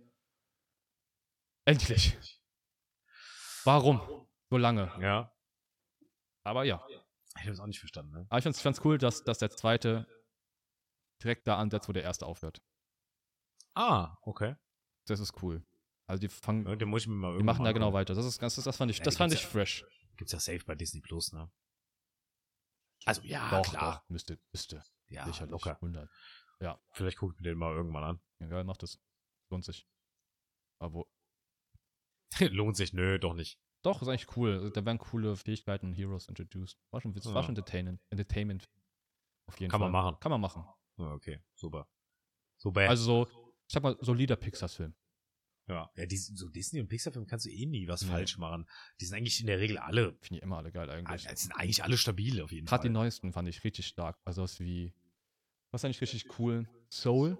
S2: endlich. Warum? So lange.
S1: Ja.
S2: Aber ja.
S1: Ich habe es auch nicht verstanden, ne?
S2: Aber ich fand's ganz cool, dass, dass der zweite direkt da ansetzt, wo der erste aufhört.
S1: Ah, okay.
S2: Das ist cool. Also die fangen,
S1: Ja, Den muss ich mir mal
S2: die
S1: irgendwie
S2: machen da genau weiter. Das ist ganz, das, das fand ich,
S1: Ja,
S2: das
S1: die
S2: fand
S1: gibt's
S2: ich fresh.
S1: Gibt's ja safe bei Disney Plus, ne? Also, ja,
S2: doch,
S1: klar.
S2: doch, müsste, müsste.
S1: Ja,
S2: sicherlich.
S1: locker.
S2: 100.
S1: Vielleicht gucke ich mir den mal irgendwann an.
S2: Ja, geil, macht das. Lohnt sich. Aber wo-
S1: Lohnt sich, nö, doch nicht.
S2: doch, ist eigentlich cool. Also, Da werden coole Fähigkeiten und Heroes introduced. War schon, witzig, war
S1: Ja.
S2: schon entertainment. entertainment. Auf jeden
S1: Kann
S2: Fall.
S1: man machen.
S2: Kann man machen.
S1: Ja, Okay, super. Super.
S2: Also so, ich sag mal, solider Pixar-Film.
S1: Ja, ja die, so Disney- und Pixar-Filme kannst du eh nie was falsch machen. Die sind eigentlich in der Regel alle,
S2: Finde ich immer alle geil
S1: ah,
S2: eigentlich.
S1: das sind eigentlich alle stabil auf jeden
S2: Gerade die
S1: Fall.
S2: neuesten fand ich richtig stark. Also was wie, was eigentlich richtig cool. Soul,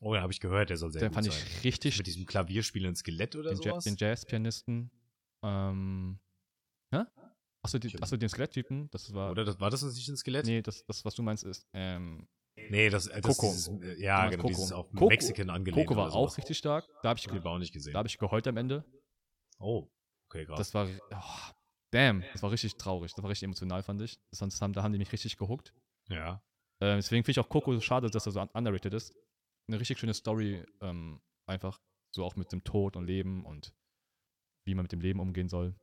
S1: Oh, ja, habe ich gehört, der soll sehr
S2: den
S1: gut
S2: fand
S1: sein.
S2: ich richtig
S1: Mit diesem Klavierspiel und Skelett oder
S2: den, Ja
S1: sowas.
S2: den Jazzpianisten. Ähm, hä? Achso, die,
S1: Ich hab-
S2: achso, den Skeletttypen, das war.
S1: oder das, war das uns nicht ein Skelett?
S2: Nee, das, das, was du meinst, ist. Ähm,
S1: Nee, das, äh, das
S2: Coco.
S1: ist äh,
S2: Du
S1: ja
S2: meinst
S1: genau,
S2: Coco.
S1: dieses auf
S2: Coco-
S1: Mexican angelehnt.
S2: Coco war
S1: oder
S2: auch
S1: sowas.
S2: richtig stark. Da habe ich,
S1: Ich habe
S2: ge-
S1: den auch nicht gesehen.
S2: da hab ich geheult am Ende.
S1: oh, okay, krass.
S2: Das war. Oh, damn, das war richtig traurig. Das war richtig emotional, fand ich. Sonst haben, da haben die mich richtig gehuckt.
S1: Ja.
S2: Äh, deswegen finde ich auch Coco so schade, dass er so un- underrated ist. Eine richtig schöne Story, ähm, einfach. So auch mit dem Tod und Leben und wie man mit dem Leben umgehen soll.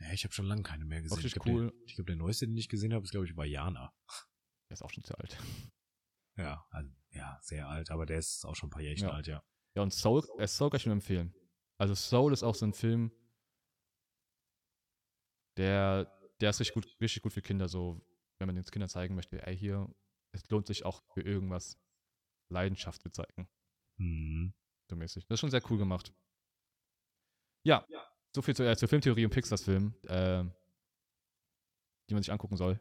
S1: ja, ich habe schon lange keine mehr gesehen.
S2: Richtig
S1: ich glaub,
S2: cool.
S1: Der, ich glaube, der neueste, den ich gesehen habe, ist, glaube ich, Vajana.
S2: Der ist auch schon zu alt.
S1: Ja, also, ja, sehr alt, aber der ist auch schon ein paar Jährchen
S2: Ja.
S1: alt, ja.
S2: Ja, und Soul, äh, Soul kann ich nur empfehlen. Also Soul ist auch so ein Film, der, der ist richtig gut, richtig gut für Kinder, so, wenn man den Kindern zeigen möchte, ey, hier, es lohnt sich auch für irgendwas Leidenschaft zu zeigen,
S1: Mhm.
S2: so mäßig. Das ist schon sehr cool gemacht. Ja, so viel zu, äh, zur Filmtheorie und Pixars Film, ähm, die man sich angucken soll.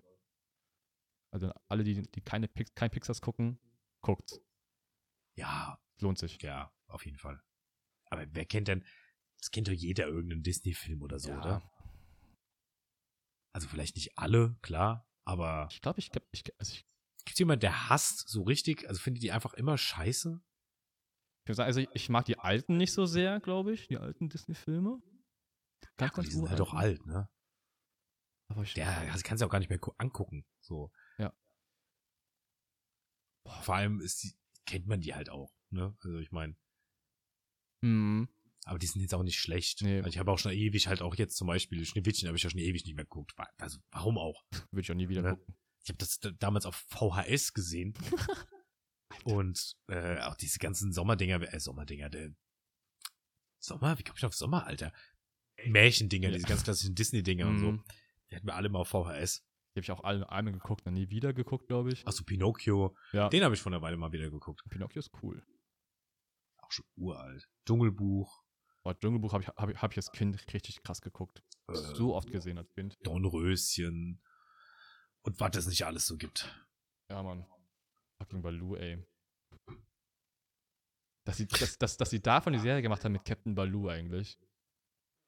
S2: Also alle, die, die keine, Pix- kein Pixars gucken, guckt.
S1: Ja,
S2: Lohnt sich.
S1: Ja, auf jeden Fall. Aber wer kennt denn, das kennt doch jeder irgendeinen Disney-Film oder so,
S2: Ja.
S1: oder? Also vielleicht nicht alle, klar, aber
S2: Ich glaube, ich, glaub, ich, also ich
S1: gibt's jemanden, der hasst so richtig, also findet die einfach immer scheiße?
S2: Ich, würd sagen, also ich, ich mag die alten nicht so sehr, glaube ich, die alten Disney-Filme. Ganz,
S1: Und die sind halt doch
S2: uralten.
S1: alt, ne?
S2: Aber ich,
S1: Der das kannst du auch gar nicht mehr gu- angucken, so.
S2: Ja.
S1: Boah, Vor allem ist die, kennt man die halt auch, ne? Also ich meine,
S2: Mhm.
S1: aber die sind jetzt auch nicht schlecht.
S2: Nee.
S1: Also ich habe auch schon ewig halt auch jetzt zum Beispiel Schneewittchen habe ich ja schon ewig nicht mehr geguckt. Wa- Also warum auch?
S2: würde ich auch nie wieder
S1: Ne?
S2: gucken.
S1: Ich habe das d- damals auf VHS gesehen. und äh, auch diese ganzen Sommerdinger, äh, Sommerdinger, der Sommer, wie komme ich auf Sommer, Alter? Märchendinger,
S2: Ja.
S1: diese ganz klassischen Disney-Dinger und
S2: Mhm.
S1: so. Die hatten wir alle mal auf VHS.
S2: Die habe ich auch alle einmal geguckt, dann nie wieder geguckt, glaube ich.
S1: Achso, Pinocchio.
S2: Ja,
S1: Den habe ich vor einer Weile mal wieder geguckt.
S2: Pinocchio ist cool.
S1: Auch schon uralt. Dschungelbuch,
S2: Aber Dschungelbuch habe ich, hab, ich- hab ich als Kind richtig krass geguckt.
S1: äh,
S2: so oft gesehen als Kind.
S1: Dornröschen und was es nicht alles so gibt.
S2: Ja, Mann. Fucking Baloo, ey. Dass sie, dass, dass, dass sie davon die Serie gemacht haben mit Captain Baloo eigentlich.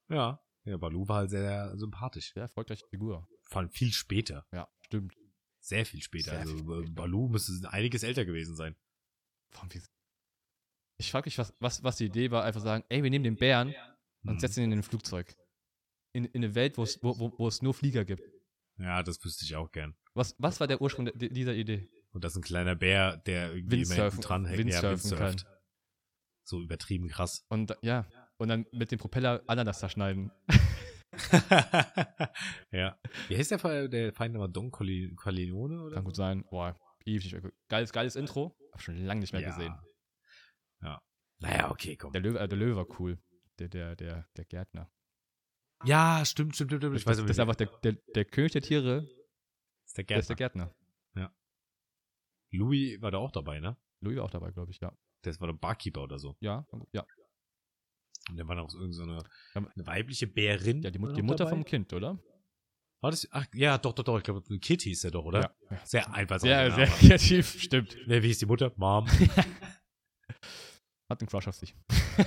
S1: Ja. Ja, Baloo war halt sehr sympathisch.
S2: Sehr erfolgreiche Figur.
S1: Vor allem viel später.
S2: Ja, stimmt.
S1: Sehr viel später.
S2: Sehr
S1: also
S2: viel
S1: äh,
S2: später.
S1: Baloo müsste einiges älter gewesen sein.
S2: Warum die- Ich frage mich, was, was, was die Idee war, einfach sagen, ey, wir nehmen den Bären und
S1: Mhm.
S2: setzen ihn in ein Flugzeug. In, in eine Welt, wo es, wo, wo, wo es nur Flieger gibt.
S1: Ja, das wüsste ich auch gern.
S2: Was, was war der Ursprung de, de- dieser Idee?
S1: Und das ist ein kleiner Bär, der irgendwie immer hinten
S2: Windsurfen-
S1: dran hängt.
S2: Windsurfen
S1: Kann. So übertrieben krass.
S2: Und da- ja, und dann mit dem Propeller Ananas zerschneiden.
S1: ja. Wie heißt der, Fe- der Feind nochmal? Don Corle- Corleone? Oder?
S2: Kann gut sein. Boah, ewig nicht mehr ge- Geiles, geiles Intro. Hab schon lange nicht mehr
S1: Ja.
S2: gesehen.
S1: Ja. Naja, okay, komm.
S2: Der Löwe, äh, der Löwe war cool. Der, der, der, der Gärtner.
S1: Ja, stimmt, stimmt, stimmt. stimmt. Ich
S2: Das,
S1: weiß
S2: das,
S1: nicht,
S2: ist einfach der, der, der König der Tiere,
S1: ist der
S2: der ist
S1: Gärtner.
S2: der Gärtner.
S1: Louis war da auch dabei, ne?
S2: Löwe war auch dabei, glaube ich, ja.
S1: Der war der Barkeeper oder so.
S2: Ja, ja.
S1: Und der war noch so irgendeine so
S2: Ja,
S1: eine, eine weibliche Bärin.
S2: ja die, Mut,
S1: war
S2: die
S1: noch
S2: Mutter
S1: dabei.
S2: vom Kind, oder?
S1: War das? Ach, ja, doch, doch, doch. Ich glaube, Kitty hieß der doch, oder?
S2: Ja.
S1: Sehr einfallsreicher
S2: Sehr, sehr
S1: Name.
S2: kreativ, stimmt.
S1: Ne, wie hieß die Mutter? Mom.
S2: Hat einen Crush auf sich.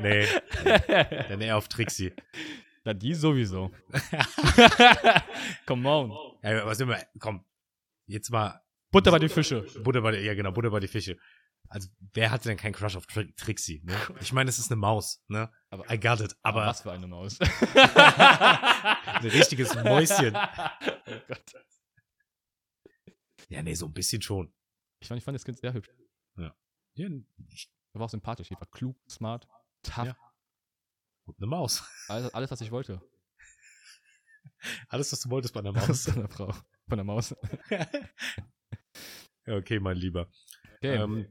S1: nee. Dann eher auf Trixie.
S2: Na, die sowieso. Come on.
S1: Ey, was immer, komm, jetzt mal
S2: Butter bei den Fische.
S1: Butter bei der, ja genau, Butter bei die Fische. Also, wer hatte denn keinen Crush auf Tri Trixie, ne? Ich meine, es ist eine Maus, ne?
S2: Aber-
S1: I got it, aber
S2: Was für eine Maus.
S1: ein richtiges Mäuschen.
S2: Oh Gott.
S1: Ja, nee, so ein bisschen schon.
S2: Ich fand, ich fand das Kind sehr hübsch.
S1: Ja, eine
S2: Er war auch sympathisch. Er war klug, smart, tough.
S1: Ja. Maus.
S2: Alles, alles, was ich wollte.
S1: Alles, was du wolltest bei einer
S2: Maus
S1: Maus.
S2: von der Frau. Von der Maus.
S1: Ja, okay, mein Lieber.
S2: Okay.
S1: Ähm,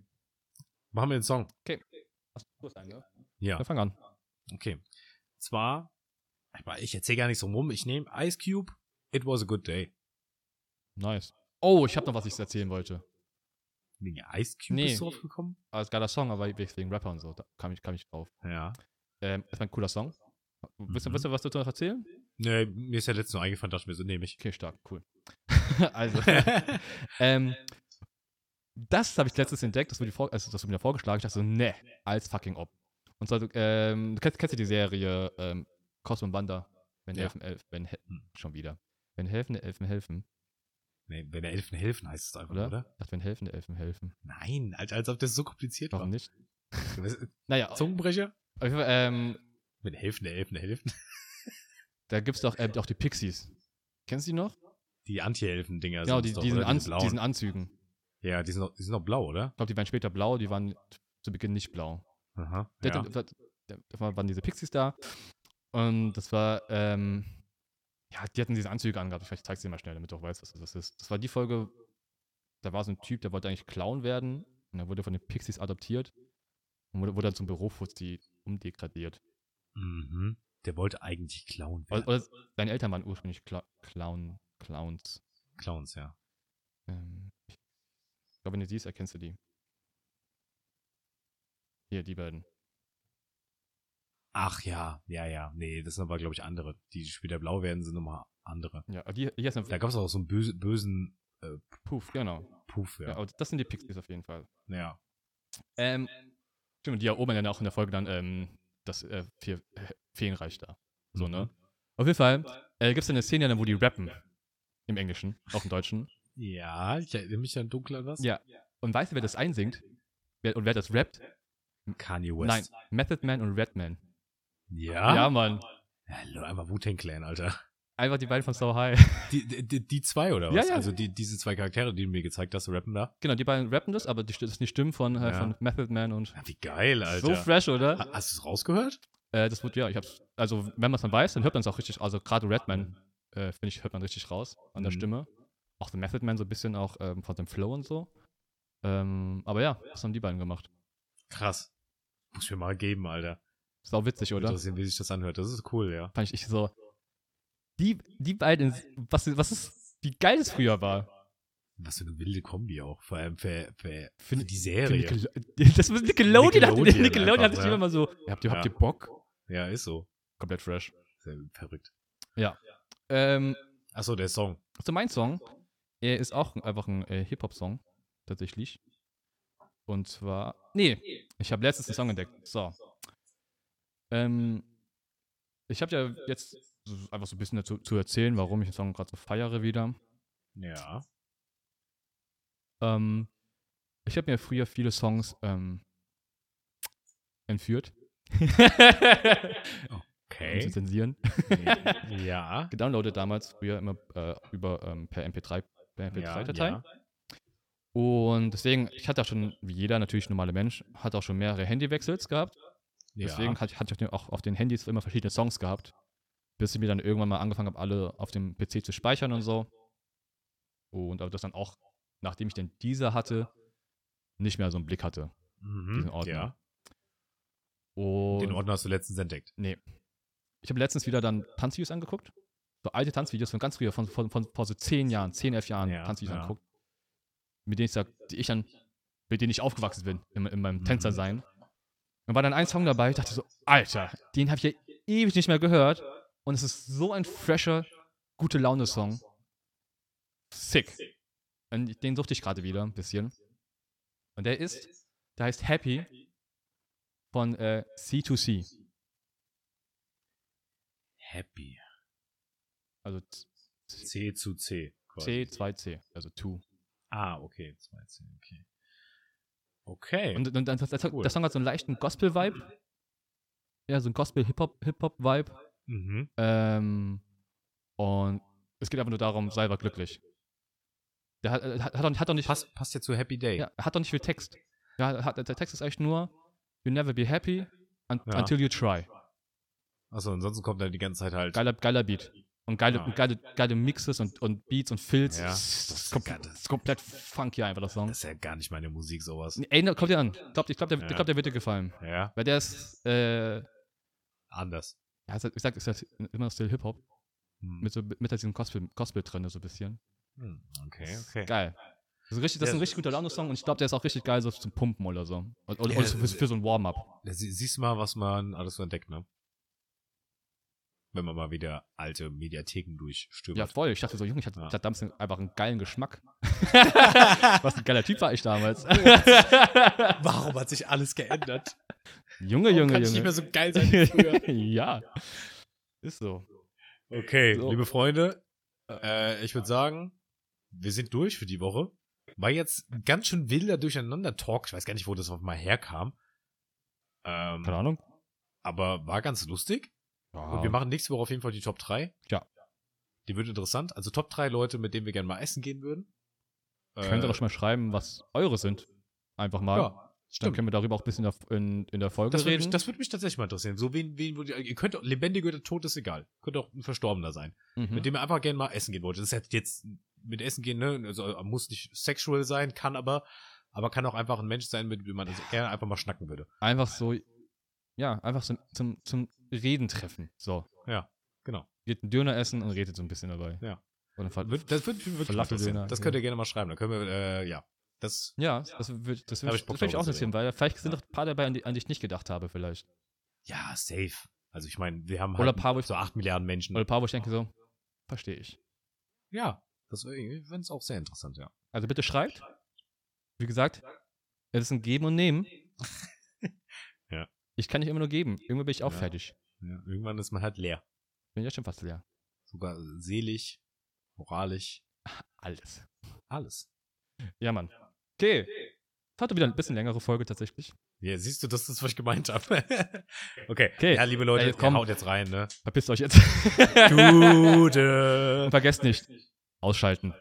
S1: machen wir einen Song.
S2: Hast du kurz einen, ne?
S1: Ja,
S2: Dann fang an.
S1: okay. Zwar, ich erzähle gar nicht so rum, ich nehme Ice Cube, It Was a Good Day.
S2: Nice. Oh, ich habe noch was ich erzählen wollte.
S1: Wegen Ice Cube
S2: Nee.
S1: bist du draufgekommen?
S2: Aber es geiler Song, aber wegen Rapper und so, da kam ich, kam ich drauf.
S1: Ja.
S2: Ähm, erstmal ein cooler Song. Willst du,
S1: Mhm.
S2: willst du was dazu noch erzählen?
S1: Nee, mir ist ja letztens noch eingefallen, dachte ich mir so, nehme ich.
S2: Okay, stark, cool. also, ähm, das habe ich letztens entdeckt, das wurde, mir vor, also, das wurde mir vorgeschlagen. Ich dachte so, ne, als fucking ob. Und zwar, ähm, du kennst, kennst du die Serie ähm, Cosmo und Wanda? Wenn
S1: Ja.
S2: helfen, elf, wenn he
S1: Hm.
S2: schon wieder. Wenn helfende Elfen helfen,
S1: Nee, wenn der Elfen helfen, heißt es einfach,
S2: oder?
S1: oder?
S2: Ich dachte, wenn helfende Elfen helfen.
S1: Nein, als, als ob das so kompliziert
S2: Warum nicht?
S1: war. Weißt du,
S2: Naja, auf
S1: Zungenbrecher?
S2: jeden Fall, ähm,
S1: Wenn helfen, der Elfen helfen.
S2: da gibt es doch ähm, auch die Pixies. Kennst du die noch?
S1: Die Anti-Helfen-Dinger
S2: genau,
S1: sonst
S2: die,
S1: doch,
S2: diesen,
S1: oder?
S2: An
S1: blauen.
S2: diesen Anzügen.
S1: ja, die sind, noch, die sind noch blau, oder?
S2: Ich glaube, die waren später blau, die waren zu Beginn nicht blau.
S1: Aha.
S2: Der,
S1: Ja.
S2: der, der, der, waren diese Pixies da. Und das war, ähm, ja, die hatten diese Anzüge angehabt. Ich zeig's dir mal schnell, damit du auch weißt, was das ist. Das war die Folge, da war so ein Typ, der wollte eigentlich Clown werden. Und dann wurde er von den Pixies adoptiert. Und wurde, wurde dann zum Bürofuzzi umdegradiert.
S1: Mhm. Der wollte eigentlich Clown werden.
S2: Oder, oder seine Eltern waren ursprünglich Cla Clown, Clowns.
S1: Clowns, ja.
S2: Ähm, ich glaube, wenn du siehst, erkennst du die. Hier, die beiden.
S1: Ach ja, ja, ja. Nee, das sind aber, glaube ich, andere. Die, die später blau werden, sind nochmal andere.
S2: Ja, aber die, die heißen
S1: Da gab es auch so einen böse, bösen
S2: Puff, genau.
S1: Puff,
S2: Ja.
S1: ja.
S2: aber das sind die Pixies auf jeden Fall.
S1: Ja.
S2: Ähm, stimmt, die erobern ja auch in der Folge dann ähm, das äh, Fe äh, Feenreich da. So, ne?
S1: Mhm.
S2: Auf jeden Fall äh, gibt es eine Szene, wo die rappen. Im Englischen, auch im Deutschen.
S1: Ja, ich erinnere mich an dunkel an was.
S2: Ja. Und weißt du, wer das einsingt? Wer, und wer das rappt?
S1: Kanye West.
S2: Nein, Method Man und Redman.
S1: Ja?
S2: Ja, Mann.
S1: Hallo, einfach Wu-Tang Clan, Alter.
S2: Einfach die beiden von So High.
S1: Die, die, die- die zwei, oder was?
S2: Ja, ja.
S1: Also die, diese zwei Charaktere, die du mir gezeigt hast, rappen da.
S2: genau, die beiden rappen das, aber die, das sind die Stimmen von, äh,
S1: Ja.
S2: von Method Man und.
S1: Ja, wie geil, Alter.
S2: So fresh, oder?
S1: Ha- Hast du es rausgehört?
S2: Äh, das wird, ja, ich hab's. Also, wenn man es dann weiß, dann hört man es auch richtig. Also, gerade Redman, äh, finde ich, hört man richtig raus an der
S1: Mhm.
S2: Stimme. Auch The Method Man so ein bisschen auch ähm, von dem Flow und so. Ähm, aber ja, das haben die beiden gemacht.
S1: Krass. Muss mir mal geben, Alter.
S2: Sau witzig, oder?
S1: Interessieren, wie sich das anhört. Das ist cool, ja.
S2: Fand ich, ich so. Die, die beiden, was, was ist, wie geil es früher war.
S1: Was für eine wilde Kombi auch. Vor allem für, für, für
S2: Finde-
S1: die
S2: Für
S1: Serie.
S2: Nickel- Das war Nickelodeon, hat-
S1: Nickelodeon
S2: Nickelodeon, hat sich
S1: einfach, ja.
S2: immer mal so. Ja, habt ihr, habt
S1: Ja.
S2: ihr Bock?
S1: Ja, ist so.
S2: Komplett fresh.
S1: Sehr verrückt.
S2: Ähm,
S1: Achso, der Song.
S2: Also mein Song äh, ist auch einfach ein äh, Hip-Hop-Song, tatsächlich. Und zwar. Nee, ich habe letztens einen Song entdeckt. So. Ähm, ich habe ja jetzt so- einfach so ein bisschen dazu zu erzählen, warum ich den Song gerade so feiere wieder.
S1: Ja.
S2: Ähm, ich habe mir früher viele Songs ähm, entführt. um zu
S1: Okay.
S2: zensieren.
S1: ja.
S2: Gedownloadet damals, früher immer äh, über ähm, per MP3-Datei. Per MP3
S1: Ja,
S2: -Datei.
S1: ja.
S2: Und deswegen, ich hatte auch schon, wie jeder natürlich normale Mensch, hat auch schon mehrere Handywechsels gehabt. Deswegen
S1: ja.
S2: hatte ich- hatte ich auf den- auch auf den Handys immer verschiedene Songs gehabt. Bis ich mir dann irgendwann mal angefangen habe, alle auf dem PC zu speichern und so. Und aber das dann auch, nachdem ich dann diese hatte, nicht mehr so einen Blick hatte.
S1: Mhm.
S2: diesen Ordner.
S1: Ja.
S2: Und
S1: Den Ordner hast du letztens entdeckt.
S2: ich habe letztens wieder dann Tanzvideos angeguckt. So alte Tanzvideos von ganz früher, von, von, von vor so zehn Jahren, zehn, elf Jahren
S1: Ja,
S2: Tanzvideos
S1: ja.
S2: angeguckt. Mit denen ich, sag, die ich dann, mit denen ich aufgewachsen bin, in, in meinem
S1: Mhm.
S2: Tänzersein. Und war dann ein Song dabei, ich dachte so, Alter, den habe ich ja ewig nicht mehr gehört. Und es ist so ein fresher, gute Laune-Song. Sick. Und ich- den suchte ich gerade wieder ein bisschen. Und der ist, der heißt Happy von äh, C2C.
S1: Happy.
S2: Also Z-
S1: C zu C. Quasi.
S2: C, 2C, also 2.
S1: Ah, okay. 2C, okay. Okay.
S2: Und, und, und das, das,
S1: Cool.
S2: der Song hat so einen leichten Gospel-Vibe. Ja, so einen Gospel-Hip-Hop-Hip-Hop-Vibe.
S1: mhm.
S2: Ähm, und es geht einfach nur darum, sei aber glücklich. Der hat, äh, hat, hat, doch- hat doch nicht,
S1: passt, passt ja zu Happy Day.
S2: ja, hat doch nicht viel Text. Ja, hat, der Text ist eigentlich nur, you never be happy un
S1: Ja.
S2: until you try.
S1: Achso, Also ansonsten kommt dann die ganze Zeit halt.
S2: Geiler, geiler Beat. Und geile,
S1: Ja.
S2: und geile, geile Mixes und, und Beats und Fills.
S1: Ja.
S2: Das, ist kom das ist komplett funky einfach, der Song.
S1: Das ist ja gar nicht meine Musik, sowas.
S2: Ey, na, kommt dir an. Ich glaube, ich glaub, der, ich
S1: Ja.
S2: glaub, der wird dir gefallen.
S1: Ja,
S2: Weil der ist, äh,
S1: anders.
S2: ja, ist halt- ich sag, ist halt immer noch Still Hip-Hop.
S1: Hm.
S2: Mit so mit halt diesem Gospel- Gospel-Trend so ein bisschen.
S1: Hm, Okay, okay.
S2: Geil. Das ist, ein richtig, das ist ein
S1: Ja.
S2: richtig guter Laune-Song und ich glaube, der ist auch richtig geil so zum Pumpen oder so. Oder, oder
S1: Ja,
S2: so für, für so ein Warm-up.
S1: Ja, sie- Siehst du mal, was man alles so entdeckt, ne? Wenn man mal wieder alte Mediatheken durchstöbert.
S2: Ja, voll. Ich dachte so, Junge, ich hatte,
S1: Ja.
S2: ich hatte damals einfach einen geilen Geschmack. Was ein geiler Typ war ich damals.
S1: Warum hat sich alles geändert?
S2: Junge,
S1: Warum
S2: Junge,
S1: kann ich nicht
S2: Junge.
S1: mehr so geil sein wie früher.
S2: ja. Ist so.
S1: Okay,
S2: So.
S1: liebe Freunde, äh, ich würde sagen, wir sind durch für die Woche. War jetzt ein ganz schön wilder Durcheinander-Talk. Ich weiß gar nicht, wo das auf mal herkam.
S2: Keine
S1: Ähm,
S2: Ahnung.
S1: aber war ganz lustig.
S2: Ja.
S1: Und wir machen nächste Woche auf jeden Fall die Top 3.
S2: Ja.
S1: Die wird interessant. Also Top 3 Leute, mit denen wir gerne mal essen gehen würden.
S2: Könnt ihr doch schon mal schreiben, was eure sind. Einfach mal.
S1: äh, Ja,
S2: Dann
S1: stimmt.
S2: können wir darüber auch ein bisschen in der, in, in der Folge
S1: Das würde
S2: reden.
S1: mich, das würd mich tatsächlich mal interessieren. So wen, wen würdet ihr, ihr könnt auch- lebendig oder tot ist egal. Könnt auch ein Verstorbener sein,
S2: mhm.
S1: mit dem ihr einfach gerne mal essen gehen wollt. Das ist halt jetzt mit Essen gehen, ne? Also muss nicht sexual sein, kann aber, aber kann auch einfach ein Mensch sein, mit dem man also gerne einfach mal schnacken würde.
S2: einfach so, ja, einfach so zum, zum Reden treffen. So.
S1: Ja, genau.
S2: Geht einen Döner essen und redet so ein bisschen dabei.
S1: Ja.
S2: Oder ver-
S1: Würd- Das würde mich wirklich
S2: Falafel-Döner,
S1: interessieren. Das könnt
S2: ja.
S1: ihr gerne mal schreiben. Da können wir, äh, ja. Das,
S2: ja, das würde das
S1: Hab
S2: würd,
S1: ich Bock
S2: das würd ich
S1: drauf,
S2: auch interessieren, weil vielleicht sind noch ein paar dabei, an die, an die ich nicht gedacht habe, vielleicht.
S1: ja, safe. Also ich meine, wir haben
S2: Oder
S1: halt
S2: Paarwolf-
S1: so acht Milliarden Menschen.
S2: Oder ein paar, wo ich denke so, verstehe ich.
S1: Ja, das wäre es auch sehr interessant, ja.
S2: Also bitte schreibt. Wie gesagt, es ist ein Geben und Nehmen.
S1: Ja.
S2: Ich kann nicht immer nur geben. Irgendwann bin ich auch
S1: Ja.
S2: fertig.
S1: ja. Irgendwann ist man halt leer.
S2: Bin ja schon fast leer.
S1: Sogar seelisch, moralisch,
S2: Alles.
S1: alles.
S2: Ja, Mann. Okay. Das hatte wieder ein bisschen längere Folge tatsächlich.
S1: Ja, siehst du, das ist, was ich gemeint habe. okay.
S2: Okay.
S1: Ja, liebe Leute,
S2: Ey, komm.
S1: ihr haut jetzt rein, ne?
S2: Verpisst euch jetzt.
S1: Gute.
S2: Und vergesst nicht, ausschalten.